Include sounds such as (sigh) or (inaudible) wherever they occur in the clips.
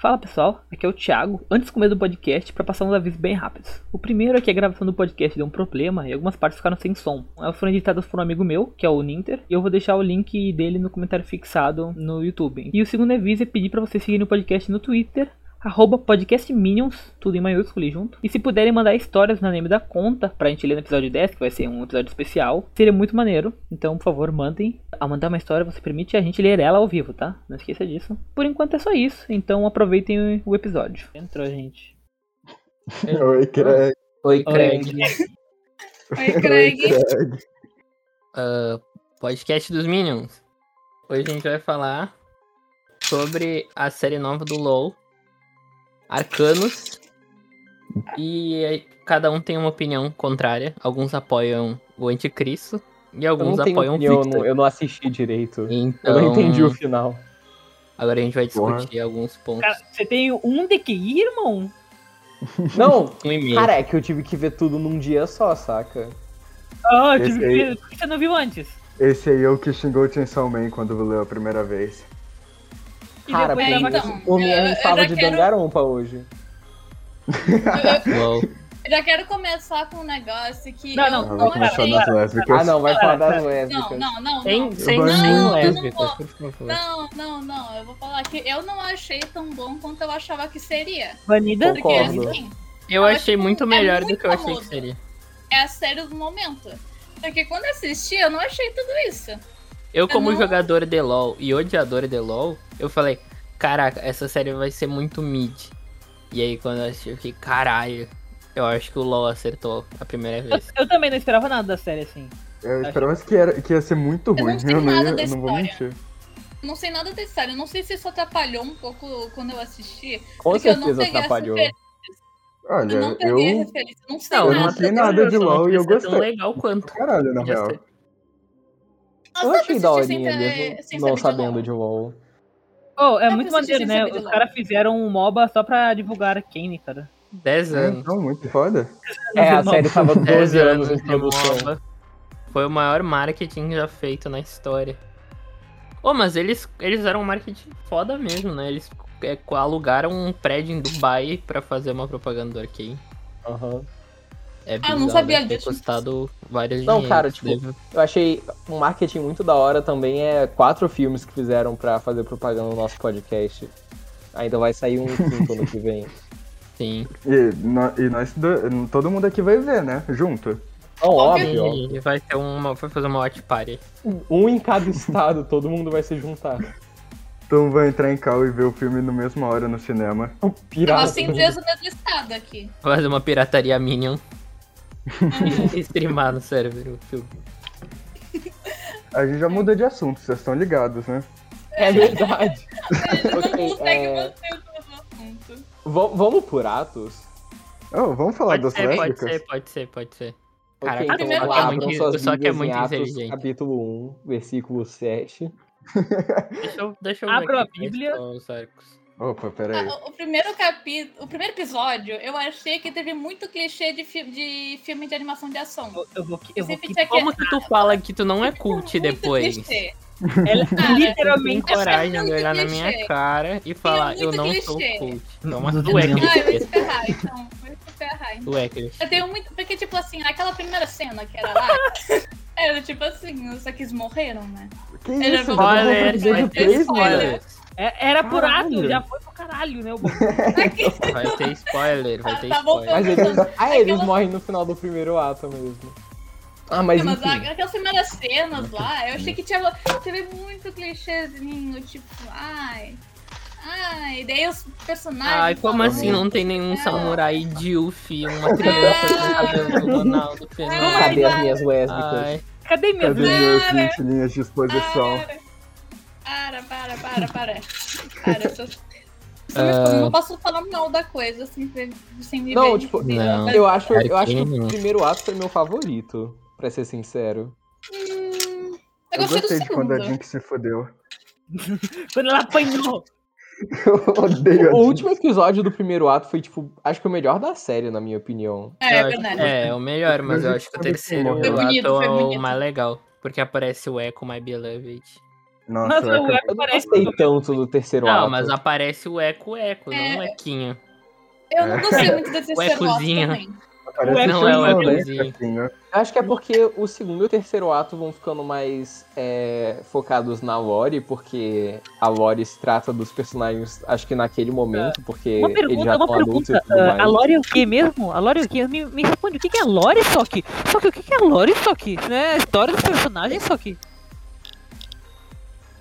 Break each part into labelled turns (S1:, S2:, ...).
S1: Fala pessoal, aqui é o Thiago. Antes de começo do podcast, para passar uns avisos bem rápidos. O primeiro é que a gravação do podcast deu um problema e algumas partes ficaram sem som. Elas foram editadas por um amigo meu, que é o Ninter, e eu vou deixar o link dele no comentário fixado no YouTube. E o segundo aviso é pedir para vocês seguirem o podcast no Twitter, arroba podcastminions, tudo em maiúsculo e junto. E se puderem mandar histórias na name da conta pra gente ler no episódio 10, que vai ser um episódio especial, seria muito maneiro. Então, por favor, mandem. A mandar uma história, você permite a gente ler ela ao vivo, tá? Não esqueça disso. Por enquanto é só isso, então aproveitem o episódio. Entrou, gente.
S2: Oi, Craig.
S3: Oi, Craig.
S2: (laughs)
S4: Oi, Craig.
S3: Ah, podcast dos Minions. Hoje a gente vai falar sobre a série nova do LoL, Arcanos. E aí, cada um tem uma opinião contrária. Alguns apoiam o anticristo e
S2: Eu
S3: alguns
S2: não tenho
S3: apoiam o
S2: opinião, eu
S3: Victor.
S2: não, eu não assisti direito.
S3: Então,
S2: Eu não entendi o final.
S3: agora a gente vai
S2: Porra.
S3: discutir alguns pontos.
S1: (laughs) Cara, você tem um de que ir, irmão?
S2: (laughs) Não,
S3: um e-mail.
S2: cara, é que eu tive que ver tudo num dia só, saca?
S1: Ah, eu
S5: Esse
S1: tive que
S5: aí.
S1: ver. Por que você não viu antes?
S5: Esse aí é o que xingou o Chainsaw Man quando leu a primeira vez.
S1: E
S2: Cara,
S1: depois
S4: é,
S1: ela vai-
S4: então.
S2: Por mim, a gente
S4: eu
S2: fala
S4: já
S2: de
S4: quero-
S2: Dangarompa hoje.
S3: Uou.
S4: Eu já quero começar com um negócio que.
S1: Não,
S4: eu
S1: não,
S5: Ah,
S1: não,
S5: vai começar
S4: achei.
S1: não,
S5: nas lésbicas.
S2: Ah, não, vai falar das
S4: não,
S2: lésbicas.
S4: não, não,
S3: Sem,
S4: não.
S3: sem,
S5: Não,
S3: sem
S4: eu não
S3: lésbicas,
S4: vou.
S3: por favor.
S4: Não, não, não. Eu vou falar que eu não achei tão bom quanto eu achava que seria.
S1: Banida?
S4: Porque
S2: Concordo.
S4: assim,
S3: Eu
S4: Mas,
S3: achei
S4: tipo,
S3: muito
S4: é
S3: melhor do
S4: muito
S3: que eu achei que
S4: famoso.
S3: seria.
S4: é a série do momento. Porque quando eu assisti, eu não achei tudo isso.
S3: Eu, como
S4: não-
S3: jogador de LoL e odiador de LoL, eu falei, caraca, essa série vai ser muito mid. E aí quando eu assisti, eu fiquei, caralho, eu acho que o LoL acertou a primeira
S1: Eu,
S3: vez.
S1: eu também não esperava nada da série assim.
S5: Eu esperava que, era, que ia ser muito
S4: não
S5: ruim.
S4: sei
S5: Eu não,
S4: nada
S5: ia-
S4: da
S5: eu não vou
S4: história.
S5: mentir.
S4: Eu Não sei nada dessa série. Eu Não sei se isso atrapalhou um pouco quando eu assisti.
S2: Com
S4: porque eu não
S2: certeza
S4: peguei as
S2: atrapalhou.
S4: referências. Eu
S5: Olha,
S4: não peguei as
S5: eu.
S4: referências. Não sei
S3: Não,
S5: eu
S3: não
S4: nada.
S5: achei nada de
S3: só não
S5: LoL e eu
S3: devia ser tão
S5: gostei.
S3: legal quanto.
S5: Caralho, na
S3: Devia
S5: real. É,
S3: ser.
S2: Eu achei da
S4: Nossa, eu assisti
S2: horinha
S4: sem saber-
S2: mesmo,
S4: sem saber
S2: não
S4: de
S2: sabendo
S4: LOL.
S2: de LOL.
S1: Oh, é
S4: Eu
S1: muito
S4: assisti
S1: maneiro,
S4: sem
S1: né?
S4: saber de
S1: Os
S4: LOL.
S1: caras fizeram um MOBA só pra divulgar a Kane, cara.
S3: 10
S5: É,
S3: anos.
S5: então, muito foda.
S2: É, a série (laughs) tava
S3: 10
S2: 12 anos em
S3: de
S2: produção.
S3: MOBA. Foi o maior marketing já feito na história. Ô, mas eles, eles eram um marketing foda mesmo, né? Eles é, alugaram um prédio em Dubai pra fazer uma propaganda do Arkane.
S2: Aham.
S3: É
S4: Ah, eu não
S3: bizarro,
S4: sabia
S3: deve ter
S4: disso.
S3: custado vários
S2: Não, cara,
S3: dinheiros, deve-
S2: Eu achei um marketing muito da hora também é quatro filmes que fizeram pra fazer propaganda no nosso podcast. Ainda vai sair um quinto ano que vem.
S3: Sim.
S5: E, nó- e nós. do- Todo mundo aqui vai ver, né? Junto.
S2: Não,
S4: Óbvio.
S2: óbvio.
S3: E ele vai ter uma. Vai fazer uma watch party.
S2: Um em cada estado, todo mundo vai se juntar.
S5: Então vai entrar em cal e ver o filme na mesma hora no cinema.
S2: O pirata.
S4: Nós temos mesmo estado
S2: (laughs)
S4: aqui.
S3: Vai Fazer uma pirataria Minion.
S4: Ah.
S3: (laughs) Streamar no server o filme.
S5: A gente já mudou de assunto, vocês estão ligados, né?
S2: É verdade.
S4: Ele não
S2: Ok,
S4: consegue
S2: é.
S4: manter o mesmo assunto.
S2: V- vamos por atos?
S5: Oh, vamos falar
S3: Pode
S5: das
S3: ser, pode
S5: lésbicas?
S3: ser, pode ser, pode ser.
S2: Ok,
S3: Cara,
S2: então
S4: primeiro
S2: abram
S4: ato.
S2: suas
S3: Só que é
S2: Bíblias em
S3: muito
S2: Atos,
S3: inteligente.
S2: Capítulo 1, versículo 7.
S3: Deixa eu, deixa eu
S1: Abra
S3: ver
S1: a
S3: aqui quais
S1: Bíblia.
S3: são os arcos.
S5: Opa, peraí.
S4: Ah, o- o primeiro capítulo, o primeiro episódio, eu achei que teve muito clichê de, fi de filme de animação de ação.
S1: Eu, eu vou, eu
S4: Esse
S1: vou
S4: feedback é
S3: Como que tu fala que tu não é
S4: muito
S3: cult depois?
S4: clichê.
S1: Ela
S4: Cara,
S3: Tem
S1: É literalmente.
S3: coragem
S4: muito
S3: de olhar na
S4: clichê.
S3: minha cara e falar,
S4: muito
S3: eu não sou
S4: clichê.
S3: cult. Não, mas
S1: Não
S3: tu é
S1: tem
S4: Ah, eu vou
S3: clichê.
S4: te ferrar, então. Eu vou te
S3: (laughs)
S4: ferrar, então.
S3: Tu é clichê.
S4: Eu tenho muito. Porque, tipo assim, aquela primeira cena que era
S3: (laughs)
S4: lá. Era tipo assim, os aquis morreram, né?
S5: Que
S4: já
S5: isso?
S4: vou-
S5: Já
S4: Olha,
S5: deu
S3: Spoilers,
S5: conteúdo
S3: vai
S5: de
S3: ter
S5: três, mano.
S3: spoilers.
S1: É- era por ato,
S5: Caralho.
S1: já foi pro caralho, né? O
S4: Aqui,
S3: Vai ter spoiler, vai
S4: Ah,
S3: ter
S4: tá bom,
S3: spoiler.
S2: Mas eles, ah, eles
S4: Aquela-
S2: morrem no final do primeiro ato mesmo. Ah, mas
S4: mas
S2: enfim.
S4: a- aquelas primeiras cenas lá, eu achei que tinha. Teve muito clichêzinho, tipo, ai. Ai, daí os personagens.
S3: Ai, como
S4: falando-
S3: assim não tem nenhum samurai de Ufi, uma
S4: É.
S3: criança com cabelo do Ronaldo Fenômeno?
S4: Ai,
S2: Cadê as minhas
S4: É.
S2: lésbicas?
S3: Ai,
S1: Cadê minha
S5: Cadê
S1: vida?
S5: meus 20 linhas de exposição?
S4: Para, Ah, para, para, para, para. Para, eu sou-
S2: (laughs)
S4: Eu não posso falar mal da coisa sem, ver- sem me
S2: É. Não,
S4: ver
S2: tipo,
S4: dizer,
S3: Não.
S4: mas-
S2: Eu acho, eu acho que
S3: Arcane.
S2: o primeiro ato foi meu favorito, pra ser sincero.
S4: Hum, eu
S5: Eu
S4: gostei do
S5: gostei de quando a
S4: segundo.
S5: Jinx se fodeu.
S1: Quando ela apanhou.
S5: (laughs) Eu odeio a
S2: O
S5: Jinx.
S2: último episódio do primeiro ato foi, tipo, acho que o melhor da série, na minha opinião.
S4: É, é
S3: eu-
S4: verdade.
S3: é, é o melhor, mas eu acho que o terceiro
S5: Foi
S3: ato
S4: bonito, foi
S3: é o
S4: bonito.
S3: mais legal. Porque aparece o Echo My Beloved.
S5: Nossa,
S1: Nossa, o
S5: é
S1: Eco
S2: Eu não
S1: parece.
S2: gostei tanto do terceiro
S3: Não,
S2: ato.
S3: mas aparece o eco, eco, não
S4: É.
S3: o equinho.
S4: Eu
S2: É.
S4: não gostei muito da terceira nota
S3: cozinha.
S4: também. Ah,
S5: parece
S1: Não,
S5: ser
S1: é
S3: um
S1: o
S5: violento,
S3: Ecozinho.
S5: assim, né?
S2: Acho que é porque o segundo e o terceiro ato vão ficando mais é, focados na lore, porque a lore se trata dos personagens, acho que naquele momento, porque
S1: Uma
S2: eles já
S1: pergunta, uma
S2: estão adultos
S1: pergunta.
S2: e tudo
S1: ah,
S2: mais.
S1: a Lore é o que mesmo? A Lore é o que? Me, me responde, o que que é Lore, Sock? Só que o que que é Lore, Sock? Né? A história dos personagens, Sock?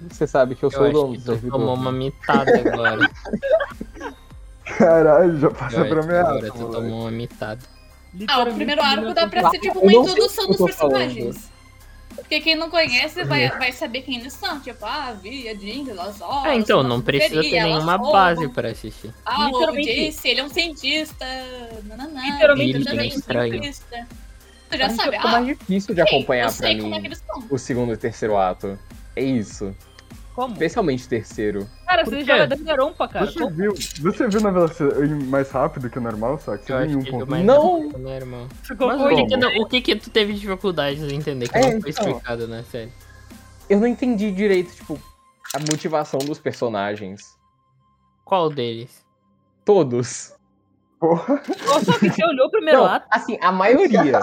S2: Você sabe que eu
S3: Eu
S2: sou o
S3: acho
S2: dono
S3: que
S2: do
S3: tu
S2: servidor.
S3: tomou uma mitada agora.
S2: (laughs)
S5: Caralho, já passa
S3: Joyce,
S5: pra minha
S3: agora
S5: arte,
S3: tu tomou uma mitada.
S4: Ah, o primeiro arco dá pra ser tipo
S2: Eu
S4: uma
S2: não sei
S4: introdução
S2: o
S4: dos
S2: que eu tô É.
S4: personagens. Porque quem não conhece vai, vai saber quem eles são. Tipo, ah, Vi, a Jinx, elas olham.
S3: É, então, não precisa ter nenhuma base pra assistir.
S4: Ah, o
S1: Literalmente.
S4: disse, ele é um cientista. Nananá,
S1: Literalmente
S4: ele também é
S3: isso.
S4: um cientista. Tu já sabe,
S2: Ficou
S4: ah,
S2: mais difícil de
S4: ok,
S2: acompanhar
S4: eu
S2: pra
S4: sei como é que
S2: mim
S4: eles são.
S2: o segundo e o terceiro ato. É isso.
S1: Como?
S2: Especialmente o terceiro.
S1: Cara,
S3: Por
S1: você
S3: quê?
S1: joga Dangarompa,
S3: tá-
S1: cara.
S5: Você viu, você viu na velocidade mais rápido que o normal, só que você
S3: Eu acho
S5: viu em
S3: que é ele
S5: 1.1.
S3: vai
S2: Não!
S3: dar, né, irmão?
S1: Você
S3: Mas
S1: colocou
S3: o
S1: ele.
S3: que, que não- o que que tu teve dificuldades em entender que
S2: É,
S3: não foi
S2: então.
S3: explicado né, na série?
S2: Eu não entendi direito, tipo, a motivação dos personagens.
S3: Qual deles?
S2: Todos.
S5: Porra,
S1: Ô, Sock, você olhou o primeiro
S2: não,
S1: ato?
S2: assim, a maioria.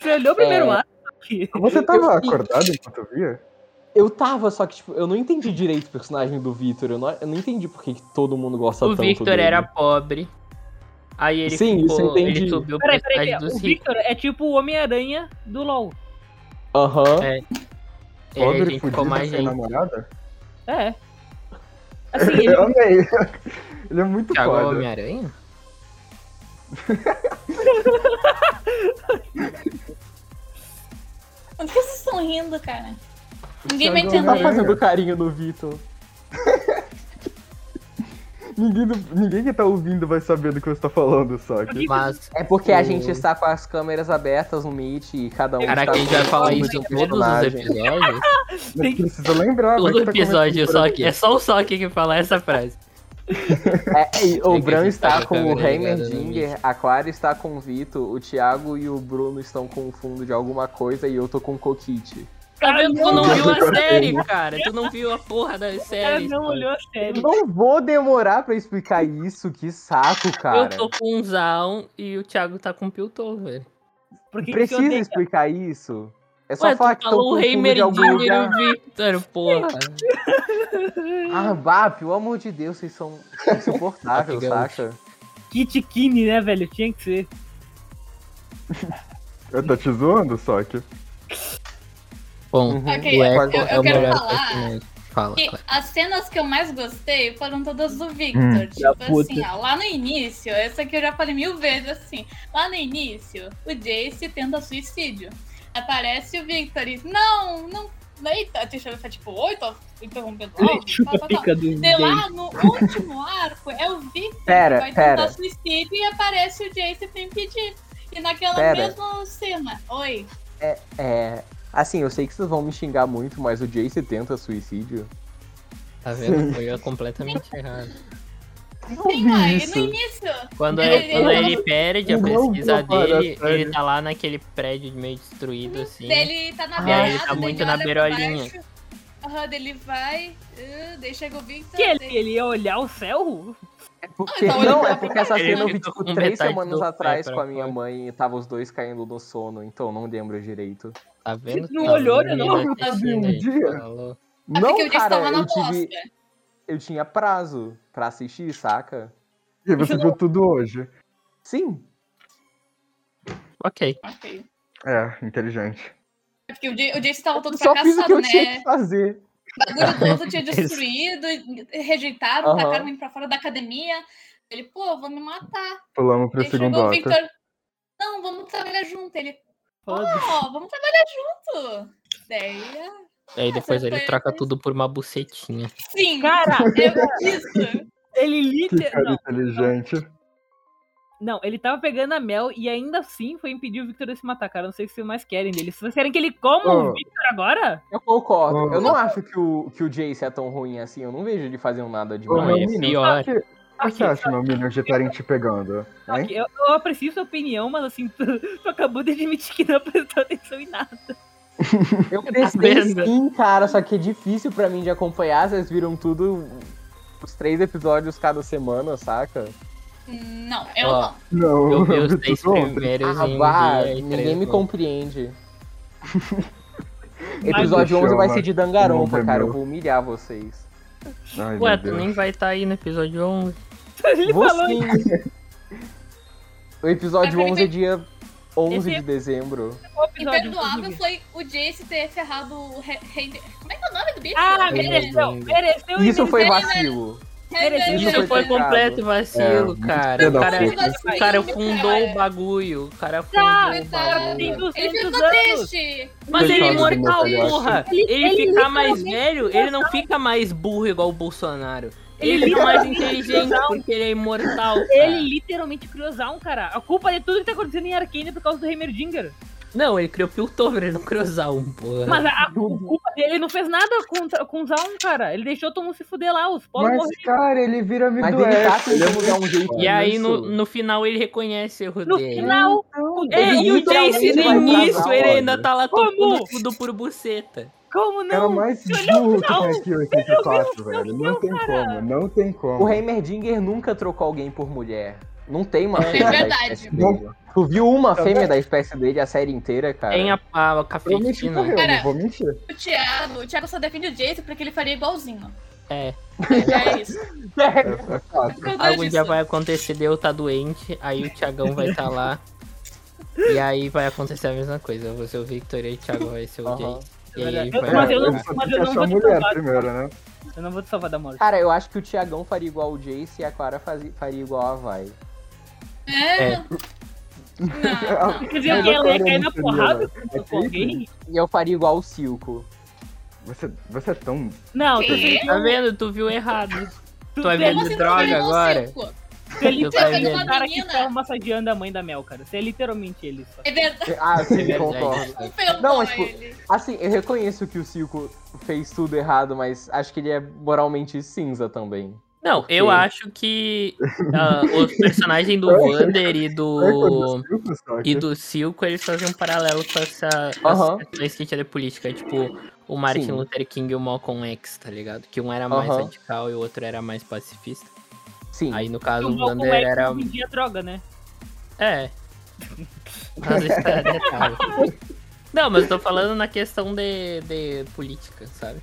S1: Você olhou o primeiro
S2: É.
S1: ato? Sock?
S5: você tava
S2: Eu-
S5: acordado enquanto eu via?
S3: É,
S2: Eu tava, só que, tipo, eu não entendi direito o personagem do Victor. Eu não, eu não entendi por que que todo mundo gosta
S3: o
S2: tanto
S3: Victor
S2: Tá dele.
S3: era pobre. Aí ele
S2: Sim, isso eu
S3: ficou, ele
S2: entendi.
S3: subiu pra
S1: Peraí, peraí,
S3: cidade
S1: peraí.
S3: dos
S1: O
S3: ricos.
S1: Victor é tipo o Homem-Aranha do LoL.
S2: Aham.
S3: É. Ele,
S5: Pobre,
S3: ele ficou
S5: fudido,
S2: tá
S3: mais
S5: sem
S3: é, gente.
S5: namorada?
S1: É. Assim, ele
S5: Eu amei. (laughs) Ele é muito
S3: Thiago é o
S5: foda.
S3: Homem-Aranha?
S4: Por que vocês estão rindo, cara? Ninguém vai
S2: Thiago Tá
S4: entender.
S2: fazendo carinho do Victor.
S5: Ninguém, do- ninguém que tá ouvindo vai saber do que você tá falando, só que.
S3: Mas,
S2: É porque
S3: O-
S2: a gente está com as câmeras abertas no Meet e cada um
S3: cara,
S2: está
S3: quem vai falar isso em
S2: personagem.
S3: todos os episódios?
S5: Mas precisa lembrar, vai
S3: Todo
S5: que tá
S3: episódio,
S5: começando
S3: só
S5: por
S3: que é só o Sock que fala essa frase.
S2: É,
S3: Tem
S2: e o
S3: que
S2: Bran
S3: assistir
S2: está
S3: a
S2: com o
S3: câmera ligada no
S2: Heimerdinger, a Clara está com o Vito, o Thiago e o Bruno estão com o fundo de alguma coisa e eu tô com o Coquite.
S1: Cara,
S3: Tá vendo? Tu
S1: não
S3: não viu a
S5: olhou.
S3: série, cara. Tu não viu a porra da
S1: cara
S3: série.
S1: não
S3: cara.
S1: olhou a
S2: Eu
S1: série.
S2: não vou demorar pra explicar isso, que saco,
S3: Eu
S2: cara.
S3: tô com um Zaun e o Thiago tá com um Piltover. velho.
S1: Porque
S2: Precisa
S1: isso eu tenho-
S2: explicar isso? É só
S3: Ué, tu
S2: falar que estão
S3: falou
S2: com
S3: o
S2: o
S3: Rei
S2: fundo de algum
S3: Meridinger e
S2: lugar.
S3: o Victor, porra.
S2: Ah, bah, pelo amor de Deus, vocês são insuportáveis,
S3: Que gaúcho.
S2: saca?
S1: Kit Kini, né, velho? Tinha que ser.
S5: Eu tô te zoando, só que.
S3: Bom,
S2: Uhum.
S4: Ok,
S3: o Echo
S4: eu-
S3: é
S4: eu
S3: o
S4: quero
S3: melhor
S4: falar
S3: personagem. Fala,
S4: Que
S3: Clara.
S4: as cenas que eu mais gostei foram todas do Victor.
S5: Hum,
S1: da
S4: tipo
S1: puta.
S4: assim, ó, lá no início, essa aqui eu já falei mil vezes assim. Lá no início, o Jace tenta suicídio. Aparece o Victor e diz, não, não. Eita, deixa eu ficar tipo, oi, tô interrompendo o áudio",
S1: Chupa
S4: tal,
S1: a
S4: tal, tal.
S1: pica do
S4: De
S1: Jace.
S4: lá, no último arco, é o Victor
S2: Pera,
S4: que vai
S2: pera.
S4: tentar suicídio e aparece o Jace pra impedir. E naquela
S2: Pera.
S4: mesma cena, oi,
S2: É. Assim, eu sei que vocês vão me xingar muito, mas o Jace tenta suicídio.
S3: Tá vendo? Foi completamente errado.
S5: Não
S4: tem lá, e no início.
S3: Quando,
S4: Ele-
S3: ele- quando ele perde a
S5: Não,
S3: pesquisa
S5: não, cara,
S3: dele,
S5: sério.
S3: ele tá lá naquele prédio meio destruído, assim.
S4: Ele tá na
S2: Ah,
S4: beirada,
S2: ele tá
S4: daí
S3: muito
S4: ele
S3: na
S4: olha pra
S3: beirolinha.
S4: baixo. Aham, daí ele vai, ah, daí chega o Victor.
S1: Que ele,
S4: daí-
S1: ele ia olhar o céu?
S2: É porque,
S4: Ah, então ele
S2: não, é
S4: tava
S2: porque essa
S3: preparado.
S2: cena eu vi
S3: Ele ficou
S2: tipo
S3: com
S2: três
S3: metade
S2: semanas
S3: do pé
S2: atrás
S3: pra
S2: com a minha
S3: fora.
S2: mãe e tava os dois caindo no sono, então não lembro direito.
S3: Tá vendo?
S1: Não
S3: Tá
S1: olhou,
S3: vendo?
S1: né,
S5: não?
S3: Ele tá assistindo
S5: Um
S3: aí,
S5: dia.
S3: falou.
S4: Ah,
S2: não,
S4: porque o Jace
S2: cara,
S4: tava na
S2: eu tive-
S4: mosca.
S2: Eu tinha prazo pra assistir, saca?
S5: E você viu tudo hoje.
S2: Sim.
S3: Ok.
S4: Ok.
S5: É, inteligente.
S4: É porque o Ja- o Jace tava todo
S2: Só fiz o que
S4: fracassado,
S2: eu tinha
S4: né?
S2: que fazer. É
S4: O bagulho todo
S2: (laughs)
S4: tinha destruído, rejeitaram,
S2: Aham.
S4: tacaram ele pra fora da academia. Ele, pô, vou me matar.
S5: Pulamos pro
S4: Daí
S5: segundo
S4: chegou o
S5: ato.
S4: Victor. Não, vamos trabalhar junto. Ele,
S1: Foda-se.
S4: ó, vamos trabalhar junto. Daí, ah,
S3: Aí depois
S4: Essa
S3: ele
S4: foi-
S3: troca tudo por uma bucetinha.
S4: sim,
S1: Cara,
S4: assim, é isso.
S1: ele
S5: Que cara
S1: literalmente.
S5: inteligente.
S1: Não, ele tava pegando a mel e ainda assim foi impedir o Victor de se matar, cara. Não sei o que vocês mais querem dele. Vocês querem que ele coma
S5: Ô.
S1: o Victor agora?
S2: Eu concordo.
S5: Oh.
S2: Eu não acho que o, que o Jace é tão ruim assim. Eu não vejo ele fazendo nada
S5: Ô,
S2: demais.
S3: Não,
S5: meu
S3: é
S5: menino,
S3: pior.
S5: O que o que você acha, meu menino, de estarem te pegando?
S1: Só
S5: Hein?
S1: que Eu, (laughs) eu aprecio sua opinião, mas assim, tu, tu acabou de admitir que não prestou atenção em nada.
S2: Eu
S3: Tá
S2: pensei
S3: vendo?
S2: sim, cara, só que é difícil pra mim de acompanhar. Vocês viram tudo, os três episódios cada semana, saca?
S4: Não, eu
S3: Ó,
S4: não.
S5: Não, (laughs)
S3: Eu vi
S5: vi
S3: os seis
S5: tudo ontem.
S3: primeiros
S2: Ah,
S3: em um
S2: vá,
S3: dia e
S2: ninguém
S3: três
S2: me
S3: no-
S2: compreende. Episódio
S5: Mas-
S2: 11 vai ser de Dangarompa,
S5: Não,
S2: cara. Eu
S5: meu.
S2: vou humilhar vocês.
S5: Ai, meu
S3: Ué, tu
S5: Deus.
S3: nem vai estar aí no episódio 11.
S1: Ele
S2: Vou
S1: falou
S2: sim. O episódio
S4: Aquele
S2: 11 é dia 11
S1: Esse-
S2: de dezembro.
S1: o episódio,
S4: Imperdoável
S1: inclusive.
S4: foi o Jace ter ferrado o Re- Render. Como é que é o nome do bicho?
S1: Ah,
S3: Sim,
S1: mereceu,
S3: sim.
S1: mereceu
S2: Isso foi
S3: né?
S4: Ele-
S2: vacilo.
S1: mereceu.
S2: Isso
S3: Isso foi,
S2: foi pecado.
S3: completo vacilo,
S5: É,
S3: cara.
S5: filho
S3: O
S5: da
S3: cara,
S4: puta.
S3: o cara um fundou o bagulho. O cara fundou o
S4: Coitado.
S1: Tem
S3: bagulho.
S1: 200
S4: Ele ficou
S1: anos.
S4: triste.
S3: Mas ele é
S2: Coitado do
S3: imortal,
S2: Motoyoshi.
S3: porra.
S1: Ele-
S3: Ele,
S1: ele
S3: ficar mais
S1: literalmente
S3: velho, ele não fica mais burro igual o Bolsonaro. Ele
S1: Ele
S3: fica mais
S1: literalmente
S3: inteligente porque ele é imortal. cara.
S1: Ele literalmente criou Zaun, cara. A culpa de tudo que tá acontecendo em Arcane é por causa do Heimerdinger.
S3: Não, ele criou Piltover, ele não criou Zaun, porra.
S1: Mas a, a culpa dele não fez nada com, com Zaun, cara. Ele deixou todo mundo se fuder lá, os pobres
S5: Mas,
S1: morreram.
S5: cara, ele vira amigo
S2: Mas
S5: do é
S2: ele tá
S5: Ash.
S2: tentando dar um jeito
S3: E aí, no,
S2: nisso.
S3: no final, ele reconhece o erro
S1: No
S3: dele.
S1: final,
S2: um
S1: o
S3: É,
S1: Jace
S3: e o
S1: literalmente
S3: Jace
S1: vai
S3: no
S1: pra
S3: início,
S2: Zaun,
S3: ele
S2: olha.
S3: ainda tá lá
S1: Como?
S3: tocando tudo por buceta.
S1: Como
S5: O cara
S1: não?
S5: mais burro que
S1: final.
S5: tem aqui, 84, velho. Não tem como, não tem como.
S2: O Heimerdinger nunca trocou alguém por mulher. Não tem uma
S3: É
S2: fêmea da
S4: verdade.
S2: espécie dele. Tu viu uma
S5: Tá
S2: fêmea da espécie dele a série inteira, cara? (laughs)
S3: Tem a, a,
S5: Provavelmente
S3: cafetina.
S5: morreu,
S4: Cara,
S5: não vou mentir.
S4: O Thiago, o Thiago só defende o Jace porque ele faria igualzinho.
S3: É.
S4: É isso.
S5: É, é fato.
S4: Por causa
S3: Algum
S4: disso.
S3: dia vai acontecer de eu estar doente, aí o Thiagão vai estar
S1: (laughs)
S3: lá. E aí vai acontecer a mesma coisa. Eu vou ser o Victor e o Thiago vai ser o
S2: Aham.
S3: Jace. E aí ele
S1: Eu-
S3: vai.
S1: mas É eu não-
S5: Ele só
S1: mas eu
S5: tem que
S1: não
S5: achar
S1: vou te
S5: mulher
S1: contar.
S5: primeiro, né?
S1: Eu não vou te salvar da morte.
S2: Cara, eu acho que o Tiagão faria igual o Jace e a Clara fazi- faria igual a Vai.
S4: É.
S3: É.
S4: Não,
S3: (laughs)
S4: não.
S1: Quer dizer, ela
S5: Mas
S1: ia
S5: agora
S1: cair
S5: eu
S1: na
S5: não sei,
S1: porrada
S5: né? É
S1: com alguém?
S2: E eu faria igual o Silco.
S5: Você, você é tão.
S1: Não, tu,
S4: Que?
S3: Tá vendo? Tu viu errado.
S2: (laughs)
S1: tu,
S3: Tu é
S1: tu
S3: vendo
S1: é
S4: Como assim
S3: droga
S4: você não
S3: agora?
S4: circo?
S1: tu é literalmente
S3: Você
S1: o cara que
S4: menina?
S1: tava massageando a mãe da Mel, cara. Você é literalmente ele. Só.
S4: É verdade. (laughs)
S2: Ah,
S3: É
S2: sim,
S3: verdade.
S2: concordo.
S4: Um felpão
S2: Não, mas, tipo,
S4: ele.
S2: Assim, eu reconheço que o Silco fez tudo errado, mas acho que ele é moralmente cinza também.
S3: Não, eu
S2: Sim.
S3: acho que ah, os personagens do Wander e
S5: É coisa do
S3: do.
S5: Silco, só que-
S3: E do Silco, eles fazem um paralelo com essa,
S2: Aham.
S3: essa esquete da política, tipo o Martin
S2: Sim.
S3: Luther King e o Malcolm X, tá ligado? Que um era mais
S2: Aham.
S3: radical e o outro era mais pacifista.
S2: Sim.
S3: Aí no
S1: E
S3: caso
S1: Então, o
S3: o
S1: Malcolm
S3: Wander
S1: X
S3: era
S1: não vendia droga, né?
S2: (laughs)
S3: É. Mas isso é detalhe. Não, mas eu tô falando na questão de, de política, sabe?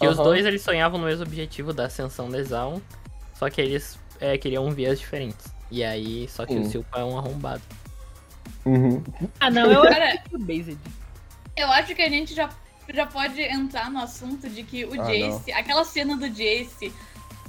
S3: Que os
S2: Aham.
S3: dois eles sonhavam no mesmo objetivo da ascensão de Zaun, só que eles é, queriam vias diferentes. E aí, só que o
S2: Sim.
S3: Silpa é um arrombado.
S2: Uhum.
S1: Ah, não, eu era (laughs)
S4: Cara,
S1: based.
S4: eu acho que a gente já, já pode entrar no assunto de que o
S5: Ah,
S4: Jace, aquela cena do Jace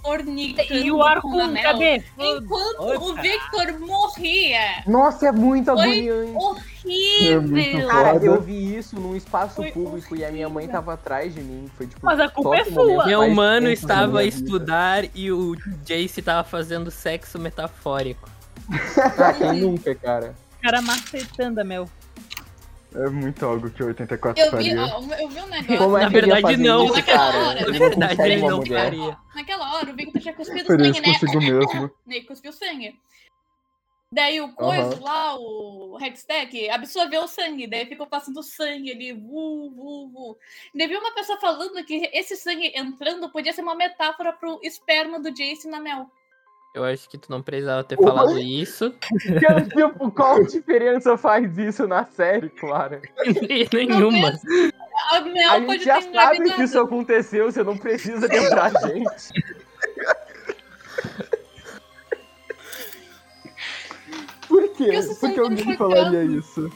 S4: fornicando
S1: E o arco,
S4: com a Mel,
S1: cadê?
S4: Enquanto
S1: Oi,
S4: o
S1: cara.
S4: Victor morria.
S2: Nossa, é muito
S4: Foi
S2: agoniante.
S5: É muito
S4: Horrível.
S5: foda.
S2: Cara, eu vi isso num espaço
S4: Foi
S2: público e a minha mãe tava atrás de mim. Foi tipo.
S1: Mas a culpa é
S2: top momento
S1: sua.
S2: mais
S3: Meu mano
S2: tenso da
S3: estava a
S2: minha vida.
S3: estudar e o Jace estava fazendo sexo metafórico.
S2: Ah, quem nunca, cara?
S1: O cara é macetando a Mel.
S5: É muito algo que o 84
S4: Eu vi,
S5: faria.
S4: ó, eu vi um negócio.
S2: Como é
S3: Na
S2: que ele ia
S3: verdade,
S2: fazer
S3: não.
S2: isso,
S4: Naquela
S2: cara?
S4: hora.
S2: Ele
S3: Na
S2: não
S3: verdade,
S2: consegue
S3: ele
S2: É uma
S3: não
S2: mulher.
S3: faria.
S4: Naquela hora, o Victor tinha cuspido
S5: Feliz
S4: sangue, né?
S5: consigo mesmo.
S4: Ele cuspiu sangue. Daí o coiso lá, o Hextech, absorveu o sangue. Daí ficou passando sangue ali, vu, vu, vu. Daí vi uma pessoa falando que esse sangue entrando podia ser uma metáfora pro esperma do Jace na Mel.
S3: Eu acho que tu não precisava ter
S2: Oi?
S3: falado isso.
S2: Cara, tipo, qual diferença faz isso na série, Clara?
S3: Nenhuma.
S4: A Mel
S2: A
S4: pode
S2: gente
S4: ter
S2: já sabe que
S4: engravidado.
S2: isso aconteceu, você não precisa lembrar a gente. Por quê?
S4: Eu sou
S5: Por que alguém
S4: sempre
S5: falaria isso?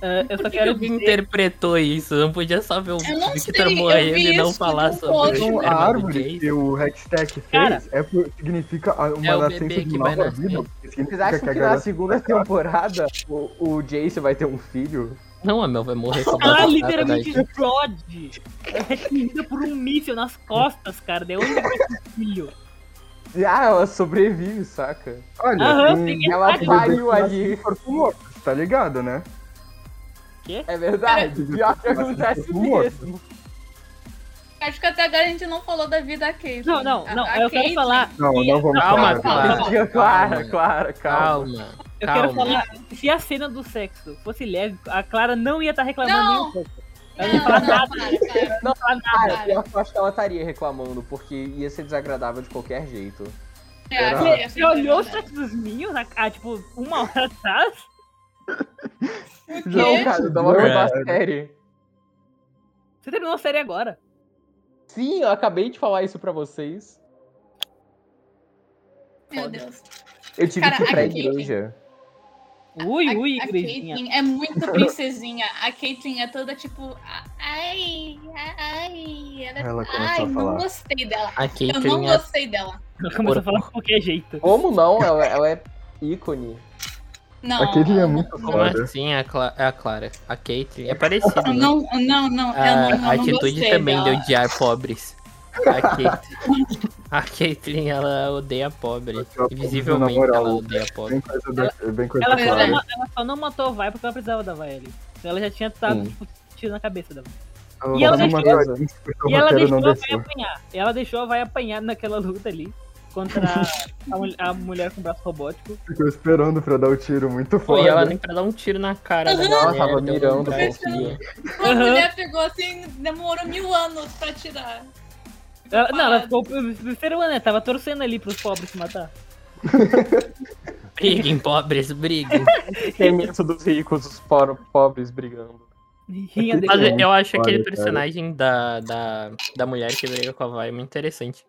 S1: Ah, eu só quero
S3: Por que que alguém
S1: dizer...
S3: interpretou isso? Não podia só ver o
S4: Eu não
S3: Victor
S4: sei, eu
S3: morrendo
S4: vi
S3: e não
S4: isso
S3: falar
S4: de um
S3: sobre É,
S4: post.
S5: Então,
S3: esperma
S5: a
S3: do
S5: árvore
S3: Jace.
S5: que o Hextech fez
S1: Cara.
S5: é por- significa a- uma
S3: É o bebê
S5: nascença
S3: que
S5: de
S3: vai
S5: nova
S3: nascer.
S5: vida. porque
S2: Vocês
S5: Significa que
S2: acham
S5: a
S2: que na
S5: galera...
S2: segunda temporada o, o Jace vai ter um filho?
S3: Não, a Mel vai morrer
S4: Ah,
S3: com a batata
S1: Ela
S3: da
S1: Ah, literalmente
S3: Jace.
S1: explode. É atingida por um míssil nas costas, cara. Daí onde vai esse filho?
S2: E, Ah, ela sobrevive, saca?
S5: Olha,
S1: Aham,
S5: um-
S1: peguei
S2: Ela
S1: Verdade.
S2: pariu ali.
S5: corpo morto, tá ligado, né?
S2: É verdade.
S5: Cara,
S2: Pior que
S5: mas
S2: acontece
S5: isso é morto.
S2: mesmo.
S4: Acho que até agora a gente não falou da vida da Caitlyn.
S1: Não, não,
S4: A-
S1: não.
S4: a
S1: Eu quero
S4: Caitlyn-
S1: falar...
S5: Não, não vamos falar.
S3: Calma, Clara.
S2: Claro,
S3: Ah, calma.
S2: claro, claro, (laughs) calma.
S3: Calma,
S1: Eu
S3: calma.
S1: quero falar, se a cena do sexo fosse leve, a Clara não ia estar reclamando
S4: Não.
S1: nem um pouco. Ela não fala nada,
S4: para, para.
S1: não fala nada.
S4: Cara.
S2: Cara, pior que Ah, eu acho que ela estaria reclamando, porque ia ser desagradável de qualquer jeito.
S4: É,
S2: Era-
S4: achei-
S1: Você é
S4: achei
S1: olhou os
S4: que era-
S1: tratos dos Minions há, há, tipo, uma hora atrás?
S2: Não, cara, é um dá uma
S5: Não,
S2: olhada
S5: cara.
S2: séria.
S1: Você terminou a série agora.
S2: Sim, eu acabei de falar isso pra vocês.
S4: Meu Deus.
S2: Eu tive
S4: Cara,
S2: que ir pra
S4: a Kate-
S2: igreja.
S1: Ui,
S4: A-
S1: ui,
S4: a
S1: igrejinha.
S4: Caitlyn
S3: (laughs)
S4: é muito princesinha. A Caitlyn é toda tipo. a- Ai, a- ai. Ela, é
S5: Ela
S4: tipo,
S5: começou
S4: ai,
S5: a
S4: não
S5: falar.
S4: gostei dela.
S3: A
S4: Eu não
S3: Caitlyn é
S4: gostei dela.
S1: Ela começou a falar de qualquer jeito.
S2: Como não? Ela, ela é ícone.
S4: Não.
S5: A Caitlyn é
S4: eu não-
S5: muito
S3: Como
S5: foda.
S3: assim a, Cla a Clara? A Caitlyn é parecida.
S4: eu
S3: né?
S4: Não, não, não. eu não, eu não
S3: a atitude
S4: gostei
S3: também
S4: dela.
S3: de odiar pobres. A Caitlyn, a Caitlyn, ela odeia pobre.
S5: Ela odeia
S3: Visivelmente
S5: pobre, na moral.
S3: ela odeia pobre.
S5: Bem coisa, bem, bem coisa
S1: Ela só,
S5: clara.
S4: Claro.
S1: não, ela só não matou a Vai porque ela precisava da Vai ali. Então ela já tinha tado,
S2: Sim.
S1: tipo, tiro na cabeça da Vai.
S5: Ela
S1: E ela
S5: não
S1: deixou-
S5: matou a gente porque o
S1: E ela
S5: roteiro
S1: deixou
S5: não
S1: a Vai
S5: desceu.
S1: apanhar. Ela deixou a Vai apanhar naquela luta ali
S5: (laughs)
S1: contra a, mul- a mulher com braço robótico.
S5: Ficou esperando pra dar o tiro, muito
S3: Pô,
S5: foda.
S3: e ela nem pra dar um tiro na cara da
S4: Aham.
S3: galera.
S2: Ela tava
S3: deu
S2: mirando,
S3: um
S2: fofinha.
S4: A
S1: Aham.
S4: mulher pegou assim, demorou mil anos pra tirar.
S1: Ela- não, ela
S4: Parada.
S1: ficou esperando, né? Tava torcendo ali pros pobres se matar.
S3: Briguem, pobres, briguem.
S2: Tem medo dos ricos, os po- pobres brigando.
S1: Rinha
S5: Mas é-
S1: dele.
S3: Mas eu acho aquele
S5: Olha, cara.
S3: personagem da, da, da mulher que briga com a Vai muito interessante.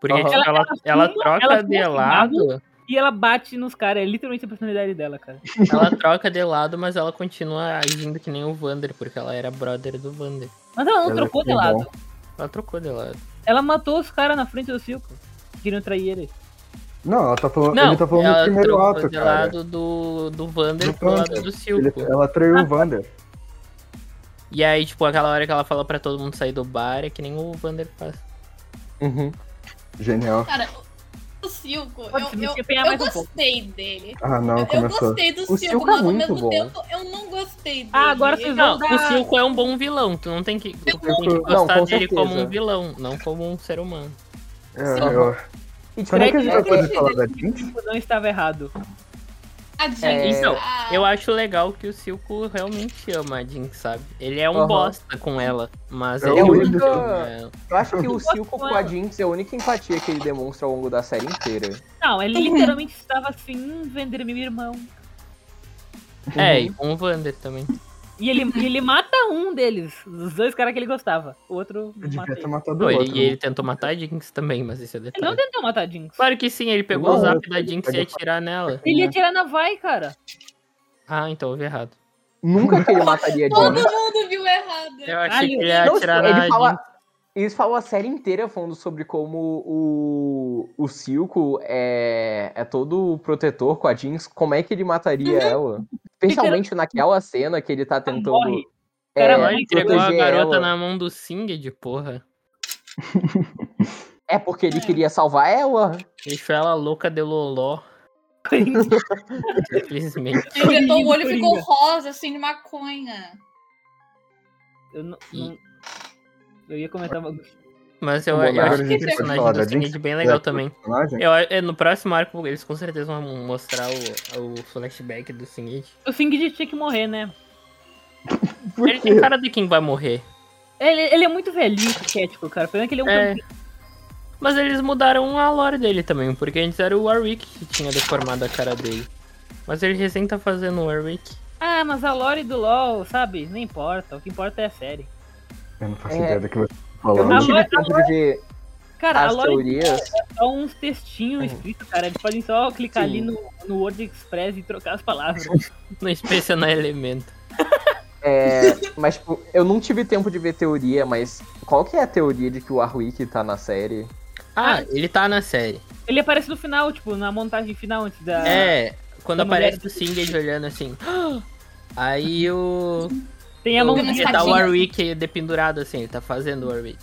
S3: Porque
S2: Aham.
S3: tipo, ela, ela,
S1: ela fuma-
S3: troca
S1: ela fuma
S3: de lado,
S1: E ela bate nos caras, é literalmente a personalidade dela, cara.
S3: ela troca de lado, mas ela continua agindo que nem o Vander, porque ela era brother do Vander.
S1: Mas ela não
S5: Ela é
S1: trocou de
S5: ficou
S1: lado.
S3: Ela trocou de lado.
S1: Ela matou os caras na frente do circo. Queriam trair ele.
S5: Não, ela tá falando,
S3: Não,
S5: ele tá falando
S3: ela
S5: do primeiro
S3: trocou
S5: ato,
S3: de
S5: cara.
S3: lado do, do Vander
S5: Do
S3: pro lado
S5: Vander.
S3: do
S5: Ele- tá-
S3: Silco.
S5: ela traiu o Wander.
S3: E aí, tipo, aquela hora que ela fala pra todo mundo sair do bar, é que nem o Vander faz.
S2: Uhum.
S5: Genial.
S4: Cara, o Silco, eu,
S1: Pode se
S4: eu,
S1: desempenhar
S4: eu
S1: mais um pouco.
S4: gostei dele.
S5: Ah, não,
S4: Eu, eu
S5: começou.
S4: gostei do
S2: O
S4: Silco,
S2: Silco é
S4: mas ao
S2: muito
S4: mesmo
S2: bom.
S4: tempo eu não gostei dele.
S1: Ah, agora vocês
S4: vocês
S1: vão
S3: Não,
S1: dar.
S3: o Silco é um bom vilão, tu não tem que, tu tem que
S5: Não,
S3: gostar
S2: com
S3: dele
S2: certeza.
S3: como um vilão, não como um ser humano.
S5: É, eu-
S2: E tipo,
S5: Quando é que a gente vai
S1: Drake-
S5: poder falar da gente?
S1: Silco Tipo, não estava errado.
S2: É,
S3: Então,
S4: ah,
S3: eu acho legal que o Silco realmente ama a Jin, sabe? Ele é um
S2: Aham.
S3: bosta com ela, mas
S5: É
S3: ele
S5: o
S3: ama
S5: único-
S3: ela.
S2: eu acho que o
S1: com
S2: Silco com a Jinx é a única empatia que ele demonstra ao longo da série inteira.
S1: Não, ele literalmente estava assim, "Hum, vender meu irmão.
S3: É, e com o Vander também.
S5: Uhum.
S1: E ele, e ele mata um deles, os dois caras que ele gostava. O outro mata
S5: Eu devia ter
S1: ele.
S5: matado
S3: Pô,
S5: o
S3: ele-
S5: outro.
S3: e ele tentou matar a Jinx também, mas isso é
S1: Ele não
S3: detalhe.
S1: tentou matar a Jinx.
S3: Claro que sim, ele pegou
S5: Não,
S3: o zap
S5: eu-
S3: da Jinx e ia atirar nela.
S1: Ele ia tirar na vai, cara.
S3: Ah, então houve errado.
S2: Nunca que ele mataria a
S4: todo
S3: né?
S2: Jinx.
S4: mundo viu errado.
S3: Eu achei
S1: ele-
S3: que ele ia
S2: Não, tipo,
S3: atirar na
S2: ele
S3: Jinx.
S2: fala. Eles falam a série inteira falando sobre como o, o Silco é, é todo protetor com a Jinx, como é que ele mataria ela. Especialmente naquela cena que ele tá
S1: Morre.
S2: tentando.
S1: Cara,
S2: é,
S1: ela
S3: Ela entregou a
S2: proteger
S3: garota
S2: ela.
S3: na mão do Singed, porra.
S2: É porque ele queria salvar ela.
S3: Deixou ela louca de loló, (laughs) simplesmente.
S4: Ele apertou o olho e
S1: Coringa.
S4: ficou rosa, assim, de maconha.
S1: Eu, não, não- eu ia comentar uma coisa.
S3: Mas eu,
S2: Vamos
S3: eu
S2: lá,
S3: acho
S5: a
S3: que o
S5: gente
S3: personagem
S5: pode falar
S3: do
S5: da
S3: Singed é
S5: Jinx?
S3: bem legal
S5: É.
S3: também.
S5: Personagem?
S3: Eu, é, no próximo arco, eles com certeza vão mostrar o, o flashback do Singed.
S1: O Singed tinha que morrer, né?
S5: Por
S3: Ele tem cara de quem vai morrer.
S1: Ele, ele é muito velhinho, patético, cara. Pena que ele é um
S3: É.
S1: vampiro.
S3: Mas eles mudaram a lore dele também, porque antes era o Warwick que tinha deformado a cara dele. Mas ele recém tá fazendo o Warwick.
S1: Ah, mas a lore do LoL, sabe? Não importa. O que importa é a série.
S5: Eu não faço
S2: É.
S5: ideia do que você tá
S2: Eu
S5: falando.
S2: não
S1: Ah,
S2: tive
S1: mas-
S2: tempo de ver
S1: Cara, a
S2: as
S1: lore
S2: teorias.
S1: só uns textinhos escritos, cara. Eles podem só clicar
S2: Sim.
S1: ali no, no Word Express e trocar as palavras.
S3: Não inspecionar (laughs) elemento.
S2: É, mas, tipo, eu não tive tempo de ver teoria, mas qual que é a teoria de que o Warwick tá na série?
S3: Ah, ele tá na série.
S1: Ele aparece no final, tipo, na montagem final antes Ah. da.
S3: É, quando
S1: A mulher-
S3: aparece o Singed olhando assim. "Ah!" Aí o.
S1: Tem a
S3: o-
S4: Tem uma
S1: montagem.
S3: ele tá o
S4: escadinha.
S3: Warwick dependurado assim, ele tá fazendo o Warwick.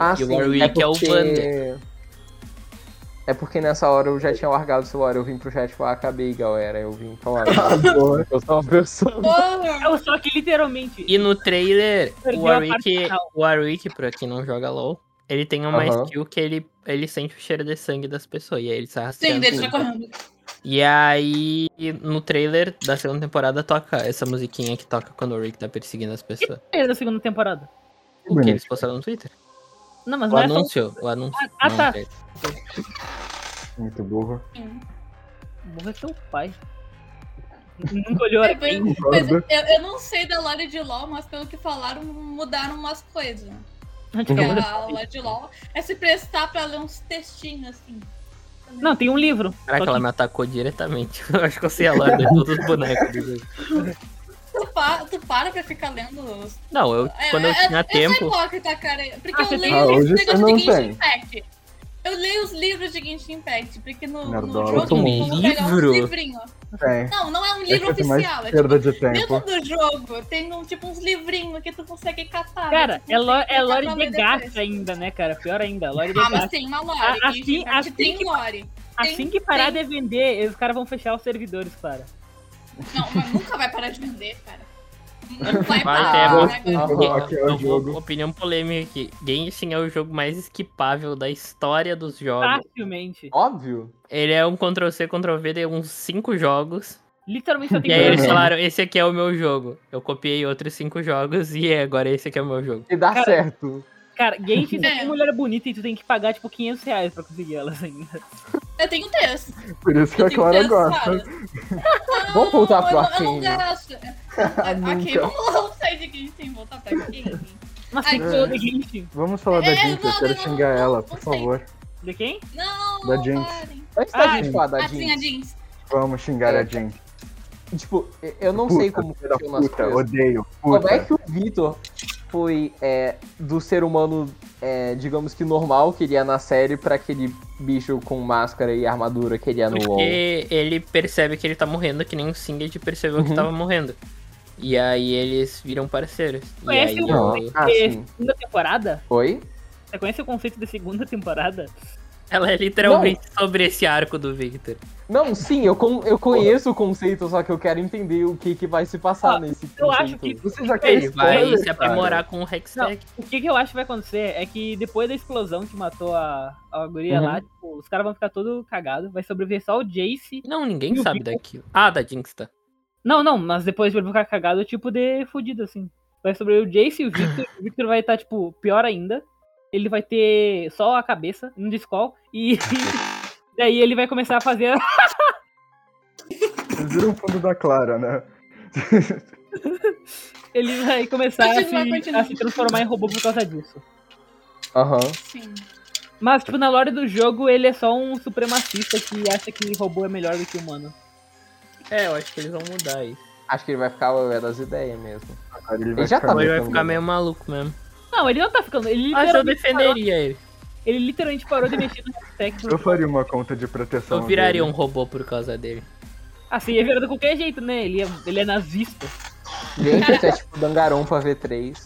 S2: Ah,
S3: E o Warwick é o Vander.
S2: É porque nessa hora eu já tinha largado o celular, eu vim pro chat e falei, ah, acabei, galera, eu vim falar.
S5: Adoro.
S2: eu sou uma pessoa.
S4: Porra!
S1: É, Só que literalmente.
S3: E no trailer, o
S1: Perdeu a parte
S3: Warwick,
S1: final.
S3: o Warwick, pra quem não joga LOL, ele tem uma
S2: Aham.
S3: skill que ele, ele sente o cheiro de sangue das pessoas. E aí ele sai
S4: Sim,
S3: rastreando.
S4: um deixa correndo.
S3: E aí, no trailer da segunda temporada, toca essa musiquinha que toca quando o Rick tá perseguindo as pessoas.
S1: É da segunda temporada.
S3: O que eles postaram no Twitter?
S1: Não, mas
S3: O
S1: não é só...
S3: anúncio, o anúncio.
S1: Ah,
S3: não,
S1: tá.
S3: o trailer.
S5: Muito burro.
S1: Morrer teu pai. Nunca olhou assim.
S4: É
S1: a
S4: bem- mas eu, eu não sei da Lore de LOL, mas pelo que falaram, mudaram umas coisas.
S1: gente
S4: Porque
S1: acabou de
S4: a Lore de LOL é se prestar pra ler uns textinhos assim.
S1: Não, tem um livro.
S4: Ah,
S3: Caraca,
S1: só
S3: ela
S1: que
S3: me atacou diretamente. (laughs) Eu acho que eu sei a lore de todos os bonecos.
S4: Tu, pa- tu para pra ficar lendo os.
S3: Não, eu,
S4: É,
S3: quando eu
S4: é-
S3: tinha
S4: Eu sou
S3: tempo.
S4: hipócrita, cara. Porque
S1: Ah,
S4: eu
S1: você
S4: leio
S5: Ah,
S4: esse
S5: hoje você
S4: negócio
S5: não
S4: de Genshin
S5: tem.
S4: Impact. Eu leio os livros de Genshin Impact, porque no, no
S5: Nerdola.
S4: jogo
S5: Bota um
S4: tem como pegar uns
S3: livro?
S4: livrinhos.
S5: Tem.
S4: Não, não é um
S5: Acho
S4: livro
S5: que tem mais
S4: oficial. É tipo,
S5: perda de
S4: dentro
S5: tempo.
S4: do jogo tem um, tipo uns livrinhos que tu consegue catar. né?
S1: Cara,
S4: mas tu
S1: é, lo, é
S4: consegue catar
S1: lore
S4: pra
S1: de
S4: ler
S1: gacha
S4: depois.
S1: ainda, né, cara? Pior ainda, lore de
S4: Ah,
S1: gacha.
S4: mas tem uma
S1: A-
S4: lore.
S1: assim-
S4: Genshin Impact
S1: assim
S4: tem
S1: que-
S4: lore. tem-
S1: Assim que parar de vender, os caras vão fechar os servidores, cara.
S4: Não, mas nunca vai parar de vender, cara. Não
S3: Vai,
S4: vai parar.
S3: é,
S4: né,
S3: mas-
S4: galera?
S5: Rock é o
S3: eu vou-
S5: jogo.
S3: Opinião polêmica aqui. Genshin é o jogo mais esquipável da história dos jogos.
S1: Facilmente.
S2: (laughs) Óbvio.
S3: Ele é um Ctrl-C, Ctrl-V de uns 5 jogos.
S1: Literalmente só tem
S3: E aí
S1: dois
S3: eles
S5: Uhum.
S3: falaram, esse aqui é o meu jogo. Eu copiei outros cinco jogos e agora esse aqui é o meu jogo.
S2: E dá
S1: Cara,
S2: certo.
S1: Cara, Genshin só
S4: É.
S1: tem mulher bonita e tu tem que pagar, tipo, 500 reais pra conseguir elas ainda.
S4: Eu tenho texto.
S5: Por isso que a Clara gosta.
S2: Vamos voltar pro
S4: Eu não
S2: Arcane.
S4: gasto. ok,
S5: Nunca.
S4: vamos, vamos sair de Genshin, voltar pra Genshin.
S1: Mas
S4: Ai,
S3: É.
S1: tem que ser de Genshin.
S5: Vamos falar da
S4: É,
S5: gente,
S4: não,
S5: eu quero
S4: não,
S5: xingar
S4: não,
S5: ela,
S4: não
S5: por
S4: sei.
S5: favor.
S1: De quem?
S4: Não,
S5: Da Jinx.
S4: parem.
S2: Antes da
S1: Ah,
S2: gente falar da
S4: Ah, sim, a
S2: Jean,
S4: Jinx.
S5: Vamos xingar
S2: É,
S5: a gente.
S2: tipo, eu não sei como
S5: filho da
S2: funciona as
S5: puta,
S2: coisas.
S5: odeio.
S2: Como é
S5: Puta.
S2: que o Vitor foi é, do ser humano, é, digamos que normal, que ele é na série, pra aquele bicho com máscara e armadura que ele é no
S3: Porque
S2: WoW?
S3: ele percebe que ele tá morrendo, que nem o Singed percebeu que
S2: Uhum.
S3: tava morrendo. E aí eles viram parceiros. E
S1: Conhece
S3: aí
S1: o-
S2: Não.
S3: eu-
S2: Ah,
S1: É,
S2: sim.
S1: segunda temporada?
S2: Oi?
S1: Você conhece o Tá conceito de segunda temporada?
S3: ela é literalmente sobre esse arco do Victor.
S2: Não, sim, eu, con- eu conheço o conceito, só que eu quero entender o que, que vai se passar
S1: Ó,
S2: nesse
S1: Ah, eu
S2: conceito.
S1: acho que-
S5: Você já quer
S3: Ele vai
S5: spoiler,
S3: se
S5: cara?
S3: aprimorar com o Hextech.
S1: O que, que eu acho que vai acontecer é que depois da explosão que matou a, a guria
S2: Uhum.
S1: lá, tipo, os caras vão ficar todo cagados, vai sobreviver só o Jace.
S3: Não, ninguém
S1: E o
S3: sabe
S1: Victor?
S3: daquilo. Ah, da Jinx tá.
S1: Não, não, mas depois vai ficar cagado, tipo, de fudido, assim. Vai sobreviver o Jace e o Victor. o Victor vai estar, tipo, pior ainda. Ele vai ter só a cabeça, um descol, e (laughs) daí ele vai começar a fazer. (laughs)
S5: Vocês viram o fundo da Clara, né?
S1: Ele vai começar a
S4: Continua,
S1: se,
S4: continua.
S1: a se transformar em robô por causa disso.
S2: Aham.
S4: Sim.
S1: Mas, tipo, na lore do jogo, ele é só um supremacista que acha que robô é melhor do que humano.
S3: É, eu acho que eles vão mudar isso.
S2: Acho que ele vai ficar o das ideias mesmo.
S5: Agora ele
S2: já tá
S5: ficar-
S2: Não,
S3: Mas ele vai
S2: então
S3: ficar
S2: não.
S3: meio maluco mesmo.
S1: Não, ele não tá ficando. Ele
S3: Mas eu
S1: literalmente,
S3: Ah, defenderia ele.
S1: ele literalmente parou de mexer no hashtag.
S5: Eu faria uma conta de proteção.
S3: Eu viraria um
S5: dele.
S3: robô por causa dele.
S1: Assim, é verdade de qualquer jeito, né? Ele é, ele é nazista.
S2: Gente, isso é tipo Dangarompa V3.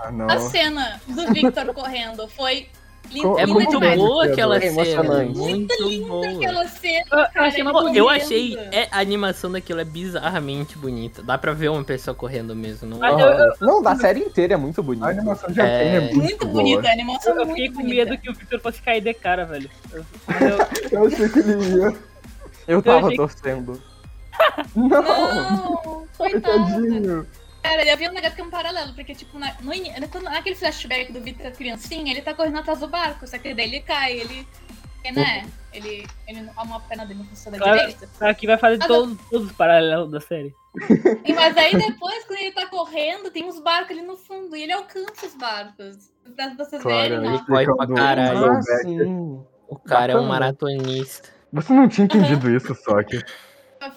S5: Ah, não.
S4: A cena do Victor correndo foi linda.
S5: Co-
S3: É
S5: É
S3: muito
S5: bom,
S3: boa
S5: né?
S3: aquela
S2: É
S3: cena.
S2: emocionante.
S3: Muito boa.
S4: Aquela cena,
S1: Eu, eu
S4: cara,
S1: achei uma
S4: ele
S3: Pô,
S1: bonita.
S3: eu
S4: correndo.
S3: achei é, a animação daquilo é bizarramente bonita. Dá pra ver uma pessoa correndo mesmo. Não...
S1: Mas
S2: Aham.
S1: eu, eu-
S2: Não, da série inteira é muito bonito.
S5: A animação de
S3: É.
S5: Arkane é, muito,
S4: Muito bonita, a animação
S1: eu
S4: muito
S1: fiquei com
S4: bonita.
S1: medo que o Victor fosse cair de cara, velho. Eu- eu-
S5: boa. Eu achei que ele ia.
S2: Eu tava
S1: achei-
S2: torcendo. (laughs) Não! (laughs)
S4: Não, coitado.
S5: Tadinho.
S4: Cara, ele havia um negócio que é um paralelo, porque, tipo, na, no, ini- quando- naquele flashback do Vitor criancinha, ele tá correndo atrás do barco, só que daí ele cai, ele. e, né? Ele. ele não- a mão- a perna dele não funciona
S1: Claro.
S4: direito.
S1: Aqui vai fazer
S4: Ah,
S1: todos, todos os paralelos da série.
S4: E, mas aí depois, quando ele tá correndo, tem uns barcos ali no fundo, e ele alcança os barcos. Pra vocês
S5: Claro,
S4: verem,
S5: ele
S4: ó.
S5: fica
S3: Corre pra
S5: do-
S3: caralho.
S5: do-
S2: Ah, sim.
S3: O cara é um
S2: Bacana.
S3: maratonista.
S5: Você não tinha entendido isso, só que.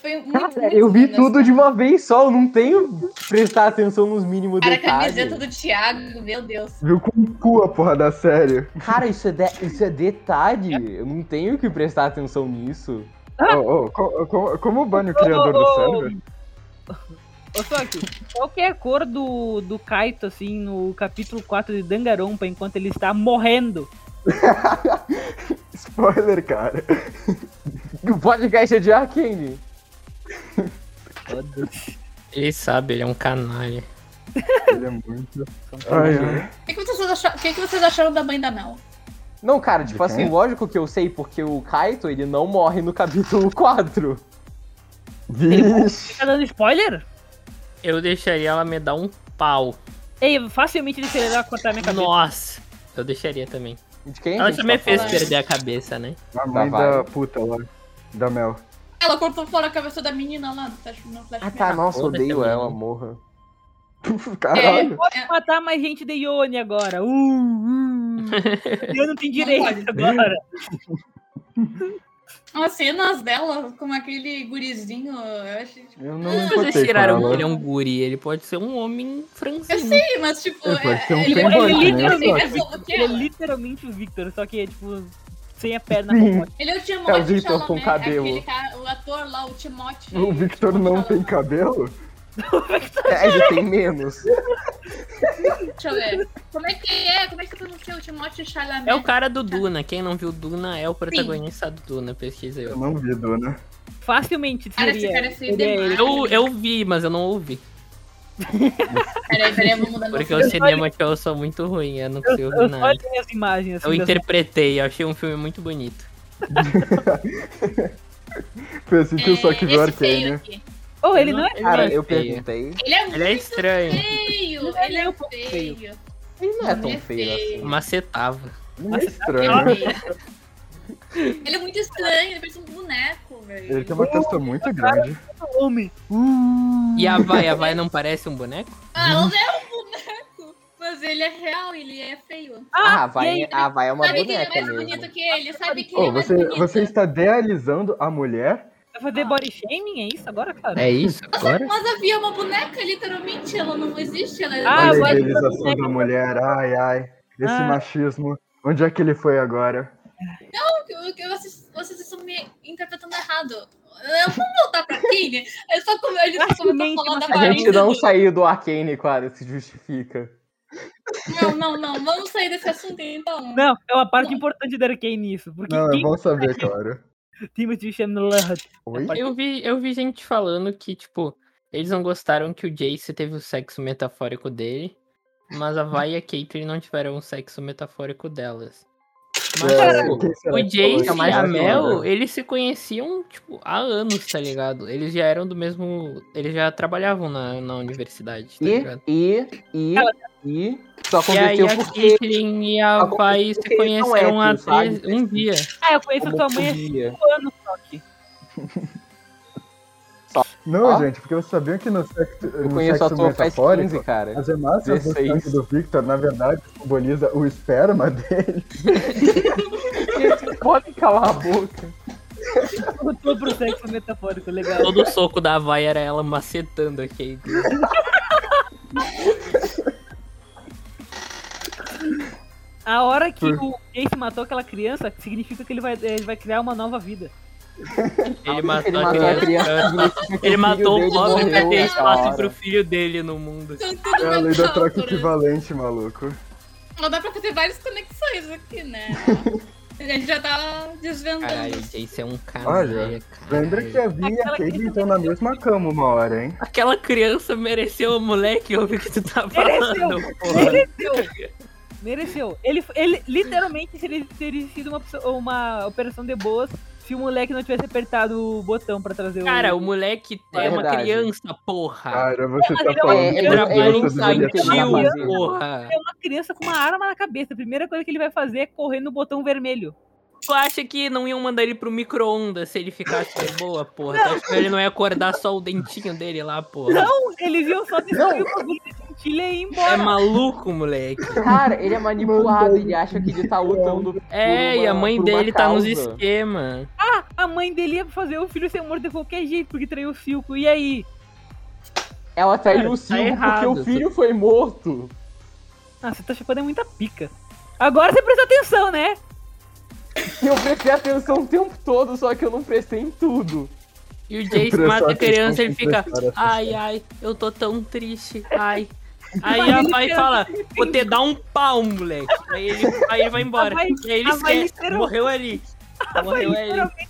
S4: Foi muito,
S2: Cara,
S4: muito
S2: eu vi
S4: lindo,
S2: tudo
S4: assim.
S2: de uma vez só, eu não tenho que prestar atenção nos mínimos
S4: Cara, a
S2: detalhes.
S4: camiseta do Thiago, meu Deus.
S5: Viu com cu a porra da série.
S2: Cara, isso é, de- isso é detalhe. Eu não tenho que prestar atenção nisso.
S5: Oh, oh, co- co- como o Bunny, o criador do server?
S1: Ô, Soki, qual que é a cor do, do Kaito, assim, no capítulo 4 de Dangarompa, enquanto ele está morrendo?
S5: Spoiler, cara.
S2: O podcast é de Arkane.
S1: Meu Deus.
S3: Ele sabe, ele é um canalha.
S5: Ele é muito. Ai, ai.
S4: O que, que vocês acharam, o que que vocês acharam da mãe da Mel?
S2: Não, cara, tipo
S5: De
S2: assim,
S5: quem?
S2: lógico que eu sei, porque o Kaito, ele não morre no capítulo (laughs) 4.
S5: Vixe.
S1: Tá dando spoiler?
S3: Eu deixaria ela me dar um pau.
S1: Ei, facilmente ele seria cortar minha cabeça.
S3: Nossa! Eu deixaria também.
S2: De quem? a
S3: Ela
S2: gente
S3: já me
S2: tá
S3: fez
S2: falando?
S3: perder a cabeça, né?
S5: A mãe
S2: Tá, vai.
S5: da puta lá. Da Mel.
S4: Ela cortou fora a cabeça da menina lá no Flash, no Flash
S2: Ah, tá,
S4: Metal.
S2: nossa, eu
S3: Foda-se
S2: odeio
S3: a
S2: ela,
S3: menina.
S2: morra.
S4: É,
S5: Caralho.
S4: é,
S1: matar mais gente de Ione agora. Uh, uh. Eu não tenho direito
S4: pode.
S1: agora.
S4: as cenas dela com aquele gurizinho, eu achei, tipo,
S5: Eu não
S3: Mas eles
S5: encostei com
S3: tiraram que
S5: ela.
S3: ele é um guri, ele pode ser um homem
S4: eu
S3: francês.
S4: sei, mas tipo,
S5: Ele pode ser um
S1: Ele,
S5: Tem
S1: ele
S5: dois, né?
S1: literalmente,
S4: é só do que
S1: ele é
S4: ela.
S1: literalmente o Victor, só que, tipo, sem a perna.
S5: Sim.
S1: com-
S4: Ele é o Timote
S2: É o Victor com cabelo.
S4: aquele cara- o ator lá, o né? Timote.
S5: O Victor não tem cabelo?
S2: É, ele tem menos.
S4: Deixa eu ver. Como é que é? Como é que você pronuncia o Timote Chalamet?
S3: É o cara do Duna. Quem não viu Duna é o protagonista do Duna, pesquisa
S5: Eu
S3: eu.
S5: não né? vi, dona.
S1: Facilmente
S4: Cara, esse
S1: seria.
S4: cara é feio
S1: seria
S4: demais.
S1: ele.
S3: Eu, eu vi, mas eu não ouvi.
S4: Peraí, peraí, eu vou mudar meu
S3: Porque o cinema que eu sou muito ruim, eu não
S1: Eu,
S3: consigo
S1: eu
S3: ouvir
S1: só
S3: nada.
S1: olhei as imagens.
S3: Eu
S1: assim, das-
S3: interpretei, eu achei um filme muito bonito.
S5: Foi assim que eu só que
S4: É,
S5: vi o
S4: esse
S5: Arcane.
S4: feio
S5: né?
S4: aqui.
S1: Oh, ele não é.
S2: Cara,
S3: é
S2: eu
S3: feio.
S2: perguntei.
S4: Ele é
S3: Ele é
S4: muito
S3: estranho,
S4: feio.
S1: Ele é
S4: Ele é
S1: um pouco
S4: feio.
S2: Ele não
S4: Ele
S2: é
S4: é
S2: tão feio
S4: feio.
S2: assim.
S3: macetava.
S5: Não é
S1: Nossa,
S5: estranho.
S4: um Ele é muito estranho, ele parece um boneco,
S5: Ele tem
S4: velho.
S5: uma testa muito grande.
S1: um Homem. Uh.
S3: E a vai, a vai não parece um boneco?
S4: Ah,
S5: Uhum.
S4: ele é um boneco. Mas ele é real, ele é feio.
S2: Ah, vai,
S1: e aí?
S2: ah, vai é uma
S4: sabe que ele é
S2: boneca
S4: mais
S2: mesmo.
S4: bonito que ele, sabe que ele
S5: Ô,
S4: é mais
S5: você,
S4: bonito.
S5: você está idealizando a mulher?
S4: é.
S1: Vai fazer body shaming? É isso agora, cara?
S3: É isso agora?
S4: Mas havia é uma boneca, literalmente, ela não existe, ela é
S1: Ah,
S5: Olha a
S1: vai-
S5: idealização da mulher. Ai, ai. Esse
S1: Ah.
S5: machismo. Onde é que ele foi agora?
S4: que- que vocês, vocês estão me interpretando errado. Eu vou voltar pra Kine. Eu só come, ele só começou
S1: Facilmente
S4: a falar da
S1: você- um-
S2: A gente
S4: aparência
S2: não
S4: do-
S2: saiu do Arcane, claro, se justifica.
S4: Não, não, não. Vamos sair desse assunto então.
S1: Não, é uma parte importante da Arkane isso. Porque
S5: Não, é
S1: quem
S5: bom saber, claro.
S1: Timothy Shamlot
S5: Oi?
S3: Eu vi, eu vi gente falando que, tipo, eles não gostaram que o Jace teve o sexo metafórico dele, mas a Vai e a Caitlyn não tiveram o sexo metafórico delas. Mas,
S5: É,
S3: tipo,
S2: Tá
S5: quem será
S3: o
S5: que falou
S3: Jace
S5: isso?
S3: e a
S5: Mas,
S3: Mel,
S5: olha,
S3: eles se conheciam, tipo, há anos, tá ligado? Eles já eram do mesmo. Eles já trabalhavam na, na universidade, tá
S2: E,
S3: ligado?
S2: e, e, e. Só
S3: E aí
S2: aconteceu
S3: a
S2: porque.
S3: Caitlyn e a
S2: aconteceu
S3: Vai se
S2: porque eles são
S3: conheceram há
S2: héteros, sabe?
S3: três- um dia.
S1: Ah, eu conheço tua mãe há
S2: Homofobia.
S1: cinco anos só que.
S5: Não,
S2: Ó.
S5: gente, porque vocês sabiam que no sexo,
S2: Eu
S5: no
S2: conheço a
S5: sexo
S2: tua faz 15,
S5: metafórico,
S2: cara.
S5: as hemácias do
S2: 16.
S5: sangue do Victor, na verdade, simboliza o esperma (laughs) dele.
S2: (laughs) Pode calar a boca.
S1: Voltou pro sexo metafórico, legal.
S3: Todo soco da Vai era ela macetando a Caitlyn.
S1: A hora que o Jace matou aquela criança, significa que ele vai, ele vai criar uma nova vida.
S3: Ele matou,
S2: Ele matou a criança.
S3: (laughs)
S2: significa que
S3: Ele
S2: o
S3: matou o
S2: filho dele
S3: pobre pra
S2: morreu
S3: ter
S2: nessa
S3: espaço
S2: hora.
S3: pro filho dele no mundo.
S4: Então,
S5: É
S4: tudo
S5: a
S4: na
S5: lei da troca
S4: pálpebra.
S5: equivalente, maluco.
S4: Não dá pra fazer várias conexões
S5: (laughs)
S4: aqui, né? A gente já tá desvendando.
S3: Caralho, Jace é um
S5: Olha,
S3: canalha,
S5: Lembra que é.
S3: caralho.
S5: havia e
S1: Aquela
S5: a Kate
S1: criança
S5: então na mesma cama uma hora, hein?
S3: Aquela criança mereceu o moleque, ouve o que tu tá falando, porra.
S1: Mereceu! (laughs) Mereceu. Ele, ele literalmente seria- teria sido uma, opção- uma operação de boas se o moleque não tivesse apertado o botão pra trazer
S3: Cara,
S1: o.
S3: o moleque é,
S2: É
S3: uma
S2: verdade.
S3: criança, porra.
S5: Cara, você tá
S1: Ah, ele é
S5: falando que
S2: uma criança.
S5: criança é
S3: Trabalho
S5: deveria
S2: infantil.
S5: tomar
S3: infantil,
S2: trabalho.
S5: vacina.
S3: porra.
S1: É uma criança com uma arma na cabeça. A primeira coisa que ele vai fazer é correr no botão vermelho.
S3: Tu acha que não iam mandar ele pro micro-ondas se ele ficasse de boa, porra? Tu acha que ele não ia acordar só o dentinho dele lá, porra?
S1: Não, eles iam só destruir o bagulho de centilha e ir embora.
S3: É maluco, moleque.
S2: Cara, ele é manipulado,
S5: Mano,
S2: ele acha que ele tá lutando.
S3: É,
S2: Por uma-
S3: e a mãe
S2: por uma
S3: dele tá nos
S2: causa.
S3: esquemas.
S1: A mãe dele ia fazer o filho ser morto de qualquer jeito, porque traiu o Silco. E aí?
S2: Ela traiu
S3: tá
S2: o Silvio
S3: errado,
S2: porque o filho foi morto.
S1: Ah, você tá chupando é muita pica. Agora você presta atenção, né?
S2: E eu prestei atenção o tempo todo, só que eu não prestei em tudo.
S3: E o
S5: Jace
S3: Jace
S5: Impressão mata
S3: mata
S5: a
S3: a
S5: que eles criança,
S3: criança,
S5: ele
S3: ele
S5: fica,
S3: fica,
S5: impressaram essa ai,
S1: né?"
S3: ai, ai, eu tô tão triste,
S1: (laughs)
S3: ai.
S1: Mas
S3: Aí
S1: a
S3: a
S1: ele vai
S3: vai
S1: quer-
S3: fala,
S1: fala,
S3: vou te dar um pau, moleque. Aí ele, vai embora.
S1: vai-
S3: e
S1: ele
S3: aí ele
S1: a vai esquece, literal-
S3: morreu
S1: (laughs)
S3: ali. Morreu ali.
S1: Literalmente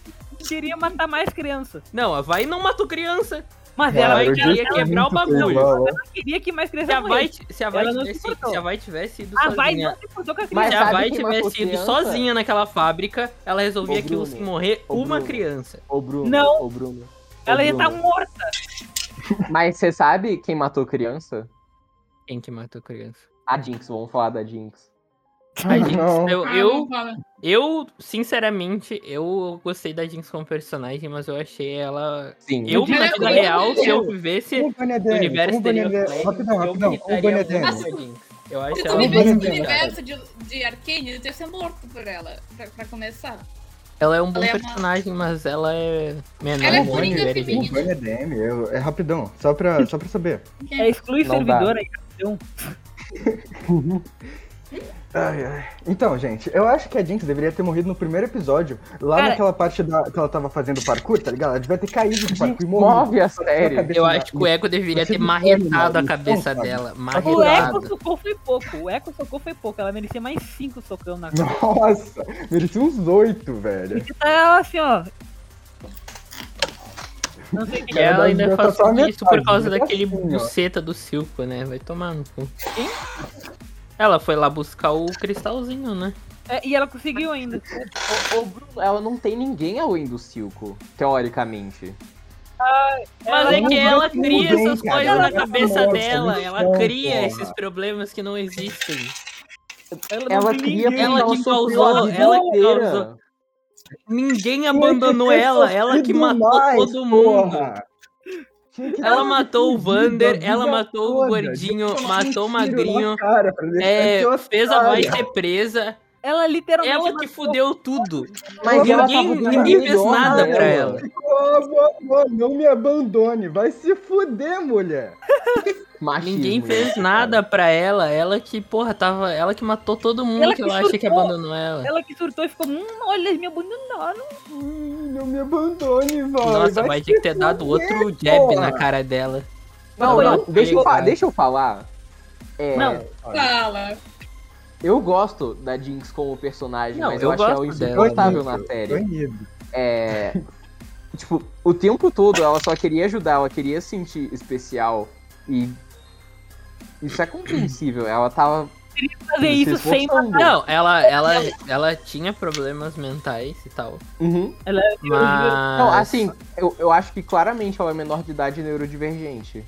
S1: queria matar mais criança.
S3: Não, a vai não matou criança.
S1: Mas
S5: Cara,
S1: ela
S5: eu
S3: Ela
S1: queria,
S3: ia
S5: disse
S3: quebrar
S5: muito
S3: o
S5: que
S3: bagulho.
S5: não, ó.
S1: queria que mais
S3: Se a
S1: criança
S3: Vai,
S1: morresse.
S3: se a Vai
S1: Ela não se
S3: tivesse,
S1: importou.
S3: se a Vai tivesse ido
S1: A Vai
S3: sozinha,
S1: não se importou com a
S2: Mas
S3: se
S1: criança.
S3: a
S2: sabe
S3: Vai
S2: quem matou
S3: tivesse ido
S2: criança?
S3: sozinha naquela fábrica, ela resolvia
S2: Ô,
S3: aquilo
S2: Bruno.
S3: se morrer
S2: Ô,
S3: uma
S2: Bruno.
S3: criança.
S2: Ô, Bruno.
S1: Não.
S2: Ô, Bruno. Ô,
S1: Ela ia
S2: Bruno.
S1: estar morta.
S2: Mas você sabe quem matou criança?
S3: Quem que matou criança?
S2: A Jinx, vamos falar da Jinx.
S3: A Jinx,
S5: Não.
S3: eu,
S4: Ah,
S3: eu,
S4: não fala.
S3: eu, sinceramente, eu gostei da Jinx como personagem, mas eu achei ela.
S2: Sim.
S3: Eu,
S4: Ela
S3: na
S4: é
S3: vida
S4: como
S3: real,
S4: mulher.
S3: se eu vivesse
S6: Como é o
S3: no
S6: Banedem,
S3: universo
S6: como o
S3: teria
S6: Banedem.
S3: Flames,
S6: Rapidão, rapidão.
S3: eu
S6: Como o
S3: gritaria
S6: Banedem.
S3: muito da Jinx. Eu acho
S4: Se
S3: ela
S4: tu
S6: me
S3: muito
S4: vivesse no
S6: Ela-
S4: universo de, de Arcane, eu teria sido morto por ela, pra, pra começar.
S3: Ela é um bom
S4: Ela é uma-
S3: personagem, mas ela é menor.
S4: Ela é
S3: do
S4: coringa
S3: universo.
S4: feminina.
S6: Como o Banedem, eu- é rapidão. Só pra, só pra saber.
S1: É exclui
S2: Não
S1: servidor
S2: dá.
S1: aí.
S6: Ai, ai. Então, gente, eu acho que a Jinx deveria ter morrido no primeiro episódio, lá
S1: Cara-
S6: naquela parte da- que ela tava fazendo parkour, tá ligado? Ela devia ter caído de parkour e morrido.
S2: Move a série.
S3: Eu acho que o Echo deveria
S6: Você
S3: ter
S6: não
S3: marretado
S6: pode,
S3: a
S6: não.
S3: cabeça
S6: Não,
S3: dela.
S1: O Eco
S3: Marretado.
S1: socou foi pouco. O Eco socou foi pouco. Ela merecia mais cinco socão na cara.
S6: Nossa, merecia uns oito, velho.
S1: Você
S3: Então
S1: tá assim, ó. Não sei quem
S3: E ela ainda
S6: Ela
S3: faz
S6: tá só a
S3: tudo isso por
S6: metade,
S3: causa
S6: né?
S3: daquele
S6: Assim, ó.
S3: buceta do Silco, né? Vai tomar no cu. Ela foi lá buscar o cristalzinho, né?
S1: é. E ela conseguiu ainda.
S2: Ô, ô, Bruno, ela não tem ninguém além do Silco, teoricamente.
S3: Mas é
S6: não
S3: que
S6: vai
S3: ela
S6: se
S3: cria
S6: fuder,
S3: essas
S6: cara.
S3: coisas
S6: Ela
S3: na
S6: tá
S3: cabeça
S6: morta,
S3: dela.
S6: no
S3: Ela
S6: chão,
S3: cria
S6: porra.
S3: esses problemas que não existem.
S1: Ela,
S2: Ela
S1: tem
S2: cria
S1: ninguém.
S3: Ela que
S2: sofreu a
S3: causou-
S2: vida
S3: ela que
S2: inteira.
S3: causou. Ninguém abandonou
S6: Tinha é que ter
S3: ela. Ela que
S6: sofrido
S3: matou
S6: mais,
S3: todo mundo.
S6: porra. Tinha que ter
S3: Ela matou o
S6: fudido a
S3: Vander,
S6: vida
S3: ela matou o
S6: toda.
S3: gordinho,
S6: Tinha que tomar
S3: matou o
S6: um tiro na
S3: magrinho.
S6: cara pra deixar
S3: É,
S6: de otário.
S3: fez a Vai ser presa.
S1: Ela literalmente.
S3: Ela que
S1: matou.
S3: fudeu tudo.
S2: Mas
S6: Ninguém-
S2: ela tava dando
S3: ninguém fez
S2: melhor
S3: nada
S2: pra
S3: pra
S2: ela.
S3: ela.
S6: Ô, vó, vó, não me abandone, vai se fuder, mulher.
S2: Machismo,
S3: Ninguém fez
S2: isso,
S3: nada pra ela. Ela que, porra, tava. Ela que matou todo mundo
S1: Ela
S3: que
S1: que
S3: ela acha que
S1: surtou.
S3: abandonou ela.
S1: Ela que surtou e ficou. Hum, olha, eles me abandonaram.
S6: Hum, Não me abandone, vai.
S3: Nossa,
S6: vai
S3: vai ter que ter dado outro jab
S6: porra.
S3: na cara dela.
S2: Não,
S3: Ela
S2: não, deixa eu,
S3: fez,
S2: fa-
S3: cara.
S2: deixa eu falar. É,
S1: Não.
S4: Fala.
S2: Eu gosto da Jinx como personagem,
S3: Não,
S2: mas
S3: eu
S2: eu, acho ela
S3: gosto dela,
S2: insuportável na série. é, tipo, o tempo todo ela só queria ajudar, ela queria se sentir especial e isso é compreensível. Ela tava
S1: Fazer
S2: se
S1: isso sem.
S2: esforçando.
S3: Não, ela, ela, ela tinha problemas mentais e tal.
S2: Uhum.
S3: Mas.
S2: Não, assim, eu, eu acho que claramente ela é menor de idade e neurodivergente.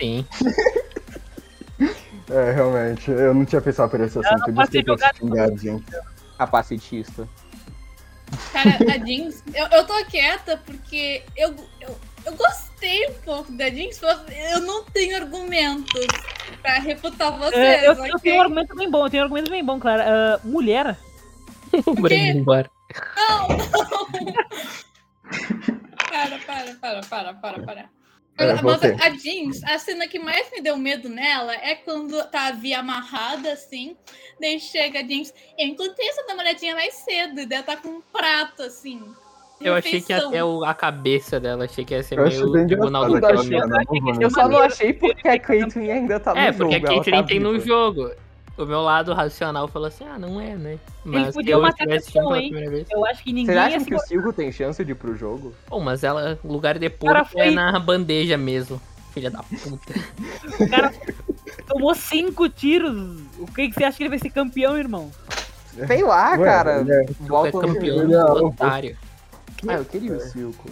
S3: Sim.
S6: É, realmente, eu não tinha pensado por esse assunto. Eu
S1: pode ser
S6: desculpa eu
S1: jogada-
S6: te xingar, gente.
S2: Capacitista.
S4: Cara, a Jinx, eu, eu tô quieta porque eu, eu, eu gostei um pouco da Jinx, mas eu não tenho argumentos pra refutar vocês.
S1: É, eu, eu
S4: ok?
S1: tenho um argumento bem bom, eu tenho um argumento bem bom, Clara. Ah, mulher,
S3: (laughs) O Breno indo embora.
S4: Para, para, para, para, para, para.
S6: É,
S4: Mas
S6: voltei.
S4: a Jeans, a cena que mais me deu medo nela é quando tá via amarrada assim, daí chega a Jeans, eu encontrei essa namoradinha mais cedo, e daí ela tá com um prato assim.
S3: Eu achei que
S4: refeição.
S3: até o- a cabeça dela, achei que ia ser
S6: Eu achei bem
S3: meio tipo, tribunal
S6: engraçado
S3: do
S6: aquela
S3: crime.
S6: cena, não vou
S2: Eu
S6: mentir.
S2: só não achei porque a Caitlyn ainda tá no
S3: É,
S2: jogo.
S3: porque a
S2: ela
S3: Caitlyn
S2: tá
S3: tem no
S2: viva.
S3: jogo. O meu lado racional falou assim, ah, não é, né? Mas se
S1: podiam
S3: eu
S1: matar a pessoa,
S3: estivesse assistindo pela
S1: hein?
S3: primeira vez.
S1: eu acho que ninguém
S2: Vocês
S1: ia
S2: acham
S1: se
S2: que o Silco tem chance de ir pro jogo?
S3: Bom, mas ela, o lugar de
S1: Cara,
S3: porco é
S1: foi-
S3: na bandeja mesmo. Filha da puta.
S1: O cara tomou cinco tiros. O que, que você acha que ele vai ser campeão, irmão?
S2: Sei lá,
S6: Ué,
S2: "Ah, cara.
S6: ele é-
S3: Tu é
S2: (laughs) Volta no
S3: campeão,
S6: Ele é um-
S3: otário.
S2: Ah, eu queria o Silco.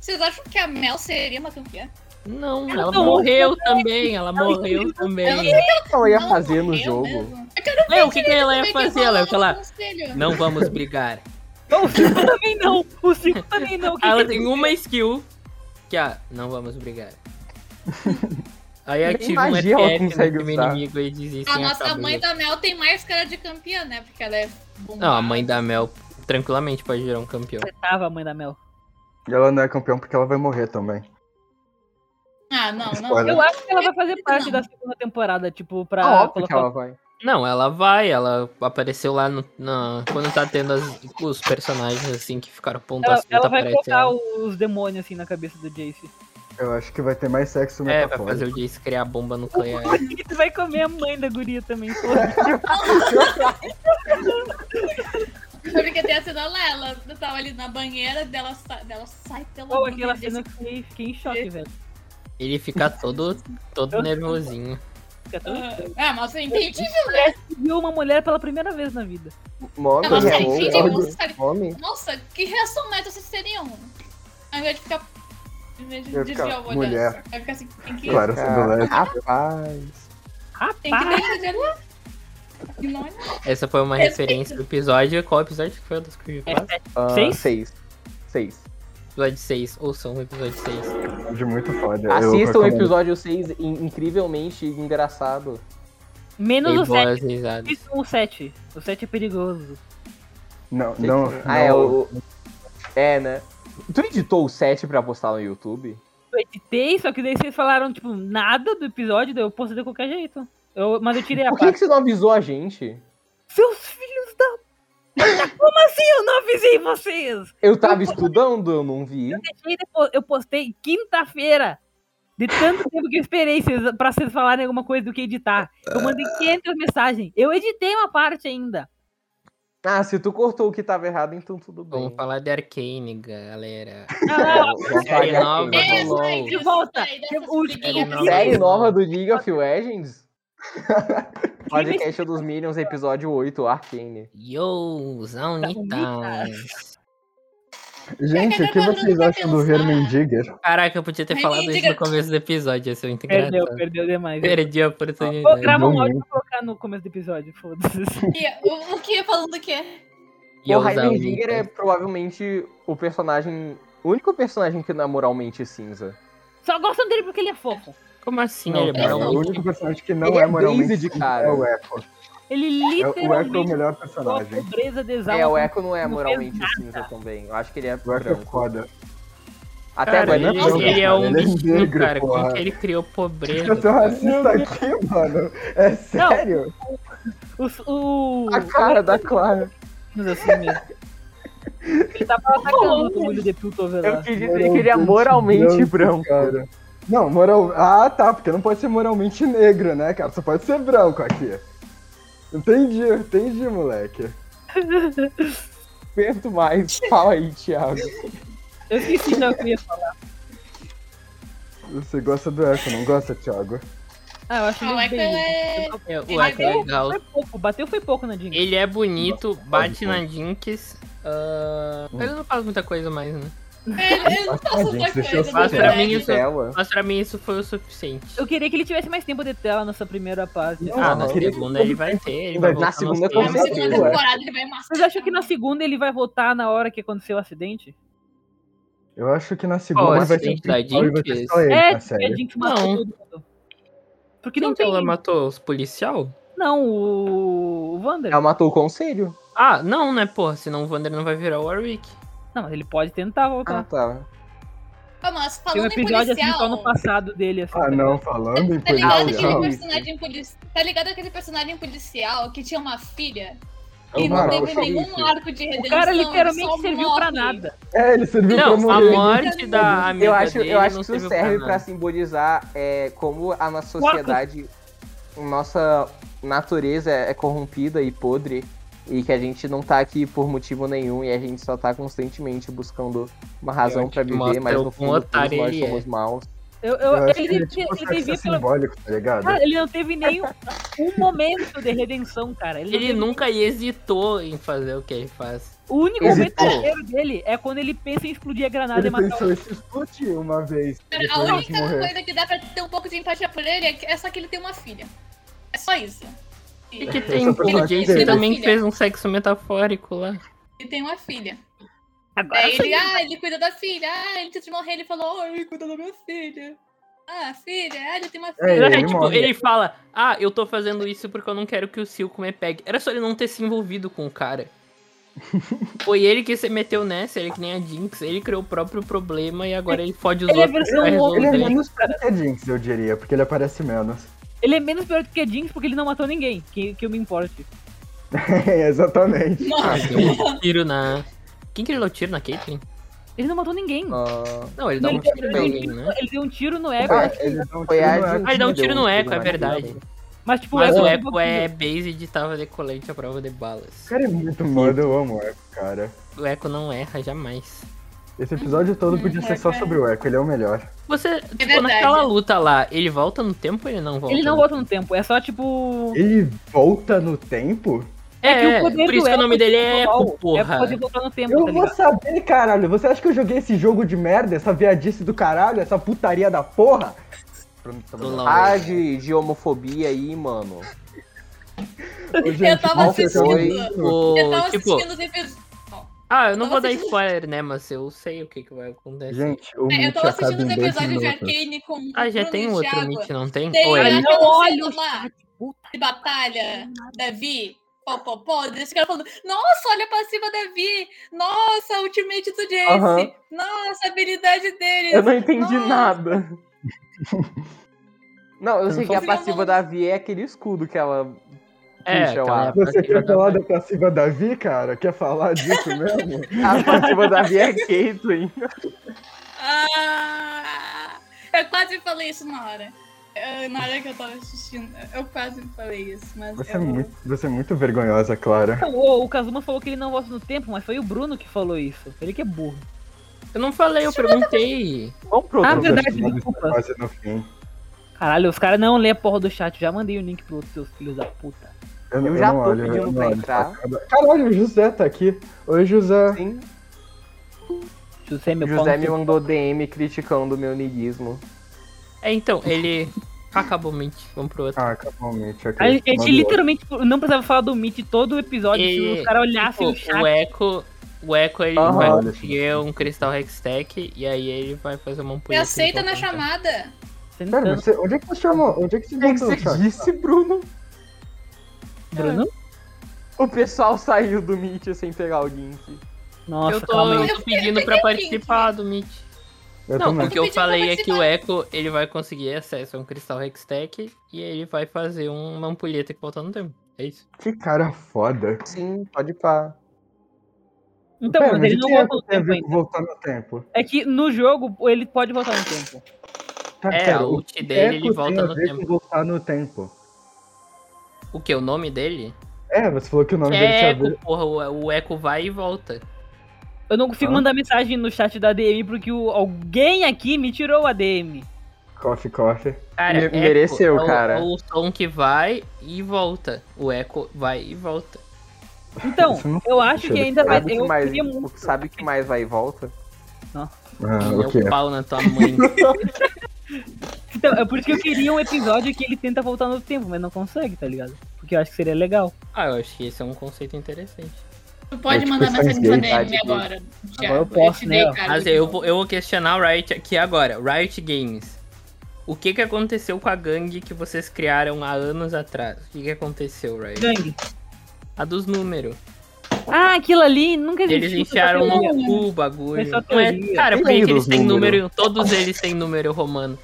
S4: Vocês acham que a Mel seria uma campeã?
S3: Não,
S1: Ela
S3: ela
S1: tomou
S3: morreu também, ela
S1: Ela
S3: morreu
S4: Eu não
S3: também.
S4: sei o
S2: O que ela ia
S4: Não,
S2: fazer no
S4: eu
S2: jogo?
S4: mesmo. Eu quero ver
S3: É, o que, que ela
S4: como é
S3: ia
S4: que
S3: fazer?
S4: rola
S3: Ela ia
S4: o
S3: falar,
S4: conselho.
S3: não vamos brigar.
S1: Não, o Cinco também não. O Cinco também não. O que
S3: Ela
S1: que-
S3: tem uma skill que é, não vamos
S2: (laughs)
S3: brigar. Aí
S2: Nem
S3: ativa um
S2: magia ela
S3: FF no
S2: consegue
S3: time
S2: usar.
S3: inimigo e desiste.
S4: A nossa mãe da Mel tem mais cara de campeã, né? Porque ela é bombada.
S3: Não, a mãe da Mel tranquilamente pode virar um campeão.
S1: Tava a mãe da Mel.
S6: E ela não é campeão porque ela vai morrer também.
S4: Ah, não, não.
S6: Spoiler.
S1: Eu acho que ela vai fazer parte
S4: Não.
S1: da segunda temporada, tipo, pra
S2: Ah, óbvio que
S1: colocar.
S2: ela vai.
S3: Não, ela vai, ela apareceu lá no, na- quando tá tendo as- os personagens assim que ficaram
S1: Ela,
S3: pontuação,
S1: ela
S3: tá
S1: vai
S3: aparecendo.
S1: colocar os demônios assim na cabeça do (laughs) Jace.
S6: Eu acho que vai ter mais sexo
S3: É, vai
S6: metafórico.
S3: fazer o Jace criar a bomba nuclear.
S1: Ele vai comer a mãe da guria também. pô.
S4: Porque tem a cena lá, ela tava ali na banheira, dela, sa- dela sai pelo
S1: Pô,
S4: amor
S1: aquela
S4: de Deus.
S1: cena que eu fiquei em choque, velho.
S3: Ele fica todo, todo nervosinho.
S1: Fica tão estranho.
S4: Ah, mas é entendível.
S1: Viu uma mulher pela primeira vez na vida.
S2: Mome,
S4: Ah, mas
S2: é
S4: aí,
S2: um-
S4: gente,
S2: é um-
S4: você sabe-
S2: Mome.
S4: Nossa, que reação média vocês teriam? Ao invés de ficar. Ao invés de
S6: Eu ia
S4: desviar
S6: ficar,
S4: o olho.
S6: mulher.
S4: Vai ficar assim. Tem que,
S5: Claro, sendo
S2: Cara,
S5: leve.
S2: rapaz.
S4: tem que
S1: Rapaz,
S4: dar de né? olhar. E não olhar.
S3: Essa foi uma
S4: Respeito.
S3: referência do episódio. Qual episódio que foi dos Creepypasta?
S2: Ah,
S1: Seis?
S2: Seis. Seis.
S3: Episódio 6. Ouçam o episódio 6.
S5: de muito foda. eu
S2: Assista o
S5: recomendo.
S2: episódio 6, in- incrivelmente engraçado.
S1: menos
S3: Dei
S1: o 7.
S3: boas risadas.
S1: O 7. O 7 é perigoso.
S5: Não, não.
S2: Ah, é
S5: não.
S2: o. É, né? Tu editou o 7 pra postar no YouTube?
S1: Eu editei, só que daí vocês falaram, tipo, nada do episódio, daí eu postei de qualquer jeito. Eu, mas eu tirei a
S2: Por que,
S1: parte.
S2: que você não avisou a gente?
S1: Seus filhos da. Como assim eu não avisei vocês?
S2: Eu tava estudando, eu não vi.
S1: Deixei depo- Eu postei quinta-feira. De tanto tempo que eu esperei vocês, pra vocês falarem alguma coisa do que editar. Eu mandei 500 mensagens. Eu editei uma parte ainda.
S2: Ah, se tu cortou o que tava errado, então tudo bem.
S3: Vamos falar de Arcane, galera.
S1: Ah,
S2: Vamos falar de
S3: Série nova
S2: Arcane.
S3: do
S4: É, Isso
S3: LoL.
S4: aí,
S1: De
S4: isso
S1: volta. Que-
S4: aí, dessas
S1: o-
S4: briguinhas
S3: o-
S4: assim.
S2: Série nova do League of Legends?
S1: me-
S2: Podcast dos Minions, episódio 8, Arcane.
S3: Yo, Zaunitas.
S5: Gente, o que
S4: Agora
S5: vocês
S4: vai
S5: acham do Hermendiger?
S3: Caraca, eu podia ter
S4: Ai,
S3: falado isso
S4: diga-
S3: no começo do episódio, ia ser muito
S1: perdeu,
S3: engraçado.
S1: perdeu demais.
S3: Perdi a
S1: Pô,
S3: oportunidade.
S1: grava um
S5: Bom,
S1: áudio
S5: né?
S1: pra colocar no começo do episódio, foda-se.
S4: E O, o que? Falando o quê?
S2: E o
S3: Yo,
S2: Heimerdinger é
S3: Zaunitas.
S2: provavelmente o personagem. O único personagem que não é moralmente cinza.
S1: Só gostam dele porque ele é fofo.
S3: Como assim,
S5: Não,
S3: ele é
S5: cara, é o
S3: moralmente-
S5: único personagem que não
S2: Ele
S5: é,
S2: é
S5: moralmente
S2: Blaze, cara.
S5: é o Echo.
S1: Ele
S5: É, o Echo é o
S1: literalmente
S5: melhor
S1: ficou a
S5: personagem.
S1: pobreza de
S2: É, o
S1: exalta.
S2: Echo não é
S1: não
S2: moralmente cinza também. Eu acho que ele é
S5: O Echo é
S2: branco.
S5: foda.
S2: Até
S3: Cara,
S2: agora ele
S3: ele,
S2: é branco.
S3: ele é
S5: tá cara,
S3: um
S5: ele é
S3: bichinho,
S5: negro,
S3: cara. Como
S5: porra. é
S3: que ele criou pobreza?
S2: é
S5: Eu tô racista aqui, mano. É sério?
S1: Os- O,
S2: A cara da (laughs) Clara.
S1: Mas assim mesmo. Ele tava atacando o olho de Piltover
S2: Eu
S1: lá.
S2: quis dizer que ele é moralmente branco.
S5: Cara. Não, moral. Ah, tá, porque não pode ser moralmente negro, né, cara? Só pode ser branco aqui. Entendi, entendi, moleque.
S2: Aguento mais. Fala aí, Thiago.
S1: (laughs) Eu esqueci já o que eu ia falar.
S5: Você gosta do Echo, não gosta, Thiago?
S1: Ah, eu acho
S4: O
S1: ele
S4: Echo
S1: bem...
S4: é.
S3: É, o
S4: Ele
S3: Echo é
S4: deu-
S3: legal.
S1: Foi pouco, bateu foi pouco na Jinx.
S3: Ele é bonito,
S5: pode,
S3: bate na Jinx. ah, Ele não faz muita coisa mais, né?
S4: Ele ele é, não
S5: Nossa,
S4: passa
S5: gente,
S4: outra
S5: deixa eu
S4: coisa.
S5: falar
S4: na
S5: pra
S4: verdade.
S3: mim, isso- é
S2: Ela.
S3: Mas pra mim isso foi o suficiente.
S1: Eu queria que ele tivesse mais tempo de tela nessa primeira parte.
S5: Não,
S3: Ah, na
S5: queria-
S3: segunda ele vai ter. Ele vai
S5: Na
S3: voltar
S2: segunda
S3: nos
S2: com
S4: Na
S3: tempos.
S2: certeza.
S4: segunda
S5: é.
S4: temporada ele vai amassar.
S1: Vocês acham que na segunda ele vai voltar na hora que aconteceu o acidente?
S5: Eu acho que na segunda
S3: Ó,
S5: ele vai
S3: esse
S5: ser o
S3: gente da
S5: principal e vai ter
S3: Jinx.
S5: só ele,
S1: é,
S5: na
S1: porque a
S5: série.
S1: Jinx matou
S3: Não.
S1: todo mundo. Porque
S3: Quem
S1: não
S3: que
S1: tem...
S3: ela matou? Os policial?
S1: Não, o... o Wander.
S2: Ela matou o conselho.
S3: Ah, não, né, porra? Senão o Wander não vai virar o Warwick.
S1: Não, mas ele pode tentar voltar.
S2: Ah, tá.
S4: Ah, mas
S1: Tem um
S4: falando em
S1: episódio assim só no
S4: policial.
S1: passado dele, assim.
S5: Ah,
S1: tá
S5: não,
S1: ligado?
S5: falando em
S4: Tá ligado
S5: policial. é
S4: aquele personagem policial? Tá ligado aquele personagem policial que tinha uma filha?
S5: É o
S4: E não
S5: Marco,
S4: teve
S5: o xerife.
S4: nenhum arco de
S1: O
S4: redenção.
S1: cara
S4: ele
S1: literalmente
S4: só
S1: serviu
S4: morre.
S1: pra nada.
S5: É, ele serviu
S3: Não,
S5: pra
S3: a
S5: morrer.
S3: morte da amiga
S2: Eu acho,
S3: dele
S2: eu acho
S3: não
S2: que
S3: serviu
S2: isso serve pra
S3: nada.
S2: simbolizar é, como a nossa sociedade, nossa natureza é corrompida e podre. E que a gente não tá aqui por motivo nenhum e a gente só tá constantemente buscando uma razão
S3: acho
S2: pra
S3: que
S2: viver,
S3: mostra
S2: mas
S3: o
S2: no
S3: quão
S2: fundo todos
S3: otário
S2: nós
S3: ele é.
S2: somos maus.
S1: Eu, eu,
S5: Eu acho que
S1: ele,
S5: ele,
S1: devia,
S5: é tipo,
S1: ele
S5: só que isso
S1: devia
S5: é
S1: pelo-
S5: simbólico, tá ligado?
S1: Cara, ele não teve nenhum um momento de redenção, cara. Ele, não
S3: Ele
S1: teve-
S3: nunca hesitou em fazer o que ele faz.
S1: O único
S2: hesitou.
S1: momento inteiro dele é quando ele pensa em explodir a granada
S5: Ele
S1: e matar
S5: pensou, isso explode uma vez,
S4: Cara,
S5: depois
S4: A
S5: a gente
S4: única
S5: morrer.
S4: coisa que dá pra ter um pouco de empatia por ele é, que, é só que ele tem uma filha. É só isso.
S3: E
S4: E-
S3: que
S5: Esse é
S3: tem
S5: o personagem
S3: gente
S5: dele.
S3: também que fez um sexo metafórico lá.
S4: Ele tem uma filha.
S1: o Agora
S4: Aí
S1: sim.
S4: ele, ah, ele cuida da filha. Ah, ele antes de morrer, ele falou, oh, ele cuida da minha filha. Ah, filha, ah, ele tem uma
S5: É,
S4: filha.
S5: ele
S3: É, tipo,
S5: morre.
S3: ele fala, ah, eu tô fazendo isso porque eu não quero que o Silco me pegue. Era só ele não ter se envolvido com
S5: (laughs)
S3: o cara. Foi ele que se meteu nessa, ele que nem a Jinx, ele criou o próprio problema e agora ele um fode os
S1: Ele é
S3: outros pra
S1: versão
S3: resolver.
S5: Ele é menos pior que a Jinx, eu diria, porque ele aparece menos. (laughs)
S1: Ele é menos pior do que a Jinx porque ele não matou ninguém, que, que eu me importe.
S5: Exatamente.
S3: (laughs) Ah,
S2: Assim,
S3: deu um tiro na... Quem que ele deu tiro na Caitlyn?
S1: Ele não matou ninguém.
S2: Ah,
S3: Não, ele dá um
S1: ele,
S3: tiro em
S1: ele-
S3: alguém,
S1: ele-
S3: né?
S1: ele deu um tiro no Echo,
S2: Vai.
S5: Ele dá um
S2: Foi
S5: tiro no
S2: a Jinx
S5: Echo.
S3: Ah, ele dá um
S2: que
S3: tiro
S2: deu
S3: no
S2: um
S3: eco,
S2: tiro
S3: é
S2: na
S3: verdade.
S2: Caitlyn.
S1: mas tipo,
S3: Mas o
S1: foi
S3: Echo
S1: pouco-
S3: é base de tava de colete à prova de balas.
S5: O cara é muito modo, eu amo o Echo, cara.
S3: O Echo não erra jamais.
S5: Esse episódio todo
S4: Hum,
S5: podia ser só
S4: é.
S5: sobre o Echo, ele é o melhor.
S3: Você, tipo,
S4: verdade.
S3: naquela luta lá, ele volta no tempo ou ele não volta?
S1: Ele não volta no tempo, é só tipo.
S5: Ele volta no tempo?
S3: É,
S1: que o poder
S3: por isso
S1: do
S3: que o nome
S1: Echo
S3: dele é
S1: global
S3: Echo, porra.
S1: É poder voltar no tempo,
S5: Eu
S1: tá
S5: vou
S1: ligado?
S5: saber, caralho. Você acha que eu joguei esse jogo de merda, essa viadice do caralho, essa putaria da porra?
S3: Do LOL.
S2: Ah, de, de homofobia aí, mano.
S4: Eu tava
S5: nossa,
S4: assistindo.
S3: O-
S4: Eu tava
S3: tipo,
S4: assistindo os episódios.
S3: ah, eu não
S4: eu
S3: vou
S4: tava
S3: dar
S4: assistindo-
S3: spoiler, né? Mas eu sei o que, que vai acontecer.
S5: Gente, o tá
S4: É, Eu
S5: Mitch
S4: tava
S5: acaba
S4: assistindo
S5: em
S4: os
S5: dois
S4: episódios de
S5: minutos.
S4: Arcane com o
S3: Ah, já
S4: Bruno
S3: tem
S4: e o
S3: outro
S4: Thiago.
S3: Mitch, não tem?
S4: Tem
S3: Ou
S4: lá
S3: ele-
S1: Ai,
S4: aquela
S1: não olha,
S4: cena lá
S1: puta.
S4: de batalha, Davi, pó, pó, pó, desse cara falando, nossa, olha a passiva da Vi, nossa, ultimate do Jace,
S2: Aham.
S4: nossa, a habilidade dele.
S2: Eu não
S4: (laughs)
S2: entendi
S4: Nossa.
S2: nada. Não, eu sei que a
S4: Conseguiu
S2: passiva
S4: não.
S2: da Vi é aquele escudo que ela
S3: É,
S2: puxa
S3: aquela
S2: lá.
S3: época
S5: Você
S3: que
S5: quer
S3: jogava-
S5: falar da passiva Davi, cara? Quer falar disso mesmo?
S2: A passiva da Vi é Caitlyn.
S4: Ah, eu quase falei isso na hora. Eu- na hora que eu tava assistindo, eu quase falei isso, mas
S5: Você é,
S4: eu...
S5: muito, você é muito vergonhosa, Clara.
S1: Então, o, o Kazuma falou que ele não volta no tempo, mas foi o Bruno que falou isso. Ele que é burro.
S3: Eu não falei, eu perguntei.
S2: Vamos pro
S1: Ah,
S2: outro.
S1: verdade,
S5: Personagem
S1: desculpa.
S5: quase no fim.
S1: Caralho, os caras não lê a porra do chat. Já mandei o link pros seus filhos da puta.
S5: não-
S2: Eu já
S5: não
S2: tô
S5: olho, eu
S2: pedindo
S5: não
S2: pra
S5: olho.
S2: entrar.
S5: Caralho, o José tá aqui. Oi, José.
S2: Sim,
S1: José, meu pau
S2: José
S1: no
S2: me
S1: seu-
S2: mandou DM criticando o meu nilismo.
S3: É, então, ele. Acabou o Mitch, vamos pro outro.
S5: Ah, acabou o Mitch. ok.
S1: A gente, a gente
S5: Mandou.
S1: literalmente tipo, não precisava falar do Meet todo o episódio se
S3: E- tipo,
S1: os caras olhassem o
S3: O,
S1: chat.
S3: o Echo. O Echo ele
S2: Aham.
S3: vai
S5: Olha,
S3: conseguir um cristal Hextech e aí ele vai fazer uma
S4: Me
S3: ampulha.
S4: aceita
S3: então,
S4: na chamada.
S5: Pera, mas
S1: Sentando.
S5: você, onde é que você chamou? Onde é que você mandou o chat?
S2: disse, Bruno?
S1: Bruno?
S2: O pessoal saiu do Meet sem pegar o link.
S1: Nossa,
S3: eu tô,
S1: calma aí.
S3: eu tô pedindo pra participar do Meet.
S5: Eu
S3: não,
S5: também.
S3: o que eu
S4: pedindo pra
S3: falei é que o
S4: participar.
S3: Echo ele vai conseguir acesso a um cristal Hextech e aí ele vai fazer um, uma ampulheta que volta no tempo. É isso.
S5: Que cara foda.
S2: Sim, pode pá.
S1: Então,
S5: Pera,
S1: mas ele
S5: o
S1: não
S5: que é
S1: volta no
S5: que tem a
S1: tempo
S5: ver
S1: ainda.
S5: com voltar no tempo.
S1: É que no jogo ele pode voltar no tempo.
S5: Tá,
S3: É,
S5: cara,
S3: a
S5: o
S3: ult
S5: que
S3: dele,
S5: é
S3: ele
S5: que tem
S3: volta
S5: a
S3: no
S5: ver
S3: tempo.
S5: com voltar no tempo.
S3: O que? O nome dele?
S5: É, você falou que o nome dele
S3: É
S5: tinha a
S3: Echo,
S5: ver.
S3: porra. O, o Echo vai e volta.
S1: Eu não consigo
S5: Ah.
S1: mandar mensagem no chat da DM porque o- alguém aqui me tirou a DM.
S5: Coffee, coffee.
S3: Cara,
S2: Me-
S3: Echo
S2: mereceu,
S3: é o-
S2: cara.
S3: É o som que vai e volta. O Echo vai e volta.
S1: Então,
S5: Isso não
S1: eu acho que
S5: sentido.
S1: ainda vai.
S2: Sabe o que
S1: Eu
S2: mais,
S1: queria muito.
S2: sabe o que mais vai e volta?
S5: Ah,
S3: Meu
S5: o quê?
S3: é pau na
S5: (laughs)
S3: tua mãe.
S1: Então, é por isso que eu queria um episódio que ele tenta voltar no tempo, mas não consegue, tá ligado? Porque eu acho que seria legal.
S3: ah, eu acho que esse é um conceito interessante.
S4: Tu pode
S5: tipo,
S4: mandar
S5: faz
S4: mensagem pra
S5: gay,
S4: DM
S2: tá, tipo,
S4: agora. Thiago.
S1: eu posso,
S4: te dei,
S1: né?
S4: cara,
S3: Mas
S4: de
S3: eu
S4: novo.
S3: vou, eu vou questionar o Riot aqui agora. Riot Games. O que que aconteceu com a gangue que vocês criaram há anos atrás? O que que aconteceu, Riot?
S1: Gangue.
S3: A dos números.
S1: Ah, aquilo ali nunca existiu.
S3: Eles
S1: só tá
S3: enfiaram um-
S1: teoria. né?
S3: no cu o
S1: Foi
S3: bagulho.
S1: só
S3: Não é-
S1: teoria.
S3: cara, por
S2: Quem
S3: que
S2: é
S3: que eles
S2: dos
S3: têm
S2: número?
S3: número? Todos eles têm número romano.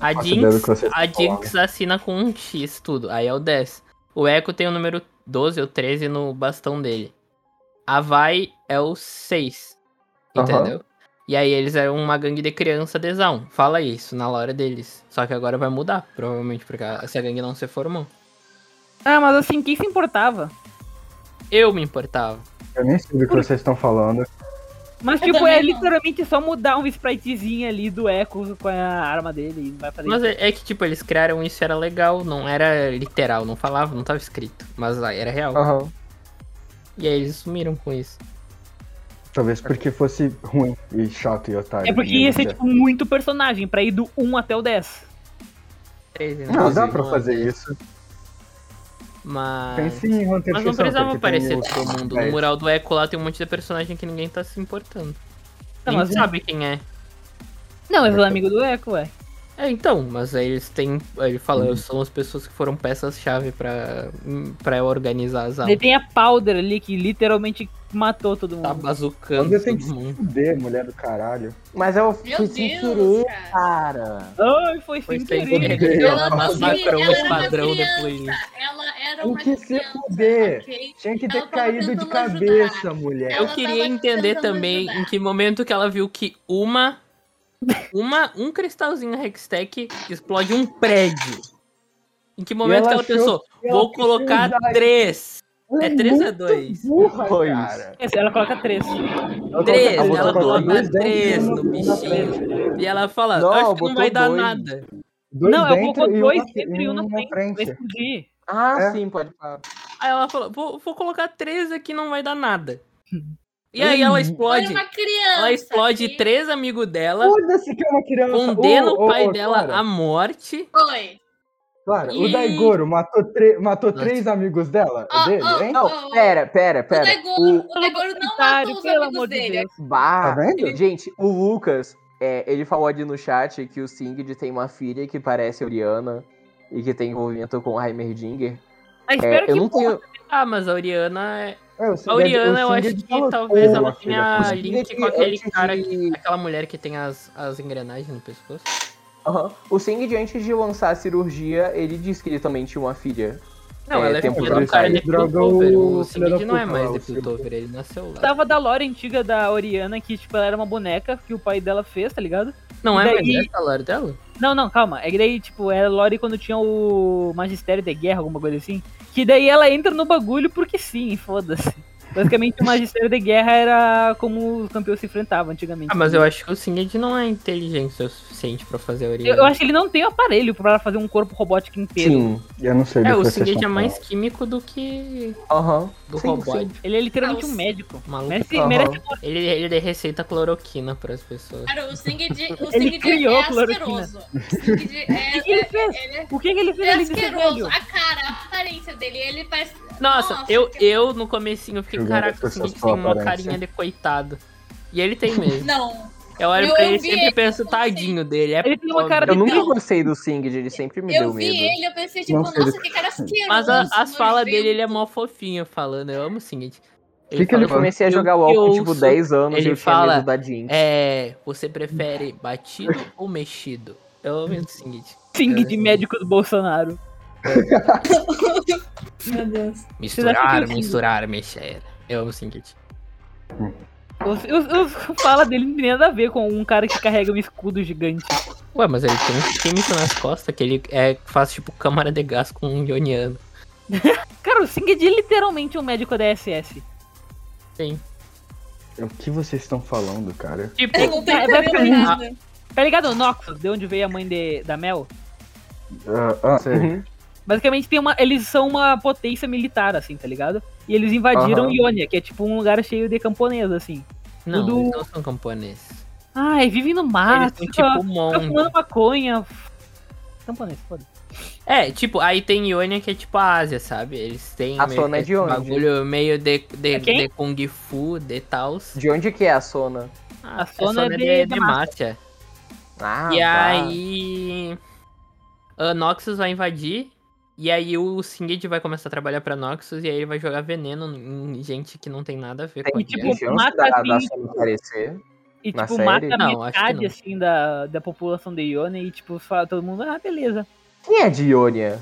S3: A
S5: Faço ideia do
S3: Jinx,
S5: que vocês
S3: a
S5: falaram.
S3: Jinx assina com um X tudo, aí é o 10. O Echo tem o número 12 ou 13 no bastão dele. A Vai é o 6.
S2: Aham.
S3: Entendeu? E aí eles eram uma gangue de criança de Zaun. Fala isso na hora deles. Só que agora vai mudar, provavelmente, porque a- essa gangue não se formou.
S1: Ah, mas assim, quem se importava?
S3: Eu me importava.
S5: Eu nem sei do que vocês estão falando.
S1: Mas,
S4: Eu
S1: tipo,
S4: também
S1: é
S4: não.
S1: literalmente só mudar um spritezinho ali do Echo com a arma dele e vai fazer
S3: Mas
S1: isso.
S3: é, é que, tipo, eles criaram isso, era legal, não era literal, não falava, não tava escrito. Mas ah, era real.
S2: Aham.
S3: E aí eles sumiram com isso.
S5: Talvez porque fosse ruim e chato e otário.
S1: É porque
S5: né?
S1: ia ser, tipo, muito personagem, pra ir do 1 até o 10.
S3: 13, né?
S5: Não, dá pra
S3: Mas-
S5: fazer isso.
S3: Mas.
S5: Pense em Hunter
S3: Ah, Mas não
S5: x Hunter,
S3: precisava
S5: que tem
S3: aparecer
S5: o-
S3: todo mundo.
S5: É,
S3: No mural do Echo lá tem um monte de personagem que ninguém tá se importando.
S1: Não, Tá,
S3: ninguém
S1: mas-
S3: sabe quem é.
S1: Não, mas é amigo do Echo, ué.
S3: É, então, mas aí eles têm. Ele fala, são as pessoas que foram peças-chave pra, pra eu organizar as
S1: Daí
S3: aulas.
S1: tem a Powder ali que literalmente matou todo
S3: Tá
S1: mundo.
S3: bazucando
S5: Você tem que
S3: todo
S5: se
S3: mundo.
S5: fuder, mulher do caralho.
S2: Mas eu
S4: Meu
S2: fui sem
S4: Deus,
S2: querer,
S4: cara.
S2: cara.
S1: Ai, foi
S3: Foi
S1: sem
S3: sem
S1: querer.
S3: querer.
S4: (laughs) Ela é
S3: Ela
S4: não sabia,
S3: massacrou
S4: ela era
S3: o
S4: uma
S3: padrão da
S4: criança.
S3: polícia.
S4: Ela era
S5: Tem
S4: uma
S5: que se
S4: criança,
S5: fuder.
S4: ok?
S5: Tinha que
S4: Ela
S5: ter
S4: tava
S5: caído de
S4: tentando
S5: cabeça,
S4: ajudar.
S5: mulher.
S3: Eu
S4: Ela
S3: queria
S4: tava
S3: entender
S4: tentando
S3: também
S4: ajudar.
S3: em que momento que ela viu que uma. uma um cristalzinho Hextech explode um prédio. Em que
S5: ela
S3: momento que ela
S5: achou
S3: pensou,
S5: que ela
S3: vou colocar
S5: precisa-
S3: três.
S7: Ela
S3: É 3 a 2.
S7: burra,
S2: Pois.
S7: cara.
S1: Essa, Ela coloca três.
S7: Ela
S3: 3,
S7: coloca- coloca
S3: ela coloca
S7: dois dentes
S3: 3 no
S7: um na frente.
S3: bichinho. E ela fala,
S2: Não,
S3: acho que não
S2: botou
S3: vai dar
S2: dois.
S3: nada.
S5: Dois
S1: não, eu
S5: dentro
S1: vou
S5: e
S1: com
S5: um
S1: dois
S5: na-
S1: dentro e um na frente. Vai
S5: frente.
S1: explodir.
S2: Ah,
S5: É.
S2: sim, pode falar.
S3: Aí ela fala, vou, vou colocar 3 aqui, não vai dar nada. E
S5: Ai,
S3: aí ela
S5: olha
S3: explode.
S4: Olha uma criança.
S3: Ela explode
S4: aqui.
S3: três amigos dela,
S5: Foda-se que é uma criança.
S3: condena
S5: Ô,
S3: o
S5: ô,
S3: pai
S5: ô,
S3: dela
S5: Clara,
S3: à morte.
S4: Oi.
S5: Clara,
S3: E-
S5: o Daigoro matou, tre- matou
S3: Nossa.
S5: três amigos dela?
S4: Ó,
S5: dele,
S4: ó,
S5: hein?
S4: ó,
S2: Não, pera, pera,
S4: O
S2: pera.
S4: Degoro, o Degoro não matou os
S1: pelo
S4: amigos
S1: amor de
S4: dele.
S1: Deus.
S2: Bah,
S5: Tá vendo?
S2: Gente, o Lucas, é, ele falou ali no chat que o Singed tem uma filha que parece Oriana e que tem envolvimento com Heimerdinger.
S1: Ah,
S2: É,
S1: espero
S2: eu
S1: que
S2: não tenho.
S3: Ah, mas a Oriana é.
S5: É, o Singed-
S3: A Oriana, eu
S5: o Singed
S3: acho que
S5: falou,
S3: talvez
S5: "Pô,
S3: ela
S5: minha filha,
S3: tenha
S5: pô".
S3: link com aquele cara, aquela mulher que tem as, as engrenagens no pescoço.
S2: Aham. O Singed, antes de lançar a cirurgia, ele disse que ele também tinha uma filha.
S3: Não,
S2: É,
S3: ela é
S2: tempo
S3: filha do
S2: dois,
S3: cara
S5: aí
S3: de
S5: droga
S3: Piltover.
S5: o
S3: O
S5: filho da
S3: Singed não é
S5: puta
S3: mais
S5: lá,
S3: de
S5: o filho.
S3: Piltover, ele nasceu lá.
S1: Tava da lore antiga da Oriana, que, tipo, ela era uma boneca que o pai dela fez, tá ligado?
S3: Não é
S1: daí-
S3: mais essa a lore dela?
S1: Não, não, calma. É que daí, tipo, era Lore quando tinha o Magistério da Guerra, alguma coisa assim. Que daí ela entra no bagulho porque sim, foda-se.
S3: (laughs)
S1: Basicamente, o Magistério da Guerra era como os campeões se enfrentavam antigamente.
S3: Ah, mas eu acho que o Singed não é inteligente o suficiente pra fazer a
S1: Eu,
S3: Oriana.
S1: eu acho que ele não tem o aparelho pra fazer um corpo robótico inteiro.
S2: Sim.
S5: Eu não sei do
S3: É,
S5: que
S3: o
S5: vocês
S3: Singed é
S5: estão
S3: mais químico do que
S2: Aham.
S3: do
S2: Sim,
S3: robótico.
S1: Ele é literalmente
S4: Ah, o-
S1: um médico.
S3: Maluco.
S1: Merece,
S2: Aham.
S1: merece um
S3: Ele, ele receita cloroquina pras pessoas.
S4: Cara, o Singed, o
S1: Ele
S4: Singed
S1: criou
S4: é
S1: a cloroquina.
S4: asqueroso. O Singed é,
S1: O que (laughs) ele
S4: é-
S1: fez?
S4: ele é,
S1: O que, que ele fez
S4: é
S1: ali desse
S4: asqueroso.
S1: velho?
S4: A cara, a aparência dele, ele parece...
S3: Nossa,
S4: Nossa,
S3: eu,
S4: que-
S3: eu no comecinho eu fiquei,
S5: Julgando as
S3: caraca, o
S5: pessoas
S3: Singed tem
S5: pela
S3: uma
S5: aparência.
S3: carinha de coitado. E ele tem
S4: (laughs)
S3: mesmo.
S4: Não.
S3: Eu olho
S4: Eu-
S3: pra
S4: eu
S3: ele e
S4: vi
S3: sempre
S4: ele, assim.
S3: penso,
S4: eu
S3: tadinho dele. É
S1: Ele tem uma cara
S2: Eu
S3: pobre.
S1: de-
S2: nunca gostei do Singed, ele sempre me
S4: Eu
S2: deu
S4: vi
S2: medo.
S4: ele, eu pensei, tipo,
S5: Não sei do
S4: nossa, que cara asqueroso.
S3: Mas a- as
S4: nojento.
S3: falas dele, ele é mó fofinho falando. Eu amo o Singed.
S5: Que que ele
S2: Eu
S3: fala,
S2: comecei a
S3: "Eu
S2: jogar
S3: te
S2: WoW com, tipo,
S3: ouço."
S2: 10 anos
S3: Ele
S2: e eu
S3: fala,
S2: tinha medo da Jinx.
S3: É, você prefere batido
S1: (laughs)
S3: ou mexido? Eu amo o Singed.
S1: Sing
S3: É.
S1: de médico do Bolsonaro.
S4: Meu Deus.
S3: Misturar,
S1: acham que-
S3: misturar, mexer. Eu amo o Singed.
S1: Os, os, os fala dele não tem nada a ver com um cara que carrega um escudo gigante.
S3: Ué, mas ele tem um químico nas costas que ele é, faz tipo câmara de gás com um ioniano.
S1: Cara, o Singed é literalmente um médico da SS.
S5: falando. O que vocês estão falando, cara?
S3: Tipo,
S4: Eu não tô
S1: Vai- vai pra
S4: entendendo nada.
S1: Tá ligado o Noxus, de onde veio a mãe de- da Mel?
S5: Ah, ah, sei.
S2: Uhum.
S1: Basicamente tem uma, eles são uma potência militar, assim, tá ligado? E eles invadiram
S2: Aham.
S1: Ionia, que é tipo um lugar cheio de camponesa, assim.
S3: não,
S1: do-
S3: eles não são camponeses.
S1: Ai, vivem no
S3: Eles
S1: mato,
S3: são
S1: fica,
S3: tipo
S1: fica
S3: monge.
S1: fumando maconha. Camponesa, foda
S3: É, tipo, aí tem Ionia que é tipo a Ásia, sabe? Eles têm
S2: A
S3: meio
S2: Sona
S3: que
S2: é de
S3: esse
S2: onde?
S3: bagulho meio de, de,
S1: É quem?
S3: de Kung Fu, de tals.
S2: De onde que é a Sona?
S3: Ah,
S1: A Sona é de- de
S3: Márcia.
S2: Ah,
S3: e
S2: tá.
S3: aí. A Noxus vai invadir. E aí o Singed vai começar a trabalhar pra Noxus. E aí ele vai jogar veneno em gente que não tem nada a ver com a
S2: Tem
S1: tipo,
S3: guerra.
S2: chance
S1: mata
S2: da, da
S1: assim-
S2: Sona aparecer.
S1: E
S2: Na
S1: tipo,
S2: série?
S1: mata
S3: Não, acho que
S1: metade,
S3: não.
S1: assim, da, da população de Ionia e tipo, fala todo mundo, ah, beleza.
S2: Quem é Dionia?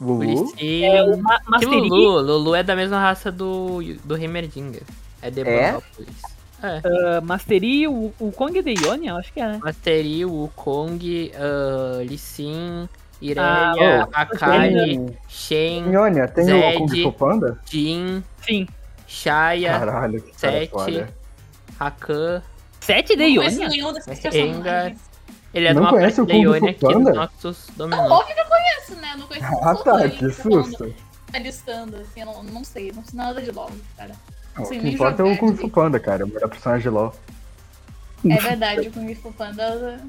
S2: Lulu?
S3: Polici-
S1: É, o Ma
S3: Que
S1: Mastery,
S3: Lulu, Lulu é da mesma raça do, do Heimerdinger. É de
S2: É?
S3: Banópolis. É.
S1: ah, Mastery, o, o Kong de Ionia, acho que é, né?
S3: Materi, Wukong, uh, Lee Sin,
S1: Ah,
S3: Irelia, Akari, Shen,
S5: Nhônia, tem
S3: Zed.
S5: o Kung Fu Panda?
S3: Jin,
S1: Sim.
S3: Shaya,
S5: Caralho, que cara
S3: Sete.
S5: foda.
S3: Hakan.
S1: Sete de
S4: Não conheço
S3: é.
S1: Ionia?
S4: nenhum desses
S3: Engar.
S4: personagens.
S3: Ele é
S5: Não
S3: de uma
S5: conhece
S3: parte
S5: o
S3: da
S5: Kung Fu
S3: Ionia que
S5: Panda?
S3: Noctus
S4: Não,
S3: dominou.
S4: óbvio que eu conheço, né? Eu não conheço
S5: Ah
S4: esses
S5: tá,
S4: personagens,
S5: que
S4: tô falando
S5: susto.
S4: tá listando, assim, eu não, não sei, não sei nada de LOL, cara.
S5: Não, O
S4: Sem
S5: que
S4: nem
S5: importa é
S4: jogar
S5: o Kung Fu
S4: direito.
S5: Panda, cara. O melhor personagem de LoL. (laughs)
S1: Hum.
S4: É verdade, o Kung Fu Panda.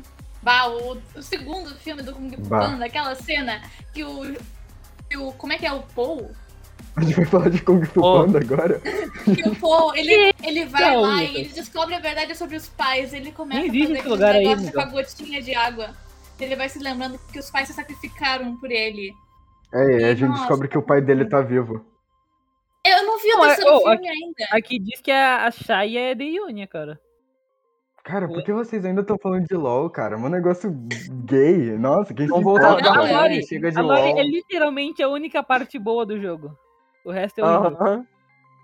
S4: Bah, o, o segundo filme do Kung Fu
S5: Bah.
S4: Panda, aquela cena que o. que o- como é que é o Paul?
S5: A gente vai falar de Kung Fu
S3: Ô.
S5: Panda agora?
S4: Que o
S1: (laughs)
S4: Paul, ele, ele vai
S1: Não,
S4: lá e
S1: Lucas.
S4: ele descobre a verdade sobre os pais. Ele começa
S1: é Nem
S4: a
S1: vive
S4: fazer
S1: esse
S4: aquele
S1: lugar aí,
S4: negócio com
S1: Miguel.
S4: a gotinha de água. Ele vai se lembrando que os pais se sacrificaram por ele.
S5: É, é, a gente
S4: Nossa.
S5: descobre que o pai dele tá vivo.
S4: Eu não vi o
S1: Não, é-
S4: terceiro
S1: oh,
S4: filme ainda.
S1: Aqui diz que a, a Shaya é de Ionia, cara.
S5: Cara, por que vocês ainda estão falando de LoL, cara? Um negócio gay. Nossa, quem
S2: Vamos
S5: se
S2: voltar
S5: importa?
S2: pra
S1: Não,
S2: Lore,
S1: Lore.
S2: chega de
S1: A Lore
S2: LOL.
S1: é literalmente a única parte boa do jogo. O resto é
S2: Ah.
S1: horrível.
S2: Aham.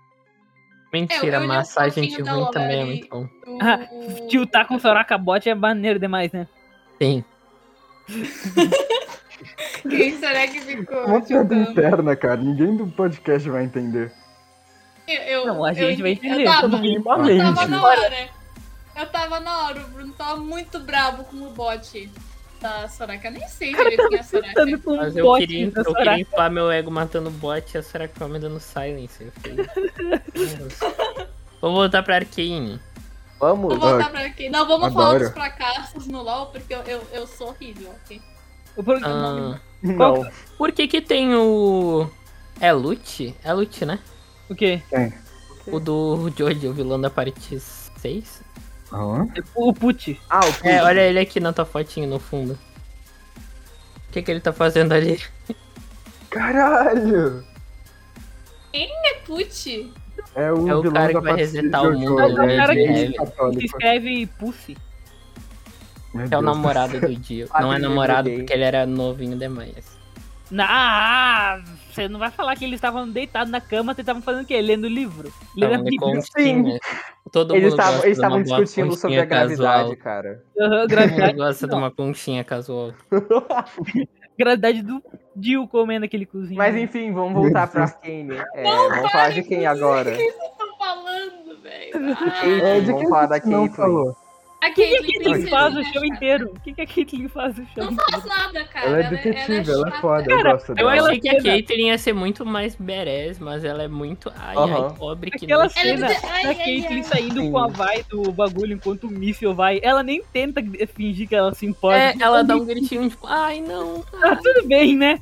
S4: É, eu- eu
S3: Mentira,
S4: olhei um
S3: massagem de
S4: pouquinho da
S3: ruim
S4: Lore
S3: também é
S4: e-
S3: muito bom.
S4: O-
S1: Ah, Tiltar com Soraka Bot é maneiro demais, né?
S3: Sim.
S1: tipo,
S4: Quem será que ficou?
S5: Uma piada
S4: julgando?
S5: interna, cara. Ninguém do podcast vai entender.
S4: Eu, eu-
S1: Não, a
S4: eu
S1: gente vai
S4: entendi.
S1: entender,
S4: Eu tava,
S1: todo mundo
S4: eu
S1: (laughs)
S4: tava
S5: Minimamente.
S4: na hora. né? Eu tava na hora, o Bruno tava muito bravo com o bot da Soraka. Eu nem sei direito quem é a Soraka.
S1: Sabe, com um
S3: Mas eu
S1: bote
S3: queria,
S1: da
S3: eu
S1: Soraya.
S3: queria inflar meu ego matando bot e a Soraka me dando silence. Eu fiquei- (laughs) Nossa. Vamos voltar pra Arcane.
S2: Vamos.
S4: Vou voltar pra aqui. Não, vamos falar
S5: Adoro.
S4: dos fracassos no LoL, porque eu, eu, eu sou horrível aqui.
S1: Eu falei que o nome-
S3: Ah,
S1: Qual-
S5: Não.
S3: por que que tem o... É Lute? É Lute, né?
S1: O quê?
S3: O do Jojo, o vilão da parte 6?
S5: Aham.
S1: O Put.
S2: Ah, o Pug.
S3: É, olha ele aqui na tua fotinho no fundo. O que que ele tá fazendo ali?
S5: Caralho!
S4: É Pucci?
S5: É o,
S3: É o
S5: vilão
S3: cara
S5: da
S3: que vai
S5: parte
S3: resetar
S5: de
S3: o
S5: Jojo,
S3: mundo,
S5: né?
S1: né? É o É cara
S5: Igreja
S3: que-
S1: Se
S5: Católica.
S1: escreve Pussy.
S5: Meu
S3: É o
S5: Deus.
S3: namorado do Dio. Não é
S2: Ah,
S3: namorado
S2: lembrei.
S3: porque ele era novinho demais.
S1: Na, Ah, você não vai falar que eles estavam deitados na cama, vocês estavam fazendo o quê? Lendo livro? Lendo a
S3: Então, me
S1: Bíblia.
S3: continha. Todo
S2: Eles
S3: mundo gosta
S2: estavam
S3: de
S2: eles estavam
S3: uma boa
S2: discutindo sobre
S3: conchinha
S2: a
S3: casual.
S2: gravidade,
S1: (laughs)
S2: cara.
S1: Aham,
S3: Todo mundo
S1: gravidade,
S3: gosta de uma conchinha casual.
S1: gravidade do Dio comendo aquele cozinho.
S2: Mas enfim, vamos voltar pra Kane. É, vamos falar de quem agora?
S4: Tô
S1: (laughs)
S4: falando, velho. Ah,
S5: É de
S2: Vamos
S5: quem
S2: falar
S5: a
S2: da
S5: gente não
S2: Caitlyn.
S5: falou.
S4: a
S1: O que, que a
S4: Caitlyn
S1: Caitlyn faz o
S4: né,
S1: show
S4: cara?
S1: inteiro? O que, que a Caitlyn faz o show
S4: Não
S1: inteiro?
S4: faz nada, cara.
S5: Ela é detetive, ela é
S4: chata.
S5: foda, eu
S1: Cara,
S5: gosto
S1: eu
S5: dela.
S1: acho-
S3: Achei que a
S1: cena-
S3: Caitlyn ia ser muito mais berés, mas ela é muito ai,
S2: Aham.
S3: ai, pobre que
S1: Aquela
S3: não-
S4: Ela
S1: cena
S4: deve- ai,
S1: da
S4: ai,
S1: né? Caitlyn
S4: ai.
S1: saindo com a vai do bagulho enquanto o míssil vai. Ela nem tenta fingir que ela se importa. (laughs)
S3: É, ela dá um gritinho tipo, ai não.
S1: Tá tudo bem, né?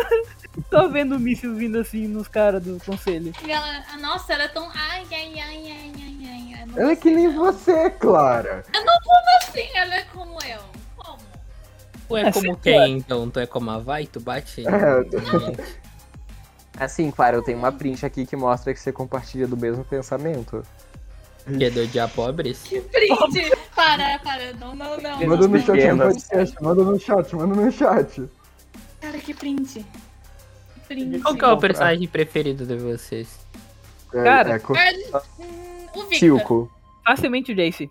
S1: (laughs) Tô vendo o míssil vindo assim nos caras do conselho.
S4: E ela- ah, nossa, ela é tão. Ai, ai, ai, ai, ai, ai. ai, não
S5: Ela é que
S4: gostei,
S5: nem
S4: não.
S5: você, Clara.
S4: Sim, ela é como eu. Como?
S3: Tu
S1: É,
S3: é como
S1: sim,
S3: quem então? Tu é como a vai? Tu
S2: (laughs)
S3: bate?
S5: eu
S2: Assim, claro, eu tenho uma print aqui que mostra que você compartilha do mesmo pensamento.
S3: Que é do dia pobres?
S4: Print! Para, para. Não, não, não.
S5: Manda no
S4: não.
S5: chat no
S2: pequenas.
S5: podcast, manda no chat, manda no chat.
S4: Cara, que print. Que Print.
S3: Qual que é o personagem preferido de vocês?
S5: É,
S1: Cara,
S5: é, co-
S4: Hum, o Victor.
S2: Silco.
S1: Facilmente o Jace.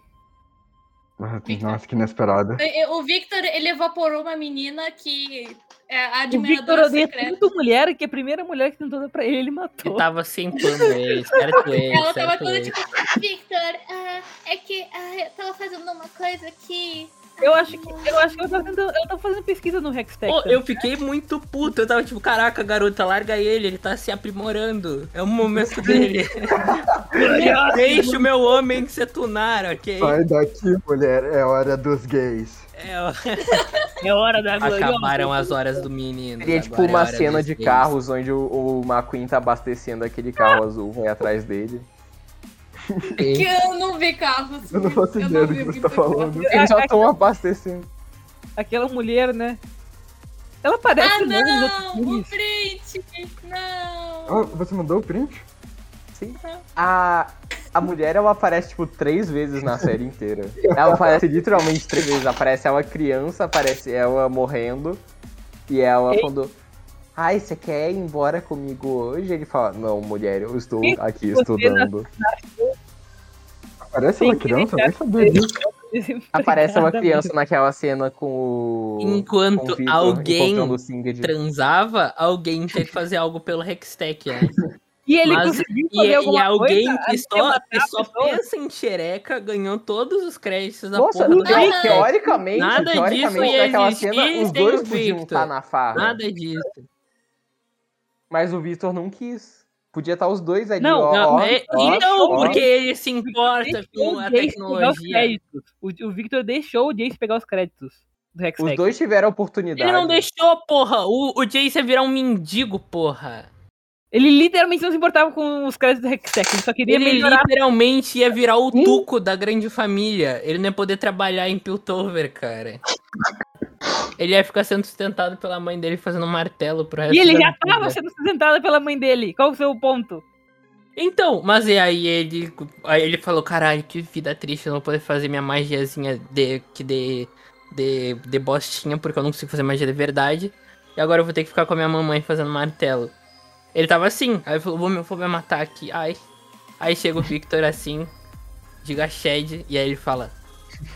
S5: Ah, Nossa, que inesperada.
S4: É, é, O Victor, ele evaporou uma menina que é a
S1: O Victor
S4: admiradora
S1: odeia
S4: secreta.
S1: tanto mulher que a primeira mulher que tentou dar pra ele, ele
S3: Que
S1: matou.
S3: tava é sentando ele, certo é ele,
S4: Ela tava
S3: certo
S4: toda
S3: ele.
S4: tipo, Victor, ah, é que ah, eu tava fazendo uma coisa que.
S1: Eu acho que, eu acho que ela tava, tentando, ela tava fazendo pesquisa no Hextech. tá?
S3: Pô, eu fiquei muito puto, eu tava tipo, caraca, garota, larga ele, ele tá se aprimorando. É o
S1: (laughs)
S3: momento dele. Deixa o meu homem se tunar, ok?
S5: Sai daqui, mulher, é hora dos gays.
S3: É, ó.
S1: É hora da glória.
S3: acabaram as horas do menino.
S2: Seria tipo
S3: agora é
S2: uma
S3: hora
S2: cena
S3: dos
S2: de
S3: gays.
S2: carros onde o, o McQueen tá abastecendo aquele carro azul, vai atrás dele.
S4: Que eu não vi carros.
S5: Eu não faço
S4: não
S5: ideia do que
S4: vi o
S5: você tá
S4: Victor
S5: falando.
S4: Carros.
S2: Eles já estão abastecendo.
S1: Aquela mulher, né? Ela
S4: Ah,
S1: parece mesmo nos outros
S4: não! O
S1: filmes.
S4: print! Não!
S5: Ah, você mandou o print?
S2: A, a mulher, ela aparece, tipo, três vezes na série inteira. Ela aparece literalmente três vezes. Aparece ela criança, aparece ela morrendo. E ela
S1: Ei.
S2: quando... Ai, você quer ir embora comigo hoje? Ele fala, não, mulher, eu estou
S1: Ei,
S2: aqui
S1: você tá
S2: estudando.
S5: Parece
S1: Tem
S5: uma
S1: que
S5: criança,
S1: deixar
S5: nem sabia disso.
S2: Aparece uma
S1: Obrigada,
S2: criança naquela cena com o... com o
S3: Enquanto
S2: Victor
S3: alguém
S2: encontrando o Singed.
S3: transava, alguém tinha que fazer algo pelo Hextech, né?
S1: E ele
S3: Mas-
S1: conseguiu
S3: E, é-
S1: fazer
S3: e
S1: alguma
S3: alguém
S1: coisa.
S3: que,
S1: além de
S3: só,
S1: matar
S3: que
S1: a
S3: só
S1: pessoa?
S3: pensa em xereca ganhou todos os créditos da
S2: Nossa,
S3: porra do
S4: não,
S3: Hextech.
S2: teoricamente,
S3: Nada
S2: teoricamente,
S3: disso ia
S2: naquela
S3: existir
S2: cena, os
S3: sem
S2: dois
S3: o
S2: podiam
S3: Victor.
S2: estar na farra.
S3: Nada disso.
S2: Mas o Victor não quis. Podia estar os dois ali,
S1: Não,
S2: ó,
S3: Não,
S2: ó,
S3: é-
S2: ó,
S3: então,
S2: ó.
S3: porque ele se importa
S1: Deixou
S3: com
S1: o
S3: a
S1: Jace pegar os
S3: tecnologia.
S1: créditos. O, o Victor deixou o Jace pegar os créditos do
S2: Os
S1: Hextech.
S2: dois tiveram a oportunidade.
S3: Ele não deixou, porra. O, o Jace ia virar um mendigo, porra.
S1: Ele literalmente não se importava com os créditos do Hextech. Ele só queria
S3: Ele
S1: melhorar
S3: literalmente ia virar o tuco da grande família. Ele não ia poder trabalhar em Piltover, cara. Ele ia ficar sendo sustentado pela mãe dele fazendo martelo pro resto
S1: E ele
S3: da
S1: já
S3: vida.
S1: tava sendo sustentado pela mãe dele. Qual o seu ponto?
S3: Então, mas e aí ele, aí ele falou, caralho, que vida triste, eu não vou poder fazer minha magiazinha de, que de, de, de bostinha, porque eu não consigo fazer magia de verdade. E agora eu vou ter que ficar com a minha mamãe fazendo martelo. Ele tava assim, aí ele falou, vou me, vou me matar aqui, ai. Aí chega o Victor assim, diga Shed, e aí ele fala,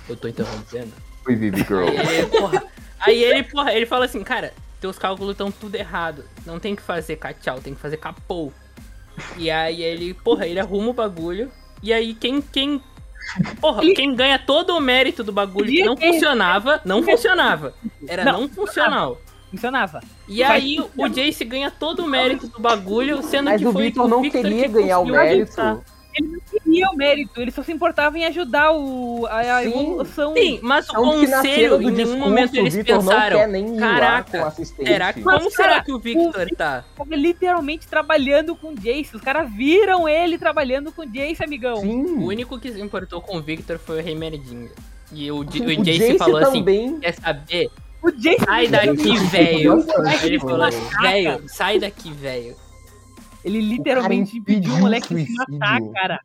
S3: eu tô interrompendo.
S2: Oi, Vivi Girl.
S5: (laughs)
S3: Aí ele, porra, Aí ele, porra, ele fala assim, cara, teus cálculos estão tudo errado. Não tem que fazer cachau, tem que fazer capou. E aí ele, porra, ele arruma o bagulho. E aí quem, quem, porra, quem ganha todo o mérito do bagulho que não funcionava, não funcionava. Era
S1: Não,
S3: não funcional.
S1: Funcionava.
S3: E aí o Jace ganha todo o mérito do bagulho, sendo
S2: Mas
S3: que
S2: o
S3: foi
S2: Victor não
S3: Victor
S2: queria
S3: que
S2: ganhar o
S3: conseguiu
S2: mérito.
S3: ajustar.
S1: Ele não queria o mérito, ele só se importava em ajudar o, a, a
S2: Sim.
S1: evolução.
S3: Sim, mas o
S2: Tanto É um que na
S3: conselho,
S2: cena do
S3: em nenhum
S2: discurso,
S3: momento eles
S2: o Victor não quer
S3: pensaram.
S2: nem ir
S3: "Caraca,
S2: lá com o assistente.
S3: Será que, como
S1: Mas,
S3: será
S1: cara,
S3: que o Victor tá?
S1: Tava literalmente trabalhando com o Jace. Os caras viram ele trabalhando com o Jace, amigão.
S2: Sim.
S5: Hum.
S3: O único que se importou com o Victor foi o Rei Merdinga. E o, J- o
S2: O
S3: Jace falou assim:
S2: também.
S3: quer saber?
S1: O Jace.
S3: Sai daqui, velho. Ele falou assim:
S1: Caraca.
S3: velho, sai daqui, velho.
S1: Ele literalmente impediu o moleque de se
S5: suicídio.
S1: matar, cara.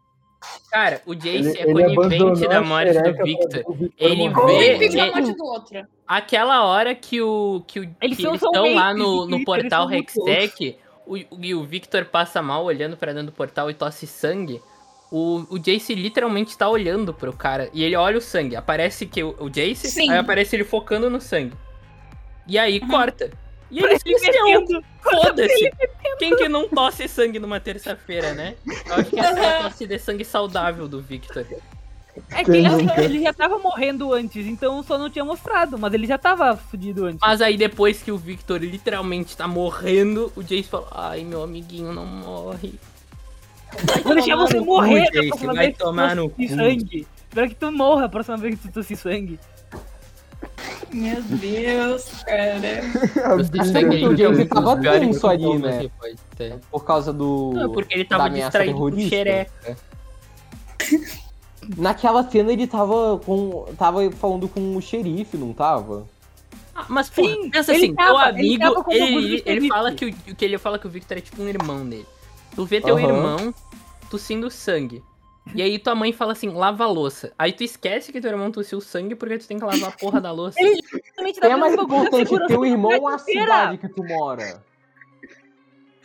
S3: Cara, o Jace é
S5: abandonou
S3: conivente da
S5: a
S3: morte do
S5: xereca
S3: Victor.
S5: pra- o Victor
S3: Ele
S4: Um
S3: vê-
S5: morrer.
S4: impediu a
S3: ele-
S4: morte do outro.
S3: Aquela hora que o que, o,
S1: Eles
S3: que
S1: são-
S3: eles
S1: são
S3: estão lá
S1: mentes
S3: no,
S1: de
S3: no
S1: Twitter,
S3: portal
S1: eles são muito
S3: Hextech, o, o- e o Victor passa mal olhando pra dentro do portal e tosse sangue. O, o Jace literalmente tá olhando pro cara e ele olha o sangue. Aparece que o, o Jace,
S4: Sim.
S3: aí aparece ele focando no sangue. E aí corta. E ele
S1: Uhum. Parece
S3: se meteu,
S1: metendo.
S3: foda-se. Quem que não tosse sangue numa terça-feira, né? Eu acho que essa é a tosse de sangue saudável do Victor.
S1: É que ele,
S5: Quem nunca?
S1: ele já tava morrendo antes, então só não tinha mostrado, mas ele já tava fudido antes.
S3: Mas aí depois que o Victor literalmente tá morrendo, o Jace fala: Ai, meu amiguinho não morre.
S1: Vou deixar
S3: tomar
S1: você
S3: no
S1: morrer
S3: cu,
S1: na
S3: Jace,
S1: próxima
S3: vai
S1: vez que
S3: tomar
S1: tu
S3: no
S1: tossir
S3: cu.
S1: sangue. Espero que tu morra a próxima vez que tu tossir sangue.
S4: Meu Deus, cara.
S3: Vocês
S2: Até
S3: sabem
S2: que é o Jace
S3: que
S2: tava
S3: pior
S2: tenso
S3: que o
S2: ali,
S3: Thomas
S2: né?
S3: ele pode ter.
S2: Por causa do.
S3: Não, porque ele
S2: da
S3: tava
S2: ameaça
S3: distraído com
S2: terrorista. né?
S3: xereca.
S2: (laughs) Naquela cena ele tava com. tava falando com o xerife, não tava?
S3: Ah, mas pô,
S1: Sim,
S3: pensa
S1: ele
S3: assim,
S1: tava- ele
S3: teu amigo,
S1: tava com o bagulho
S3: ele,
S1: do
S3: ele,
S1: xerife.
S3: fala que o que ele fala que o Victor é tipo um irmão dele. Tu vê teu
S2: Aham.
S3: irmão tossindo sangue. E aí tua mãe fala assim, lava a louça. Aí tu esquece que teu irmão tossiu sangue porque tu tem que lavar a porra da louça.
S1: Ele Realmente tá
S2: é
S1: vendo
S2: mais
S1: o bagulho da
S2: importante
S1: segurança
S2: teu um irmão
S1: da
S2: ou a
S1: fronteira.
S2: cidade que tu mora?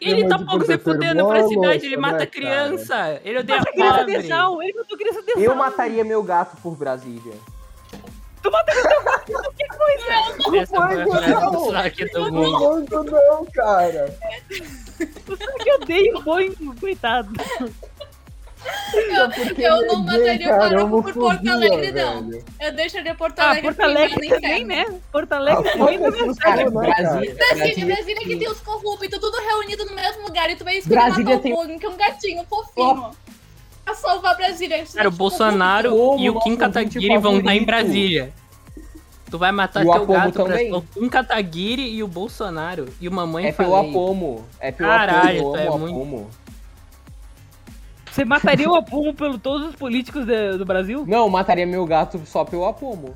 S3: Ele tá
S5: Mas
S3: pouco se
S1: é
S5: professor,
S3: fudendo
S5: mó
S3: pra cidade, ele
S5: louça,
S3: mata
S5: né,
S3: criança, ele odeia
S1: Mata criança
S3: pobre.
S1: desal, ele matou criança desal.
S2: Eu mataria meu gato por Brasília.
S3: Essa foi a frase do Shrek do mundo.
S5: Muito não, cara.
S1: Eu odeio o Boingo, coitado.
S5: é
S4: Eu, eu não mataria o Maroco por Porto Alegre, não.
S5: velho.
S4: Eu deixaria Porto
S1: Ah,
S4: Alegre
S1: Porto Alegre
S4: queimar no
S1: também,
S4: inferno.
S1: né? Porto
S2: Ah,
S1: Alegre também
S5: Olha,
S1: também.
S5: assustou, né, cara?
S4: Brasília, Brasília que tem os corruptos, então tudo reunido no mesmo lugar e tu vai escolher
S2: Brasília
S4: matar
S2: tem-
S4: o Boeing, que é um gatinho fofinho. Pra salvar Brasília.
S3: Cara, o Bolsonaro
S2: Como
S3: e o Kim
S2: nosso
S3: Kataguiri
S2: ouvinte
S3: vão estar em
S2: favorito.
S3: Brasília. Tu vai matar
S2: O
S3: teu
S2: Apomo
S3: gato pra...
S2: também?
S3: O Kim Kataguiri e o Bolsonaro. E o mamãe
S2: É pelo
S3: falei.
S2: apomo. É pelo
S3: Caralho,
S2: apomo,
S3: tu é
S2: amo
S3: muito-
S2: apomo.
S1: Você mataria o Apumo pelo todos os políticos de- do Brasil?
S2: Não, eu mataria meu gato só pelo apomo.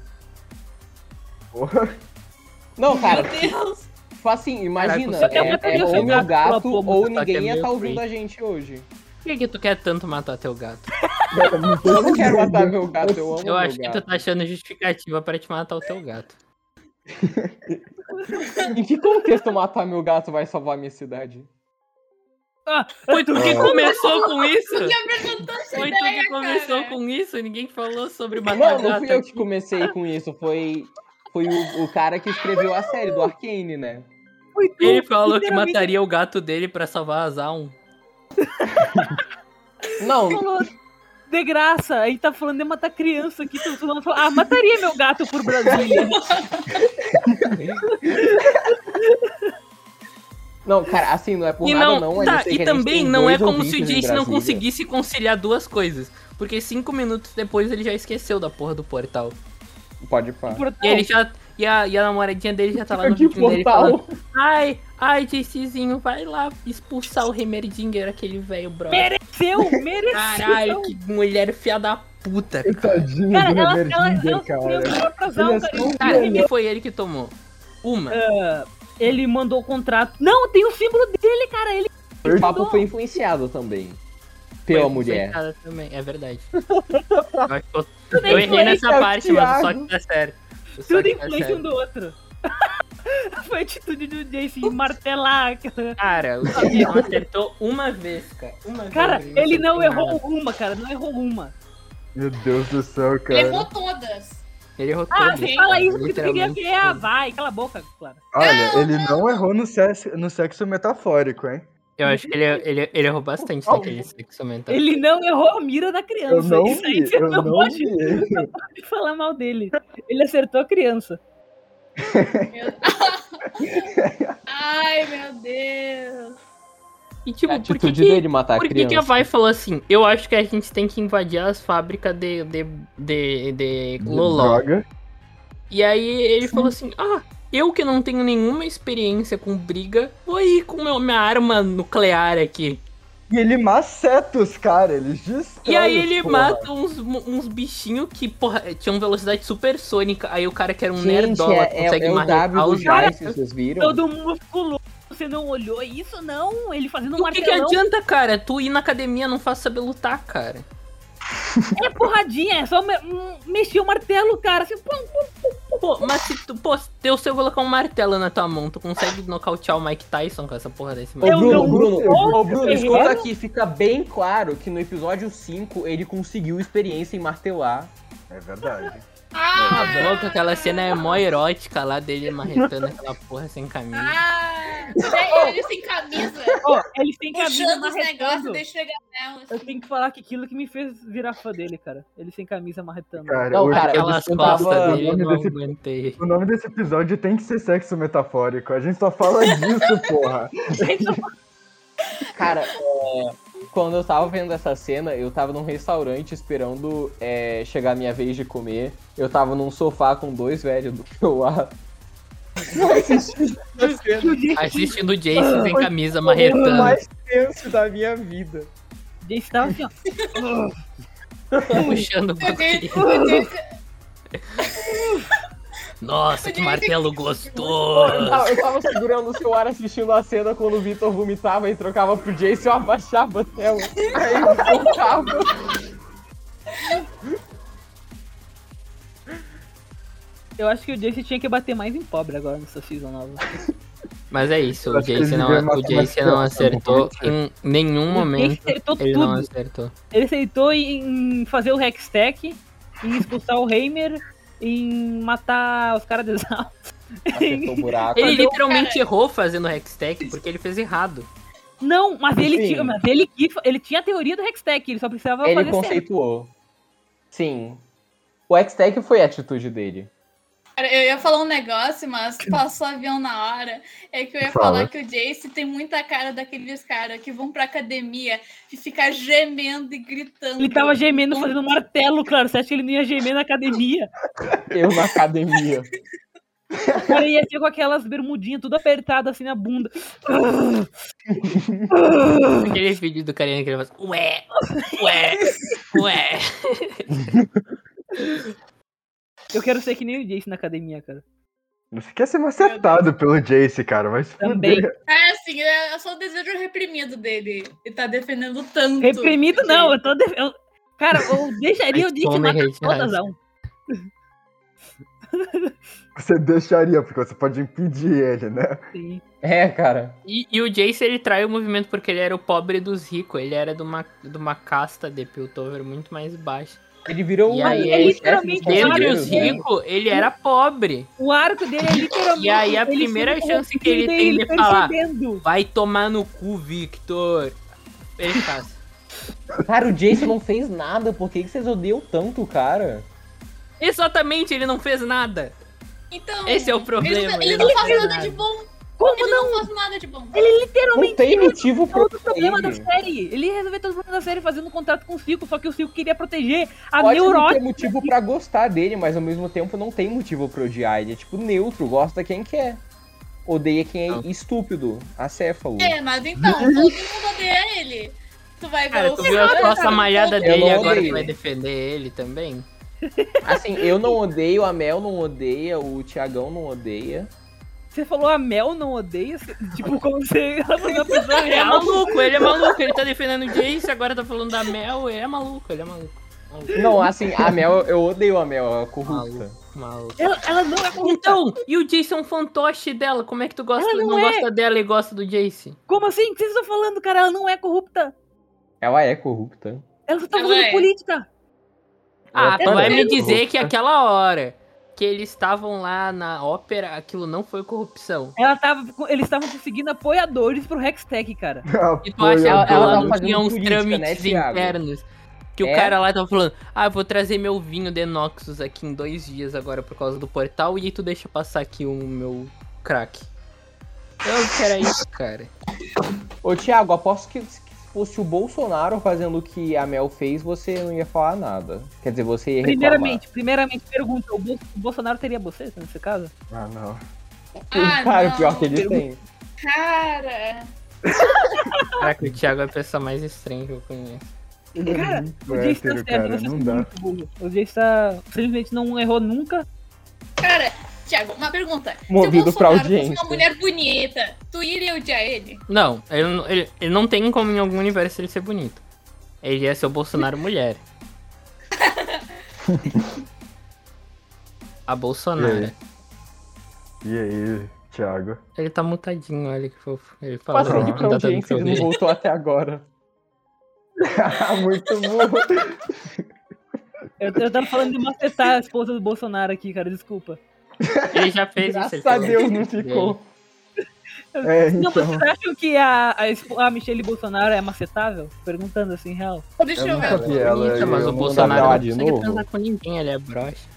S2: Não, cara,
S4: Meu
S3: (laughs)
S4: Deus.
S2: tipo assim, imagina,
S3: Caraca,
S1: eu
S2: é, é
S1: mataria
S2: ou
S1: seu
S2: meu
S1: gato
S2: gato,
S1: pelo apomo,
S2: ou
S3: só que é
S2: ninguém ia
S3: meio
S2: estar ouvindo
S3: creepy.
S2: a gente hoje.
S3: Por que, que tu quer tanto matar teu gato?
S2: Eu não quero matar meu gato, eu amo
S3: Eu
S2: meu
S3: acho que
S2: gato.
S3: tu tá achando justificativa pra te matar o teu gato.
S2: Em que contexto matar meu gato vai salvar minha cidade?
S3: Foi tu
S2: É.
S3: que começou com isso?
S4: Tu que apresentou essa
S3: Foi tu
S4: ideia,
S3: que começou
S4: né, cara.
S3: com isso? Ninguém falou sobre matar
S2: Não, não
S3: gato
S2: fui eu
S3: aqui.
S2: que comecei com isso, foi, foi o, o cara que escreveu a série do Arcane, né?
S1: Foi tu,
S3: Ele falou que
S1: literalmente,
S3: mataria o gato dele pra salvar a Zaun.
S2: Não,
S1: falou De graça, aí tá falando de matar criança aqui, todo mundo fala, ah, mataria meu gato por Brasília. né,
S2: não, cara, assim, não é por
S3: E
S2: nada
S3: não,
S2: não, mas eu
S3: tá,
S2: sei que
S3: e
S2: a gente
S3: também
S2: tem
S3: não é
S2: dois
S3: como se o
S2: ouvintes em
S3: Jace não
S2: Brasília.
S3: conseguisse conciliar duas coisas. Porque cinco minutos depois ele já esqueceu da porra do portal.
S2: Pode pá.
S1: (laughs)
S3: E ele já. E a, e a namoradinha dele já tá lá no
S2: Que
S3: vídeo dele
S2: portal?
S3: falando. Ai, ai, Jacezinho, vai lá expulsar o Heimerdinger, aquele velho brother.
S1: Mereceu, mereceu.
S3: Caralho, que mulher fia da puta.
S5: Tadinho
S1: Cara,
S5: do
S1: ela, ela,
S5: Remerdinger,
S1: ela
S5: cara.
S1: foi o casal,
S5: Ele é
S1: cara.
S5: só um
S3: Cara, o que foi ele que tomou? Uma.
S1: Ele mandou o contrato. Não, tem o símbolo dele, cara. Ele
S2: O papo foi influenciado também pela
S3: Foi
S2: mulher.
S3: influenciada também, É verdade. Eu acho que eu- eu errei nessa
S5: influenciado,
S3: parte, mas o só
S5: Thiago.
S3: que tá sério. O só
S1: tudo
S3: que tá
S1: influencia
S3: sério.
S1: um do outro. (laughs) Foi a atitude do Jace
S5: Uh.
S1: em martelar. aquela-
S3: Cara, o Jason não acertou uma vez, cara. Uma
S1: Cara,
S3: vez.
S5: é
S1: ele não
S3: acertou nada.
S1: errou uma, cara. Não errou uma.
S5: Meu Deus do céu,
S4: Ele é
S5: cara.
S4: errou todas.
S3: Ele errou
S1: Ah,
S3: todas.
S1: fala isso que tu queria
S3: literalmente
S1: ganhar.
S3: todas.
S1: Vai, cala a boca, Clara.
S5: Olha, ele não errou no sexo, no sexo metafórico, hein?
S3: Eu acho que ele, é, ele, ele errou bastante naquele sexo mental.
S1: Ele não errou a mira da
S5: Eu
S1: criança.
S5: não
S1: isso aí
S5: vi,
S1: você
S5: eu
S1: não,
S5: não
S1: pode
S5: vi.
S1: falar mal dele. Ele acertou a criança.
S4: Meu- Ai, meu Deus.
S3: E
S2: A
S3: tipo, por que,
S2: É, atitude
S3: que
S2: dele matar
S3: Por
S2: a
S3: que,
S2: criança.
S3: que a Vai falou assim? Eu acho que a gente tem que invadir as fábricas de, de, de, de Loló.
S5: Droga.
S3: E aí ele falou assim: Ah, eu que não tenho nenhuma experiência com briga, vou ir com meu, minha arma nuclear aqui.
S5: E ele maceta os caras, eles destroem.
S3: E aí ele
S5: os porra.
S3: mata uns, uns bichinhos que, porra, tinham velocidade supersônica. Aí o cara que era um
S2: Gente,
S3: nerdola
S2: é, é,
S3: consegue
S2: é o
S3: marretar
S2: W do
S3: os caras.
S2: Jace, vocês viram?
S1: Todo mundo ficou louco. Você não olhou isso, não? Ele fazendo um
S3: O que, que
S1: martelão.
S3: adianta, cara? Tu ir na academia não faz saber lutar, cara.
S1: é porradinha, é só me- hum, mexer o martelo, cara. Assim, pum, pum.
S3: Pô, mas se tu, pô, se eu se eu colocar um martelo na tua mão, tu consegue nocautear o Mike Tyson com essa porra desse
S2: Ô,
S1: Eu
S3: martelo?
S2: Bruno,
S1: não-
S2: Bruno,
S1: Eu-
S2: ô, Bruno,
S1: Eu-
S2: escuta
S1: Eu-
S2: aqui, fica bem claro que no episódio 5 ele conseguiu experiência em martelar.
S5: É verdade.
S4: Ah,
S3: Tá louco, aquela cena é mó erótica lá dele (laughs) marretando aquela porra sem camisa.
S4: ah, Ele- ele sem camisa,
S1: Ó, ele tem camisa
S4: puxando os negócios
S1: marretando.
S4: e deixa chegar nela.
S1: Eu tenho que falar que aquilo que me fez virar fã dele, cara. Ele sem camisa marretando.
S5: Cara,
S2: Não,
S5: hoje-
S2: cara,
S3: Aquelas
S2: eu tava-
S3: costas dele, eu
S5: eu
S3: não
S5: desse-
S3: aguentei.
S5: o nome desse episódio tem que ser sexo metafórico. A gente só fala disso, porra.
S3: (laughs)
S2: Cara, é, quando eu tava vendo essa cena, eu tava num restaurante esperando é, chegar a minha vez de comer. Eu tava num sofá com dois velhos do meu lado. Eu assisti essa cena
S3: Assistindo o Jason sem camisa
S2: o
S3: marretando.
S2: mais tenso da minha vida.
S1: Jace tava assim, ó.
S3: (laughs) (laughs) Puxando o
S4: O Jace-
S3: coquinho.
S4: o Jace-
S3: Nossa,
S4: Eu
S3: que
S4: disse-
S3: martelo gostoso!
S2: Ah, eu tava segurando o celular assistindo a cena quando o Vitor vomitava e trocava pro Jace, eu abaixava a tela. Aí eu voltava.
S1: Eu acho que o Jace tinha que bater mais em pobre agora nessa season nova.
S3: Mas é isso, o
S5: Acho que
S3: Jason
S5: ele
S3: não,
S5: devia matar
S3: o
S5: uma
S3: Jason não
S5: criança,
S3: acertou
S5: né?
S3: em nenhum
S1: Ele
S3: Um momento.
S1: acertou
S3: Ele
S1: tudo.
S3: não é- acertou.
S1: Ele aceitou em fazer o Hextech, em expulsar o Heimer, em matar os caras de Exalto.
S2: Acertou o buraco.
S3: Ele
S1: Cadê o
S3: literalmente errou fazendo o Hextech porque ele fez errado.
S1: Não, mas ele,
S2: Sim.
S1: tinha, mas ele, que- ele tinha a teoria do Hextech, ele só precisava
S2: Assim. Ele
S1: fazer certo.
S2: conceituou. Sim. O X-Tech foi a atitude dele.
S4: Cara, Eu ia falar um negócio, mas passou o avião na hora. É que eu ia
S5: Fala.
S4: falar que o Jace tem muita cara daqueles caras que vão pra academia e fica gemendo e gritando.
S1: Ele tava gemendo fazendo martelo, claro. Você acha que ele não ia gemer na academia?
S2: Eu na academia.
S1: O cara ia ser com aquelas bermudinhas tudo apertadas assim na bunda.
S3: Aquele vídeo do carinha que ele faz ué, ué, ué.
S1: Eu quero ser que nem o Jace na academia, cara.
S5: Você quer ser macetado pelo Jace, cara. Vai se
S1: Também.
S5: fuder.
S4: É assim, é só o desejo reprimido dele. Ele tá defendendo tanto.
S1: Reprimido não, eu tô. def- eu- Cara,
S2: (laughs)
S1: eu deixaria o Jace
S3: Toma,
S1: matar
S3: Hate
S1: todas
S3: Hate.
S1: a um.
S5: Você deixaria, porque você pode impedir ele, né?
S1: Sim.
S2: É, cara.
S3: E, e o Jace, ele traiu o movimento porque ele era o pobre dos ricos. Ele era de uma, de uma casta de Piltover muito mais baixa.
S2: Ele virou
S3: E
S2: um
S3: aí,
S2: chefe
S3: ele
S2: dos
S1: literalmente
S3: Dentre
S1: Claro,
S2: conselheiros,
S3: os
S2: né?
S3: ricos, ele era pobre.
S1: O arco dele é literalmente.
S3: E aí a
S1: ele
S3: primeira
S1: sendo
S3: chance que ele tem
S1: corrompido e
S3: de falar.
S1: percebendo.
S3: Vai tomar no cu, Victor. Ele faz.
S2: Cara, o Jason não fez nada. Por que que vocês odeiam tanto, o cara?
S3: Exatamente, ele não fez nada.
S4: Então,
S3: Esse é o
S4: ele-
S3: problema, ele
S4: Ele,
S3: é
S4: não
S3: não
S4: faz
S3: fez
S4: nada
S3: nada.
S4: de bom.
S1: Como
S4: Ele
S1: não?
S4: não? faz nada de bom.
S1: Ele
S2: Não
S1: literalmente
S2: tem
S1: resolveu
S2: motivo pra
S1: todo o problema da
S2: ele.
S1: série. Ele resolveu todo o problema da série fazendo um contrato com o Circo, só que o Circo queria proteger a
S2: Pode não ter
S1: neurótica.
S2: motivo pra gostar dele, mas ao mesmo tempo não tem motivo pra odiar. Ele é tipo neutro, gosta quem quer. Odeia quem é
S3: Não.
S2: estúpido, acéfalo.
S4: É, mas então, todo mundo odeia ele. Tu vai ver
S3: Cara,
S4: o
S3: tu viu a
S4: cara,
S3: calça
S4: cara,
S3: malhada
S4: todo-
S2: Eu
S3: dele
S2: não
S3: agora que
S2: odeio.
S3: vai defender ele também?
S2: Assim, eu não odeio, a Mel não odeia, o Tiagão não odeia.
S1: Você falou a Mel não odeia? Você- Tipo, como você ela foi uma pessoa
S3: Ele é
S1: real.
S3: maluco, ele é maluco. Ele tá defendendo o Jace, agora tá falando da Mel. Ele é maluco, ele é maluco. Maluco,
S2: Não, assim, a Mel, eu odeio a Mel, ela é corrupta.
S3: maluco.
S1: Ela, ela não é corrupta.
S3: Então, e o Jace é um fantoche dela. Como é que tu gosta,
S1: Ela não
S3: não,
S1: é.
S3: gosta dela e gosta do Jace?
S1: Como assim? O que vocês estão falando, cara? Ela não é corrupta.
S2: Ela é corrupta.
S1: Ela só tá
S4: Ela
S1: fazendo
S4: é.
S1: política.
S3: Ah, tu
S2: Ela é
S3: vai me
S2: parece
S3: dizer que aquela hora que eles estavam lá na ópera, aquilo não foi corrupção.
S1: Ela tava, com- eles estavam conseguindo apoiadores pro Hextech, cara.
S3: E tu acha que
S2: ela-
S3: ela,
S2: ela tava
S3: não
S2: fazendo
S3: tinha uns
S2: política, né,
S3: trâmites
S2: Thiago?
S3: internos? Que
S2: É.
S3: o cara lá tava falando, ah, eu vou trazer meu vinho de Noxus aqui em dois dias agora por causa do portal, e aí tu deixa passar aqui o meu crack. Eu, que era isso, cara.
S2: Ô, Thiago, aposto que se fosse o Bolsonaro fazendo o que a Mel fez, você não ia falar nada. Quer dizer, você ia reclamar.
S1: Primeiramente, primeiramente, pergunta, o Bol- o Bolsonaro teria vocês nesse caso?
S5: Ah, não.
S4: Ah,
S2: (laughs) Cara,
S4: não.
S2: pior que ele tem.
S4: Cara,
S3: Caraca, o Thiago é a pessoa mais estranha que eu conheço.
S1: Cara,
S5: Muito
S1: O Jay está
S5: hétero,
S1: certo,
S5: Uhum. É, cara,
S1: vocês
S5: não
S1: são
S5: dá.
S1: muito burros. O Jay está, simplesmente não errou nunca.
S4: cara, Thiago, uma pergunta. Se
S2: Movido
S4: o
S2: pra
S4: Bolsonaro
S2: audiência.
S4: fosse uma mulher bonita, tu iria odiar ele?
S3: Não, ele, não- ele, ele não tem como em algum universo ele ser bonito. Ele ia ser o Bolsonaro
S2: (laughs)
S3: mulher. A
S5: E
S3: Bolsonaro.
S2: É.
S5: aí? E aí, Thiago? (laughs)
S3: Ele tá mutadinho, olha que fofo. Ele fala
S2: Passa aqui pra audiência, ele não voltou até agora.
S5: Muito bom.
S1: Eu, eu tava falando de macetar a esposa do Bolsonaro aqui, cara, desculpa.
S3: Ele já fez isso. ele
S2: Graças a
S3: fez
S2: Deus
S3: isso.
S2: não ficou.
S5: É,
S1: Não, mas
S5: então.
S1: vocês acham que a, a, espo- a Michelle Bolsonaro é macetável? Perguntando assim, real.
S4: Deixa
S5: Eu
S4: eu,
S5: nunca
S4: ver.
S5: vi ela.
S3: Bonita, mas
S5: eu
S3: o
S5: não
S3: Bolsonaro
S2: dá
S3: não
S2: de
S3: consegue
S2: novo.
S3: transar com ninguém, ele é broxa.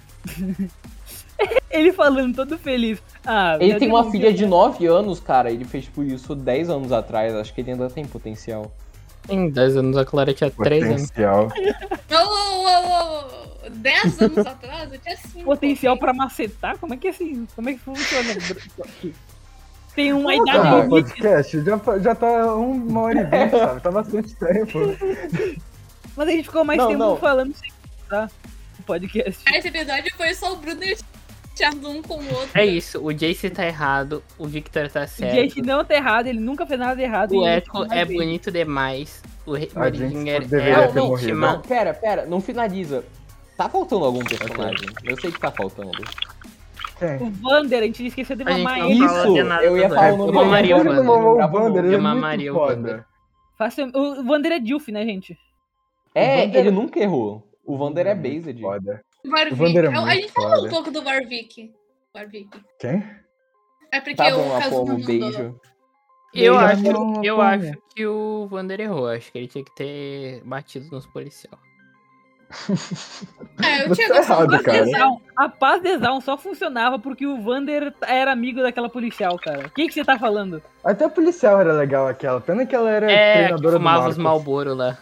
S1: Ele falando todo feliz. Ah,
S2: Ele
S1: eu
S2: tem
S1: tenho
S2: uma
S1: um
S2: filha
S1: dia-
S2: de 9 anos, cara. Ele fez por isso 10 anos atrás. Acho que ele ainda tem potencial.
S3: Tem 10 anos, a Clara tinha 3 anos.
S5: Potencial.
S4: Ô, ô, ô, ô, ô, Dez anos atrás, eu tinha cinco.
S1: potencial pra macetar? Como é que é assim? Como é que
S2: (laughs)
S1: funciona? Tem uma
S5: Ah,
S1: idade
S5: o
S1: limite.
S5: podcast já, fa- já tá um- uma hora e vinte, sabe? Tá bastante tempo.
S1: Mas a gente ficou mais
S2: Não,
S1: tempo
S2: não.
S1: falando sem tá? O podcast.
S4: Esse episódio foi só o Bruno e o Thiago um com o outro.
S3: É isso, o Jace tá errado, o Victor tá
S1: O Jake
S3: certo.
S1: não tá errado, ele nunca fez nada errado.
S3: O
S1: e ele
S3: Echo
S1: vai
S3: é
S1: bem.
S3: bonito demais. O
S5: A
S3: Re-
S5: gente
S3: Maridinger
S5: deveria
S3: é
S5: ter
S3: a
S5: morrido. né?
S3: vítima.
S2: Não, pera, pera. Não finaliza. Tá faltando algum personagem. Eu sei que tá faltando.
S1: O Vander, a gente esqueceu de
S3: A gente
S1: mamar
S3: não
S1: ele.
S3: fala
S2: Isso,
S3: de nada
S2: eu ia
S3: do
S2: falar o
S3: Vander.
S2: nome
S3: Eu mamaria o
S5: É, Ele
S3: Vander.
S5: mamou
S2: Eu
S5: o Vander, ele é
S3: mamaria
S5: muito
S3: o Vander.
S5: foda.
S1: Faça- O Vander é Dilf, né, gente?
S2: É,
S5: Vander-
S2: ele nunca errou. O Vander
S3: Hum,
S2: é based.
S5: Foda.
S4: Warwick.
S5: O Vander é
S4: Eu- a
S5: muito
S4: gente falou um
S5: foda.
S4: pouco do Warwick. Warwick.
S5: Quem?
S4: É porque
S2: Tá
S4: o
S2: bom,
S4: Kazuma
S2: Apomo,
S4: mandou.
S2: beijo.
S3: Eu
S5: Ele
S3: acho,
S5: já não
S3: eu
S5: apanha.
S3: acho que o Vander errou. Acho que ele tinha que ter batido nos policiais.
S4: É, o
S5: Você
S4: Thiago
S5: tá
S4: só
S5: errado, cara.
S1: Não, a paz de Zaun só funcionava porque o Vander era amigo daquela policial, cara. O que, que você tá falando?
S5: Até a policial era legal aquela. Pena que ela era
S3: É, que
S5: treinadora do
S3: fumava os
S5: Marcos.
S3: Malboro lá.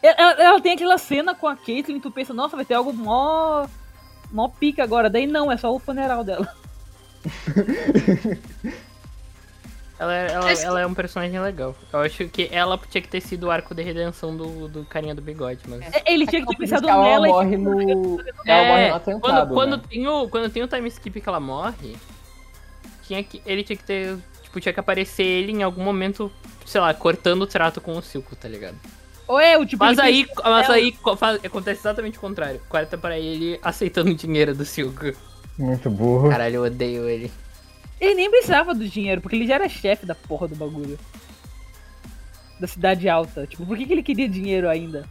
S1: Ela- Ela, ela tem aquela cena com a Caitlyn, tu pensa, nossa, vai ter algo mó. mó pica agora. Daí não, é só o funeral dela.
S3: Ela, é- ela,
S4: Acho que-
S3: ela é um personagem legal. Eu acho que ela tinha que ter sido o arco de redenção do, do carinha do bigode, mas.
S1: É, Ele tinha que ter pensado
S2: ela
S1: nela. e- tipo,
S2: morre no. Ela
S3: É,
S2: morre no atentado.
S3: Quando, quando,
S2: né?
S3: tem o, quando tem o time skip que ela morre, tinha que, ele tinha que ter. Tipo, tinha que aparecer ele em algum momento, sei lá, cortando o trato com o Silco, tá ligado?
S1: Ou é o tipo.
S3: Mas
S1: ele
S3: aí, mas
S1: ela.
S3: aí co- faz- acontece exatamente o contrário. Corta pra ele aceitando o dinheiro do Silco.
S5: Muito burro.
S3: Caralho, eu odeio ele.
S1: Ele nem precisava do dinheiro, porque ele já era chefe da porra do bagulho. Da cidade alta. Tipo, por que, que ele queria dinheiro ainda?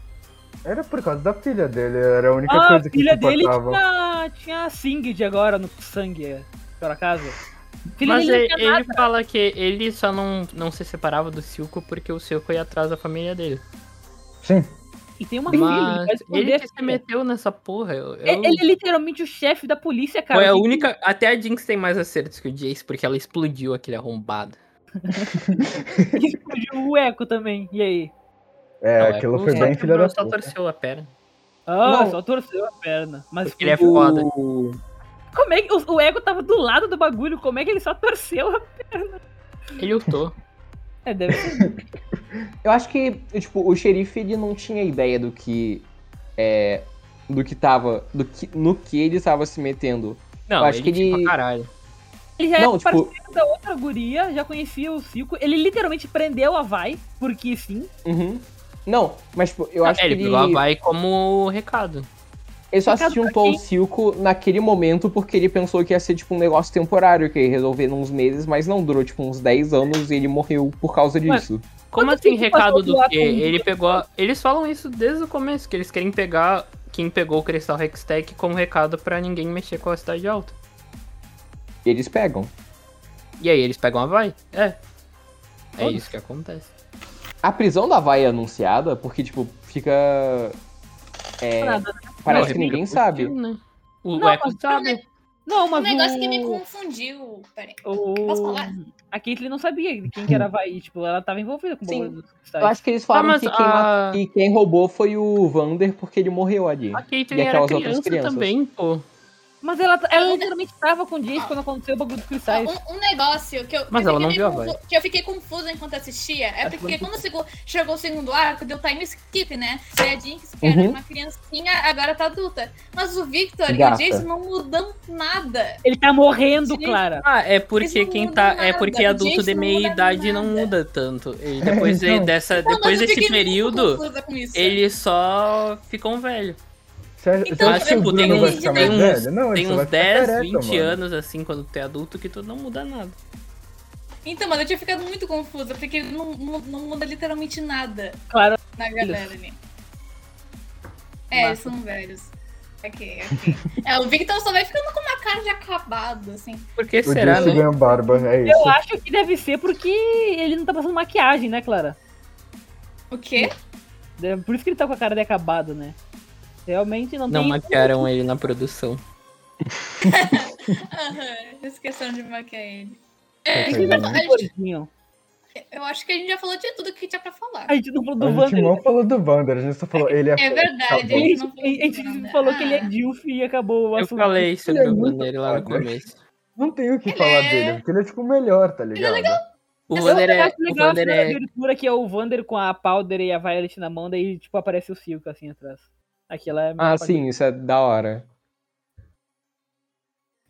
S5: Era por causa da filha dele, era a única
S1: Ah, a
S5: coisa que
S1: filha dele
S5: importava.
S1: tinha, tinha Singed agora no sangue, é, por acaso. Filha
S3: Mas
S1: dele não
S3: ele,
S1: tinha
S3: ele
S1: nada.
S3: fala que ele só não, não se separava do Silco porque o Silco ia atrás da família dele.
S1: E tem uma filha, assim? ele
S3: Mas
S1: pode
S3: ele
S1: esconder
S3: que
S1: a
S3: se
S1: filha.
S3: meteu nessa porra. Eu, eu...
S1: Ele é literalmente o chefe da polícia, cara.
S3: Foi a
S1: Tem que-
S3: única. Até a Jinx tem mais acertos que o Jace, porque ela explodiu aquele arrombado.
S1: que explodiu o Eco também. E aí?
S5: É,
S3: Não, é
S5: aquilo
S3: como
S5: foi
S3: se
S5: bem
S3: ela
S5: filha da
S3: só
S5: puta.
S3: torceu a perna.
S1: Ah,
S2: Não.
S1: só torceu a perna. Mas
S3: Porque ele é
S1: explodiu.
S3: foda.
S2: O-
S1: Como é que o, o Eco tava do lado do bagulho? Como é que ele só torceu? a-
S3: Ele lutou.
S1: É, deve ser.
S2: Eu acho que, tipo, o xerife ele não tinha ideia do que. É, do que tava. Do que, no que ele tava se metendo.
S3: (laughs) Não,
S2: Eu acho
S3: ele
S2: que ele-
S3: tinha pra caralho.
S1: Ele já
S2: não,
S1: é
S2: tipo.
S1: da outra guria, já conhecia o Cico. Ele literalmente prendeu a Vai, porque sim.
S2: uhum. Não, mas tipo, eu acho
S3: É, ele
S2: que
S3: pegou a
S2: ele,
S3: vai como recado.
S2: ele só se
S1: Recado pra
S2: juntou ao
S1: quem?
S2: circo naquele momento porque ele pensou que ia ser tipo um negócio temporário, que ia resolver uns meses, mas não durou tipo uns 10 anos e ele morreu por causa
S1: Ué,
S2: disso.
S3: Como
S1: Quanto
S3: assim
S1: tempo
S3: recado
S1: passou
S3: do
S1: lá
S3: quê?
S1: com-
S3: Ele pegou. a- Eles falam isso desde o começo, que eles querem pegar Kim pegou o cristal Hextech como recado para ninguém mexer com a cidade alta.
S2: E eles pegam.
S3: E aí eles pegam a vai? É. É isso que acontece.
S2: A prisão da vai é anunciada porque, tipo, fica. É, parece que ninguém sabe.
S3: Né? O
S4: Não,
S3: Echo
S4: mas-
S3: sabe.
S1: tá, né? Não,
S4: Um
S1: mas
S4: negócio
S1: o...
S4: que me confundiu. Peraí.
S1: o-
S4: Posso falar?
S1: A Caitlyn não sabia de quem que era a Vai. Tipo, ela tava envolvida com o
S2: Sim.
S1: bagulho dos
S2: Eu
S1: cristais.
S2: acho que eles falam
S3: Ah, mas
S2: que, quem,
S3: a-
S2: que quem roubou foi o Vander porque ele morreu ali.
S1: É,
S3: A
S2: E
S3: Caitlyn era
S2: aquelas outras
S3: criança
S2: crianças.
S3: também, pô.
S1: Mas ela, ela literalmente tava com o Jace quando aconteceu o bagulho dos cristais.
S4: né? Um, um negócio que eu,
S3: Tá Mas
S4: que eu
S3: ela não
S4: fiquei meio
S3: viu a
S4: confu- que eu fiquei confusa enquanto assistia é
S1: Acho
S4: porque
S1: que-
S4: quando segu- chegou o segundo arco, deu time skip, né? E a Jinx, que era
S2: Uhum.
S4: uma criancinha, agora tá adulta. Mas o Victor
S2: Gata.
S4: e o Jason não mudam nada.
S1: Ele tá morrendo,
S4: Sim.
S1: Clara.
S3: Ah, é porque
S4: Eles não
S3: quem
S4: mudam
S3: tá. É
S4: nada,
S3: porque adulto
S4: gente,
S3: de
S4: não
S3: meia
S4: mudaram
S3: idade não
S4: nada.
S3: muda tanto. E depois
S5: É, então.
S3: dessa,
S4: Não,
S3: depois
S4: mas eu
S3: desse
S4: fiquei muito
S3: período,
S4: confusa com isso.
S3: eles só um ficam velhos.
S5: Você acha,
S4: Então,
S5: você acha que
S4: tipo,
S5: o Bruno
S4: tem
S5: não vai
S4: uns-
S5: ficar
S4: tem
S5: mais
S3: uns-
S5: velho? Não, ele
S3: Tem
S5: só vai
S3: uns
S5: ficar
S3: 10,
S5: careca,
S3: 20
S5: mano.
S3: anos, assim, quando tu é adulto, que tu não muda nada.
S4: Então, mas eu tinha ficado muito confusa, porque ele não, mu- não muda literalmente nada
S1: Clara,
S4: na galera ali. É, eles são velhos. Ok, ok. é, o Victor só vai ficando com uma cara de acabado, assim.
S3: Por que
S5: O
S3: será,
S5: Jace
S3: né?
S5: ganha barba, é
S1: eu
S5: isso.
S1: acho que deve ser porque ele não tá passando maquiagem, né, Clara?
S4: O quê?
S1: É Por isso que ele tá com a cara de acabado, né? Realmente não,
S3: Não
S1: tem.
S3: maquiaram ele na produção.
S4: Aham, esqueceram de maquiar ele.
S1: Por
S4: É,
S1: isso que ele tá tão
S4: então, a gente-
S1: gordinho.
S4: eu acho que a gente já falou de tudo que tinha pra falar.
S1: A gente não falou
S5: A
S1: do
S5: gente
S1: Wander.
S5: mal falou do Wander, a gente só falou, ele é...
S4: É verdade,
S1: A
S5: Acabou.
S4: gente
S1: gente,
S4: não
S1: a gente
S4: falou.
S1: falou que ele é
S4: Ah,
S1: Dilf e acabou o
S3: Eu
S1: assunto.
S3: falei sobre
S5: é
S3: o
S5: muito
S3: Wander lá no
S5: foda.
S3: começo.
S5: Não tem o que
S4: Ele
S5: falar
S4: é-
S5: dele, porque ele é tipo o melhor, tá
S4: é um
S5: ligado?
S3: O
S1: Eu
S3: Wander é.
S1: acho
S3: O
S1: legal a
S3: Wander
S1: cena
S3: é.
S1: de abertura que é o Wander com a Powder e a Violet na mão, daí tipo aparece o Silco assim atrás. Aquela é
S2: Ah, sim, isso é da hora.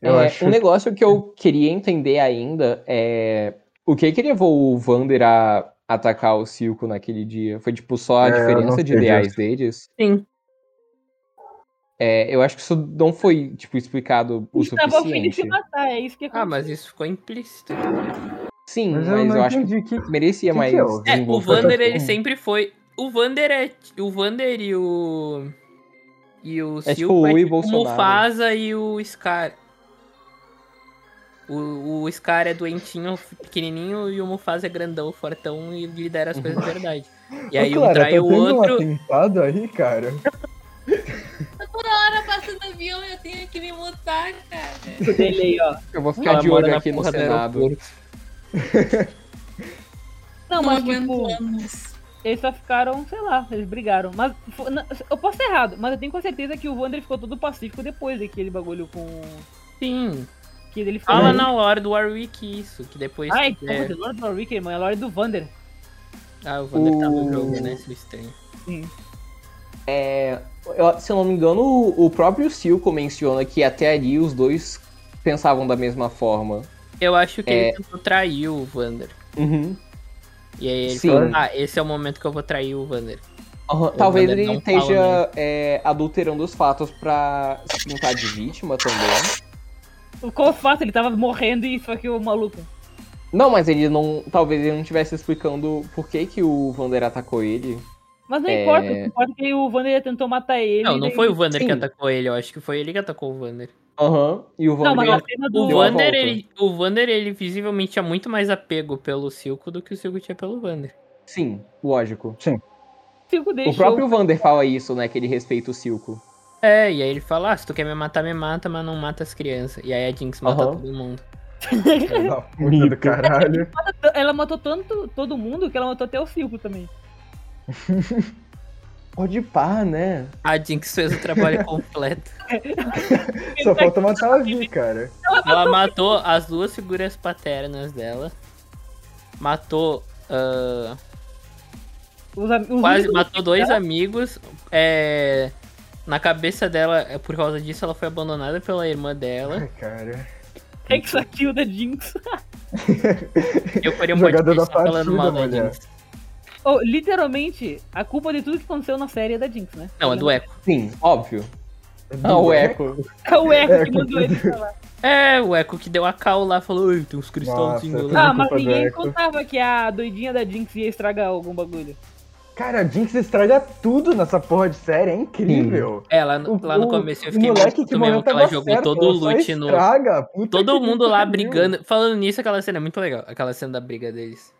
S5: Eu
S2: É,
S5: acho
S2: Um negócio que eu queria entender ainda é o que que levou o Vander a atacar o Silco naquele dia? Foi tipo só a
S5: É, eu não
S2: diferença de
S5: sei
S2: ideais
S5: disso.
S2: deles?
S3: Sim.
S2: É, eu acho que isso não foi tipo explicado o
S1: Ele tava ao fim de se
S2: suficiente.
S1: matar, é isso que
S3: Ah,
S1: aconteceu.
S3: mas isso ficou implícito.
S2: Sim,
S5: Mas
S2: mas
S5: eu
S2: eu
S5: não
S2: acho que
S5: entendi o que...
S2: merecia
S5: que
S2: mais
S5: que houve?
S3: É, o
S2: desenvolvimento.
S3: Vander, ele
S2: um
S5: Hum.
S3: sempre foi. O Vander é. O Vander e o. E o Silva.
S2: É tipo o e Bolsonaro.
S3: Mufasa e o Scar. O, o Scar é doentinho, pequenininho, e o Mufasa é grandão, fortão e lidera as coisas de verdade. E aí
S5: Ô,
S3: um
S5: Clara,
S3: trai
S5: tá
S3: o
S5: tendo um
S3: outro.
S5: atentado aí, cara?
S4: Cara, passa no avião e eu tenho que me mutar, cara.
S1: Dele aí, ó.
S2: Eu vou ficar
S3: Ela
S2: de
S3: mora
S2: olho
S3: é um na
S2: aqui no
S3: porra do
S2: Senado.
S3: aeroporto.
S1: Não,
S4: Não
S1: mas tipo,
S4: aguentamos.
S1: eles só ficaram, sei lá, eles brigaram. Mas fo- na- eu posso estar errado, mas eu tenho com certeza que o Wander ficou todo pacífico depois daquele bagulho com.
S3: Sim.
S1: Que ele ficou.
S3: Fala na hora do Warwick isso, que depois.
S1: Ai,
S3: é,
S1: como é. Lorde do Rick, irmão, é a Lorde do Wander.
S3: Ah, o Vander tá
S2: O-
S3: no jogo, né? Isso é estranho.
S2: Eu- se eu não me engano, o, o próprio Silco menciona que até ali os dois pensavam da mesma forma.
S3: Eu acho que
S2: É.
S3: ele tentou trair o Vander.
S2: Uhum.
S3: E aí ele
S2: Sim.
S3: falou, ah, esse é o momento que eu vou trair o Vander.
S2: Aham, Talvez
S3: Vander
S2: ele
S3: não fala, né?
S2: esteja é, adulterando os fatos pra se pintar de vítima também.
S1: Qual o fato? Ele tava morrendo e só que o maluco.
S2: Não, mas ele não. Talvez ele não estivesse explicando por que, que o Vander atacou ele.
S1: Mas não
S2: É.
S1: importa, o que importa é que o Wander tentou matar ele.
S3: Não, não
S1: daí-
S3: foi o Vander que
S2: Sim.
S3: atacou ele, eu acho que foi ele que atacou o Vander.
S2: Aham. E o
S1: Não,
S2: Vander.
S1: mas a cena do.
S3: O
S2: Deu a
S3: Vander,
S2: volta.
S3: ele, o Vander, ele visivelmente tinha muito mais apego pelo Silco do que o Silco tinha pelo Vander.
S2: é- Sim, lógico.
S1: Silco
S2: O
S1: deixou.
S2: próprio Vander fala isso, né? Que ele respeita o Silco.
S3: É, e aí ele fala, ah, se tu quer me matar, me mata, mas não mata as crianças. E aí a Jinx mata
S2: Aham.
S3: todo mundo.
S5: Filho da puta do caralho.
S1: Ela matou tanto todo mundo que ela matou até o Silco também.
S2: Pode pá, né?
S3: A Jinx fez o
S2: (laughs)
S3: trabalho completo.
S5: Só falta matar a Vi, cara.
S3: Ela matou as duas figuras paternas dela. Matou. ah,
S1: Os, am-
S5: Uhum.
S1: os
S3: quase
S1: únicos-
S3: matou dois amigos. É, na cabeça dela, é, por causa disso, ela foi abandonada pela irmã dela.
S5: (laughs) Ai, cara.
S1: (laughs) Hexakill da Jinx.
S3: Eu faria um
S5: Jogador
S3: podcast
S5: da
S3: só
S5: partida,
S3: falando mal da
S5: mulher.
S3: Jinx.
S1: Oh, literalmente, a culpa de tudo que aconteceu na série é da Jinx, né?
S3: Não, é do Echo.
S2: Sim, óbvio. Ah, o Echo.
S1: É (laughs) o Echo que mandou ele falar.
S3: É, o Echo que deu a cal lá falou, "Ei, tem uns
S5: Nossa,
S3: cristalzinhos
S5: eu
S3: lá.
S1: Ah,
S5: culpa
S1: mas
S5: do
S1: ninguém
S5: Echo.
S1: contava que a doidinha da Jinx ia estragar algum bagulho.
S5: Cara, a Jinx estraga tudo nessa porra de série, é incrível.
S3: É, lá, no-
S5: O-
S3: lá no
S5: o-
S3: começo eu
S5: o
S3: fiquei
S5: moleque
S3: muito
S5: que
S3: puto mesmo
S5: morreu
S3: que ela
S5: tava
S3: jogou
S5: certo,
S3: todo
S5: ela
S3: o
S5: só
S3: loot no.
S5: Estraga, puta
S3: Todo
S5: que
S3: mundo lá
S5: pariu.
S3: brigando. Falando nisso, aquela cena é muito legal. Aquela cena da briga deles.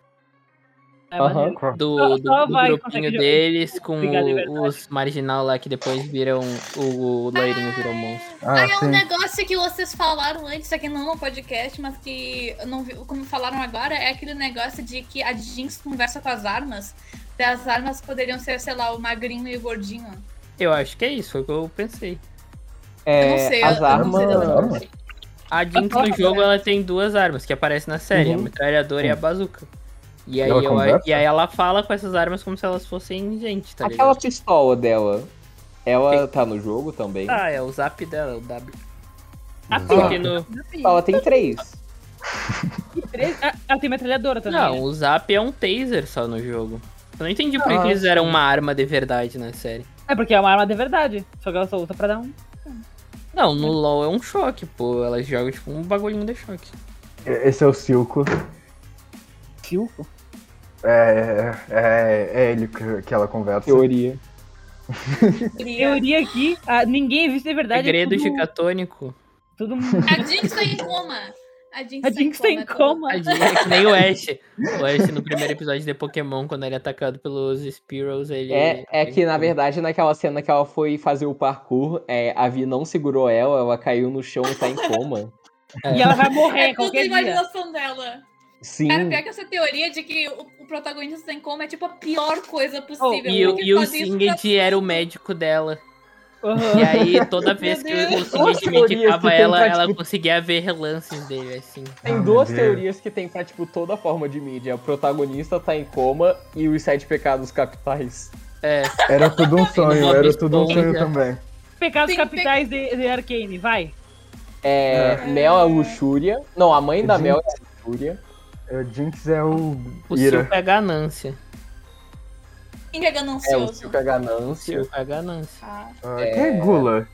S1: É
S2: Aham.
S1: maneiro.
S3: Do,
S1: Só-
S3: do,
S1: só
S3: do
S1: vai, consegue
S3: grupinho
S1: jogar.
S3: deles com
S1: Brigar de
S3: o-
S1: verdade.
S3: os marginal lá que depois viram. O, loirinho virou monstro.
S5: Ah,
S4: Aí é um
S5: sim.
S4: negócio que vocês falaram antes, aqui não no podcast, mas que eu não vi, como falaram agora, é aquele negócio de que a Jinx conversa com as armas. daí As armas poderiam ser, sei lá, o magrinho e o gordinho.
S3: Eu acho que é isso, foi o que eu pensei.
S2: É,
S4: eu não sei,
S2: as
S4: eu, eu não
S2: armas.
S4: sei das
S5: armas-
S4: armas.
S3: A Jinx no jogo
S2: é.
S3: ela tem duas armas que aparecem na série, a metralhadora e a bazuca. E aí,
S5: Ela
S3: eu-
S5: conversa?
S3: e aí ela fala com essas armas como se elas fossem gente, tá
S2: Aquela
S3: ligado?
S2: pistola dela. Ela tá no jogo também.
S3: Ah, é o zap dela, o W.
S1: Ah,
S3: Porque no-
S2: Ela tem três.
S1: três- ah, Ela tem metralhadora também. né?
S3: Não, o zap é um taser só no jogo. Eu não entendi por que
S5: Ah,
S3: que eles fizeram uma arma de verdade na série.
S1: É porque é uma arma de verdade. Só que ela só usa pra dar um.
S3: Não, no LoL é um choque, pô. Elas jogam tipo um bagulhinho de choque.
S5: Esse é o Silco.
S1: Silco?
S5: É, é, é ele que, que ela conversa.
S2: Teoria.
S1: Teoria aqui, ah, ninguém existe de verdade. é
S3: Segredo
S2: tipo,
S1: tudo,
S3: gicatônico.
S5: (laughs)
S1: todo mundo.
S4: A Jinx tá em coma. A Jinx,
S1: A Jinx tá em
S4: tá?
S1: coma.
S3: A Jinx É que nem o Ash. O Ash no primeiro episódio de Pokémon, quando ele é atacado pelos Spearows, ele.
S2: É, é que, na
S3: ele-
S2: verdade, naquela cena que ela foi fazer o parkour, é, a Vi não segurou ela, ela caiu no chão e tá em coma.
S4: (laughs)
S1: E ela vai morrer
S4: É tudo a
S1: qualquer dia.
S4: imaginação dela.
S2: Sim.
S4: Cara, pior que essa teoria de que o, o protagonista tá em coma é tipo a pior coisa possível.
S3: E, o-
S4: porque
S3: e o
S4: fazem isso pra-
S3: Singed era o médico dela.
S1: Aham.
S3: E aí, toda vez que
S4: Meu
S3: o
S4: Deus.
S5: Duas
S3: Singed
S5: teorias que
S3: medicava
S5: tem
S3: ela,
S5: pra
S3: ela
S5: discutir.
S3: conseguia ver relances dele, assim.
S5: Ah,
S2: Tem
S5: meu
S2: duas
S5: Deus.
S2: teorias que tem pra, tipo, toda forma de mídia. O protagonista tá em coma e os sete pecados capitais.
S3: É,
S5: Era
S3: (laughs)
S5: tudo um sonho,
S3: Bob
S5: era tudo um
S3: Esponja.
S5: sonho também.
S1: Pecados
S4: Tem
S1: capitais de, de Arcane, vai.
S2: É,
S4: É.
S2: Mel é luxúria. Não, a mãe da
S5: Gente.
S2: Mel é a luxúria.
S5: O Jinx é o
S3: o
S5: Ira.
S3: Silco é ganância.
S4: Quem é
S2: É, o
S4: ganancioso?
S2: Silco é
S3: O
S2: ganância.
S3: Silco é ganância.
S4: Ah.
S5: Ah, Quem é Gula?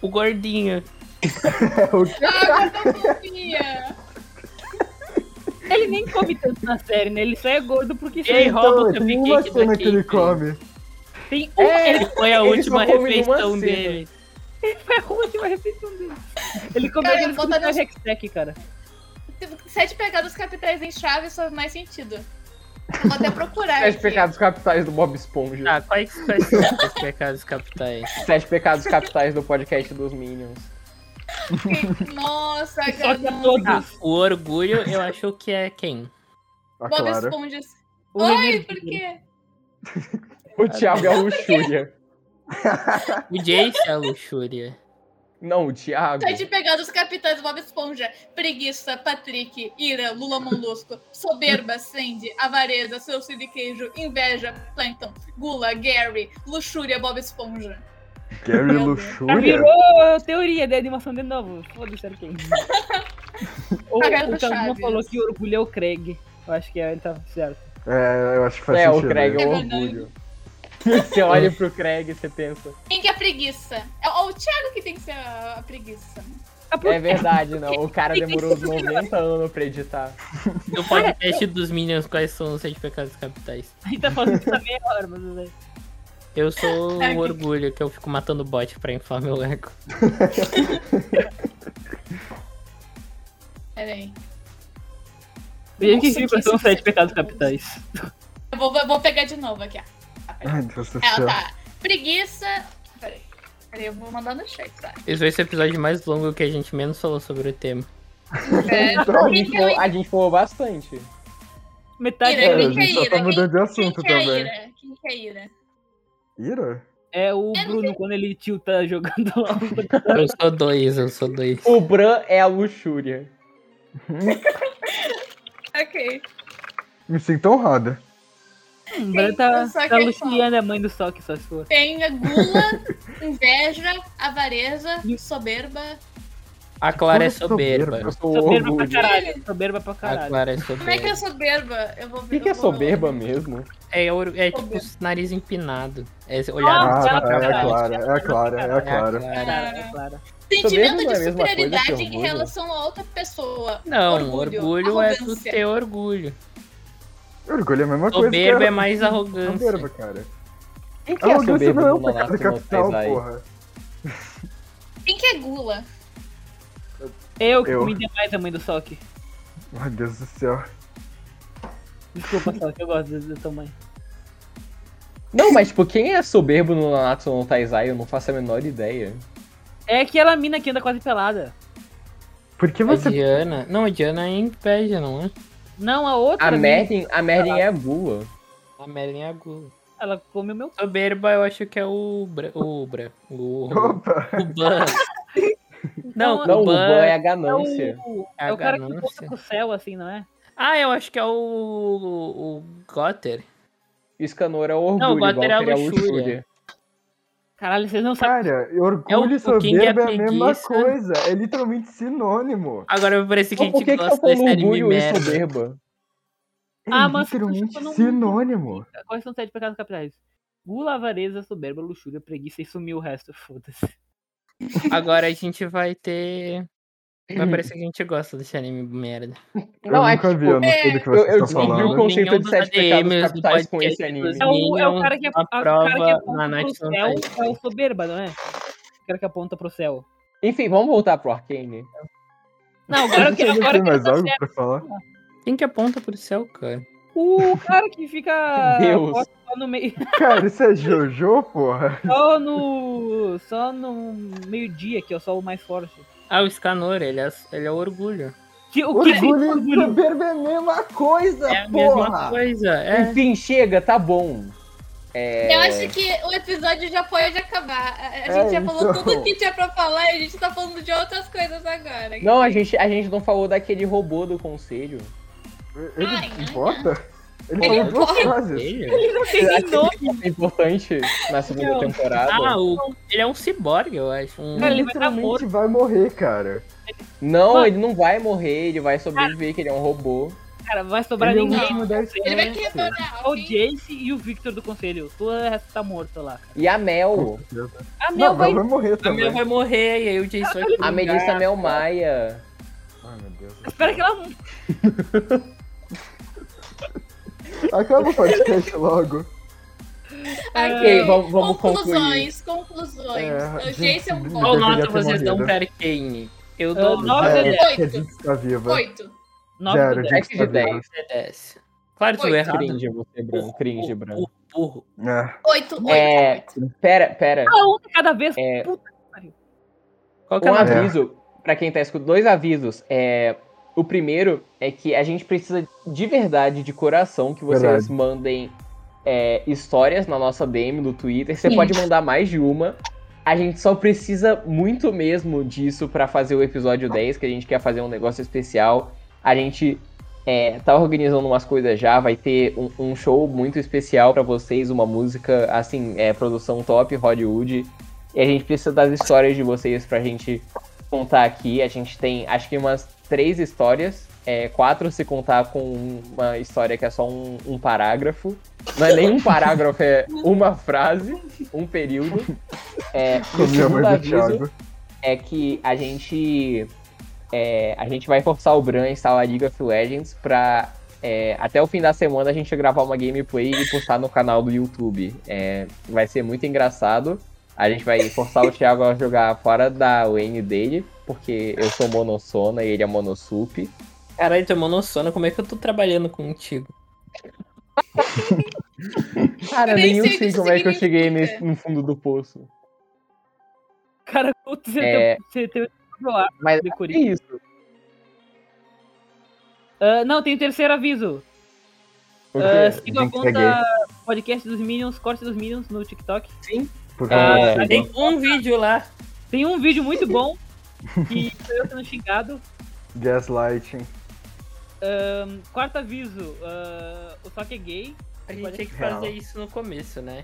S3: O gordinho.
S4: Ah, tá fofinha.
S1: Ele nem come tanto na série, né? Ele só é gordo porque só
S3: Ei, rouba o
S5: Então, tem uma
S3: cupcake da
S5: cena que ele
S3: Kate.
S5: come.
S1: tem um. Ele
S3: Foi a
S2: Ele
S3: última
S2: só come numa
S3: refeição
S2: cena.
S3: dele.
S1: foi a última (laughs) refeição dele. Ele comeu
S4: Cara,
S1: aquele
S4: eu botaria-
S1: no Hextech, cara.
S4: Sete pecados capitais em chave faz mais sentido. Vou até procurar.
S2: Sete
S4: aqui.
S2: pecados capitais do Bob Esponja.
S3: Tá, quais, quais são os pecados capitais?
S2: Sete pecados capitais do podcast dos Minions.
S4: Nossa,
S1: Só que
S4: ganância.
S1: a todos.
S3: O orgulho, eu acho que é quem?
S5: Ah,
S4: Bob
S5: claro.
S4: Esponja.
S1: O
S4: Ai,
S1: Reverso.
S4: por quê?
S2: O Thiago é a luxúria.
S3: O Jace é a luxúria.
S2: Não, o Thiago.
S4: Sete pecados capitais Bob Esponja. Preguiça, Patrick, ira, Lula Molusco, soberba, Sandy, avareza, seu de queijo, inveja, Plankton, gula, Gary, luxúria, Bob Esponja.
S5: Gary
S4: Meu Deus.
S1: Já
S5: Luxúria.
S1: Tá, virou teoria de animação de novo. Foda-se,
S4: (laughs)
S1: Arcane. o
S4: Cagada
S1: o
S4: do
S1: Kazuma
S4: Chaves.
S1: falou que o orgulho é o Craig. Eu acho que é, ele tá certo.
S5: É, eu acho que faz
S2: É, o
S5: sentido.
S2: Craig
S5: né?
S2: é o
S4: É verdade.
S2: orgulho. Você olha pro Craig e você pensa.
S4: Quem que é preguiça? É o Thiago que tem que ser a a preguiça.
S1: Ah, por-
S2: É verdade, não. O cara demorou uns 90 anos pra editar.
S3: No podcast dos Minions, quais são os sete pecados capitais?
S1: A gente tá falando isso há meia hora, mas... né? (laughs)
S3: Eu sou o orgulho, que eu fico matando bot pra inflar meu ego.
S4: Peraí.
S1: Tem
S4: Nossa,
S1: que vir pra
S4: que
S1: são
S4: isso
S1: sete
S4: que
S1: pecados
S4: você
S1: capitais.
S4: Eu vou, vou pegar de novo aqui, ó.
S5: (laughs) Ai, Deus
S2: É,
S5: do
S4: Ela
S5: céu.
S4: tá. Preguiça. Peraí. Peraí, eu vou mandar no chat, tá?
S3: Esse foi esse episódio mais longo que a gente menos falou sobre o tema.
S4: É,
S2: A
S4: quem
S2: gente
S4: que é
S2: falou,
S4: o-
S2: a gente falou bastante.
S1: Metade
S4: Ira,
S1: é,
S4: quem que é
S5: gente só tá
S4: Ira?
S5: mudando de
S4: Quem-
S5: assunto
S4: quem que é
S5: também.
S4: Ira? Quem que é Ira?
S5: Ira?
S1: é o Bruno quando ele tilta jogando
S4: (laughs)
S1: lá.
S3: Eu sou dois, eu sou
S2: (laughs)
S3: dois.
S2: O Bran é a luxúria.
S4: Ok.
S5: Me sinto honrada.
S1: O Bruno tá,
S4: Eu só
S1: tá
S4: quero
S1: luxuriando a mãe do Sock, só se for.
S4: Tem a
S2: (laughs)
S4: gula, inveja, avareza,
S1: E-
S4: soberba.
S3: A Clara é
S5: Todo
S3: soberba.
S2: Eu sou o
S1: Soberba pra
S2: orgulho.
S1: caralho. Soberba pra
S3: A
S1: caralho.
S3: Clara é
S4: Como é que é
S3: soberba.
S4: soberba? Eu vou
S2: O
S4: ver.
S2: que, que é
S4: eu vou-
S2: soberba mesmo?
S3: É, or- é tipo
S4: Soberba.
S3: nariz empinado. É olhar
S1: Ah,
S3: pra cima
S1: ela
S5: Ah,
S3: pra
S1: tá
S5: é a
S1: caralho.
S3: baixo.
S5: Clara, é a Clara, é a Clara.
S3: É a Clara.
S1: Caralho, é claro.
S4: Sentimento
S2: Soberba não é
S4: de
S2: a mesma coisa que
S4: superioridade em
S2: orgulho?
S4: relação a outra pessoa.
S3: Não, orgulho, é do
S4: arrogância.
S3: teu orgulho.
S5: Orgulho é a mesma coisa.
S3: Soberbo
S5: cara.
S3: é mais arrogância.
S5: Soberba, cara.
S2: Quem que é
S5: Arrogância
S2: soberbo
S5: não é um
S2: do
S5: pecado
S2: monarca
S5: capital,
S2: vai?
S5: porra.
S4: Quem que é gula?
S1: É Eu que
S5: Eu.
S1: comi demais a mãe do Sock.
S5: Meu Deus do céu.
S1: Desculpa, Sock, eu gosto da da tua mãe.
S2: Não, mas tipo, quem é soberbo no Nanatsu no Taizai? Eu não faço a menor ideia.
S1: É aquela mina que anda quase pelada.
S5: Por que
S3: A
S5: você.
S3: É Diana. Não, a Diana é inveja, não é?
S1: Não, a outra.
S2: A
S1: mina,
S2: Merlin, a Merlin é a Gula.
S3: A Merlin é a gula.
S1: Ela comeu meu.
S3: Soberba, eu acho que é o Bra. O Bra. O.
S5: (laughs) Opa!
S3: O Ban.
S1: É
S3: Não,
S1: Não,
S2: Não,
S3: o
S2: o Ban é
S3: Ban.
S2: a ganância.
S1: Então, É o cara que
S3: ganância.
S1: volta pro céu, assim, não é?
S3: Ah, eu acho que é o. O Gotter.
S2: E o Scanor é o orgulho,
S3: Não, o Walter
S2: Walter
S3: é a
S2: é a
S3: luxúria.
S2: luxúria.
S1: Caralho, vocês não sabem.
S5: Cara,
S3: É o-
S5: orgulho
S3: o
S5: e soberba
S3: King é
S5: é, a mesma
S3: preguiça.
S5: coisa. É literalmente sinônimo.
S3: Agora parece que a
S2: Então, por
S3: gente
S2: que que tá
S3: gosta desse
S2: falando
S3: anime
S2: orgulho e
S3: merda.
S2: soberba?
S5: É
S1: Ah, mas
S5: literalmente
S1: eu não-
S5: sinônimo.
S1: Quais são os sete pecados capitais? Gula, avareza, soberba, luxúria, preguiça e sumiu o resto. Foda-se.
S3: Agora a gente vai ter.
S2: Hum.
S3: Vai parecer que a gente gosta desse anime merda.
S5: Eu
S2: Não, é
S5: nunca
S2: tipo,
S5: vi, eu não sei do que
S2: Eu,
S5: vocês
S2: eu
S5: estão
S2: descobri o
S5: falando.
S2: conceito
S3: Nenhum
S2: de
S3: dos
S2: sete
S3: ADMs
S2: pecados
S3: do
S2: capitais com
S3: podcast
S2: esse anime.
S3: dos-
S1: É o, é o
S3: Minion,
S1: cara que, a-
S3: a
S1: o cara que
S3: prova na
S1: aponta pro
S3: Night
S1: céu
S3: Fantasy.
S1: é o soberba, não é? O cara que aponta pro céu.
S2: Enfim, vamos voltar pro Arcane.
S1: Não, agora eu
S5: Vocês
S1: quero.
S5: não
S1: Agora
S5: têm
S1: eu quero
S5: mais
S2: tá
S1: dar
S5: algo
S1: certo.
S5: pra falar?
S3: Quem que aponta pro céu, cara?
S1: O cara que fica.
S2: Deus.
S1: Só no meio.
S5: Cara, isso é Jojo, porra?
S1: Só no. Só no meio-dia, que é o sol mais forte.
S3: Ah, o Scanor, ele é, ele é o orgulho.
S1: Que, o que
S8: Orgulho e soberba é a mesma coisa,
S3: É a mesma
S8: porra!
S3: coisa, é.
S2: Enfim, chega, tá bom. É...
S4: Eu acho que o episódio já pode acabar. A, a
S5: É,
S4: gente já falou
S5: então.
S4: tudo que tinha pra falar e a gente tá falando de outras coisas agora.
S2: Não, a gente, a gente não falou daquele robô do conselho.
S5: Ele
S4: Ai, ai,
S5: importa? Ele
S4: Ele
S5: falou duas
S4: importa.
S5: frases.
S3: Ele?
S1: não tem nem nome,
S2: É importante na segunda
S1: Não.
S2: temporada.
S3: Ah, o, ele é um ciborgue, eu acho. Um,
S1: cara,
S5: Ele
S1: ele vai estar morto.
S5: literalmente vai morrer, cara.
S2: não,
S1: Mano.
S2: ele não vai morrer, ele vai sobreviver, que ele é um robô.
S1: Cara, vai sobrar
S5: Ele é o
S1: ninguém.
S5: último da
S4: Ele vai
S5: espécie.
S4: quebrar.
S1: Só o Jace e o Victor do conselho. Todo o resto tá morto lá. cara.
S2: E a Mel, Ah,
S1: A Mel
S5: Não,
S1: é, vai.
S5: vai morrer
S3: a minha
S5: também.
S3: vai morrer, e aí o Jason vai
S2: a Melissa Mel Maia.
S5: Ai, meu Deus.
S1: Espera que ela.
S5: Acaba o podcast logo.
S2: Ok, vamos, vamos concluir.
S4: conclusões, conclusões.
S5: É,
S4: o Jace é um
S5: gente,
S4: bom.
S3: Qual
S5: Eu queria
S3: nota
S5: ter
S3: vocês dão
S5: morrido.
S3: pra Arcane? Eu dou
S1: Eu-
S3: 9
S1: Nossa,
S5: É,
S1: ele
S4: é-
S5: que a gente tá viva.
S4: Oito.
S1: 9
S5: Zero, tá
S1: do
S5: de-
S1: 10.
S2: Sete de 10.
S3: a 10. Claro, tu
S4: Oito.
S3: errado.
S2: Cringe você, Bran. Cringe, Bran.
S3: O burro.
S5: É.
S4: Oito, oito.
S2: É,
S4: oito.
S2: pera, pera.
S1: Ah, um de cada vez.
S2: É,
S3: Qual que é
S2: um
S3: a nota?
S5: É.
S2: aviso pra quem tá escutando. Dois avisos. É, o primeiro é que a gente precisa de verdade, de coração, que vocês
S5: Verdade.
S2: mandem é, histórias na nossa DM no Twitter. Você pode mandar mais de uma. A gente só precisa muito mesmo disso pra fazer o episódio 10, que a gente quer fazer um negócio especial. A gente é, tá organizando umas coisas já, vai ter um, um show muito especial pra vocês, uma música, assim, é, produção top, Hollywood. E a gente precisa das histórias de vocês pra gente contar aqui. A gente tem, acho que umas três histórias, é, quatro se contar com uma história que é só um, um parágrafo. Não é nem um parágrafo, é uma frase, um período. É, e o
S5: Comi a
S2: segundo
S5: mãe do
S2: aviso
S5: Thiago.
S2: é que a gente é, a gente vai forçar o Bran a instalar League of Legends pra é, até o fim da semana a gente gravar uma gameplay e postar no canal do YouTube. É, vai ser muito engraçado. A gente vai forçar o Thiago a jogar fora da lane dele, porque eu sou monossona e ele é monosup.
S3: Caralho, tu é monossona, como é que eu tô trabalhando contigo?
S2: Cara,
S4: Eu nem sei
S2: nem eu
S4: o que
S2: sei
S4: isso
S2: como é que eu cheguei
S4: significa.
S2: nesse- no fundo do poço.
S1: Cara, você
S2: É.
S1: tem- você tem o pro ar
S2: Mas
S1: de
S2: é
S1: Corinthians.
S2: isso.
S1: Ah, não, tem o terceiro aviso.
S5: Por
S1: Ah,
S5: quê?
S1: siga a
S5: Gente, peguei.
S1: conta podcast dos Minions, corte dos Minions no TikTok.
S5: Por favor,
S3: Ah,
S5: sigam.
S3: tem um vídeo lá.
S1: Tem um vídeo muito bom que (laughs) sou eu sendo xingado.
S5: Gaslighting.
S1: Quarto aviso, ah, o é Sock é gay.
S3: A gente tinha que
S5: Real.
S3: fazer isso no começo, né?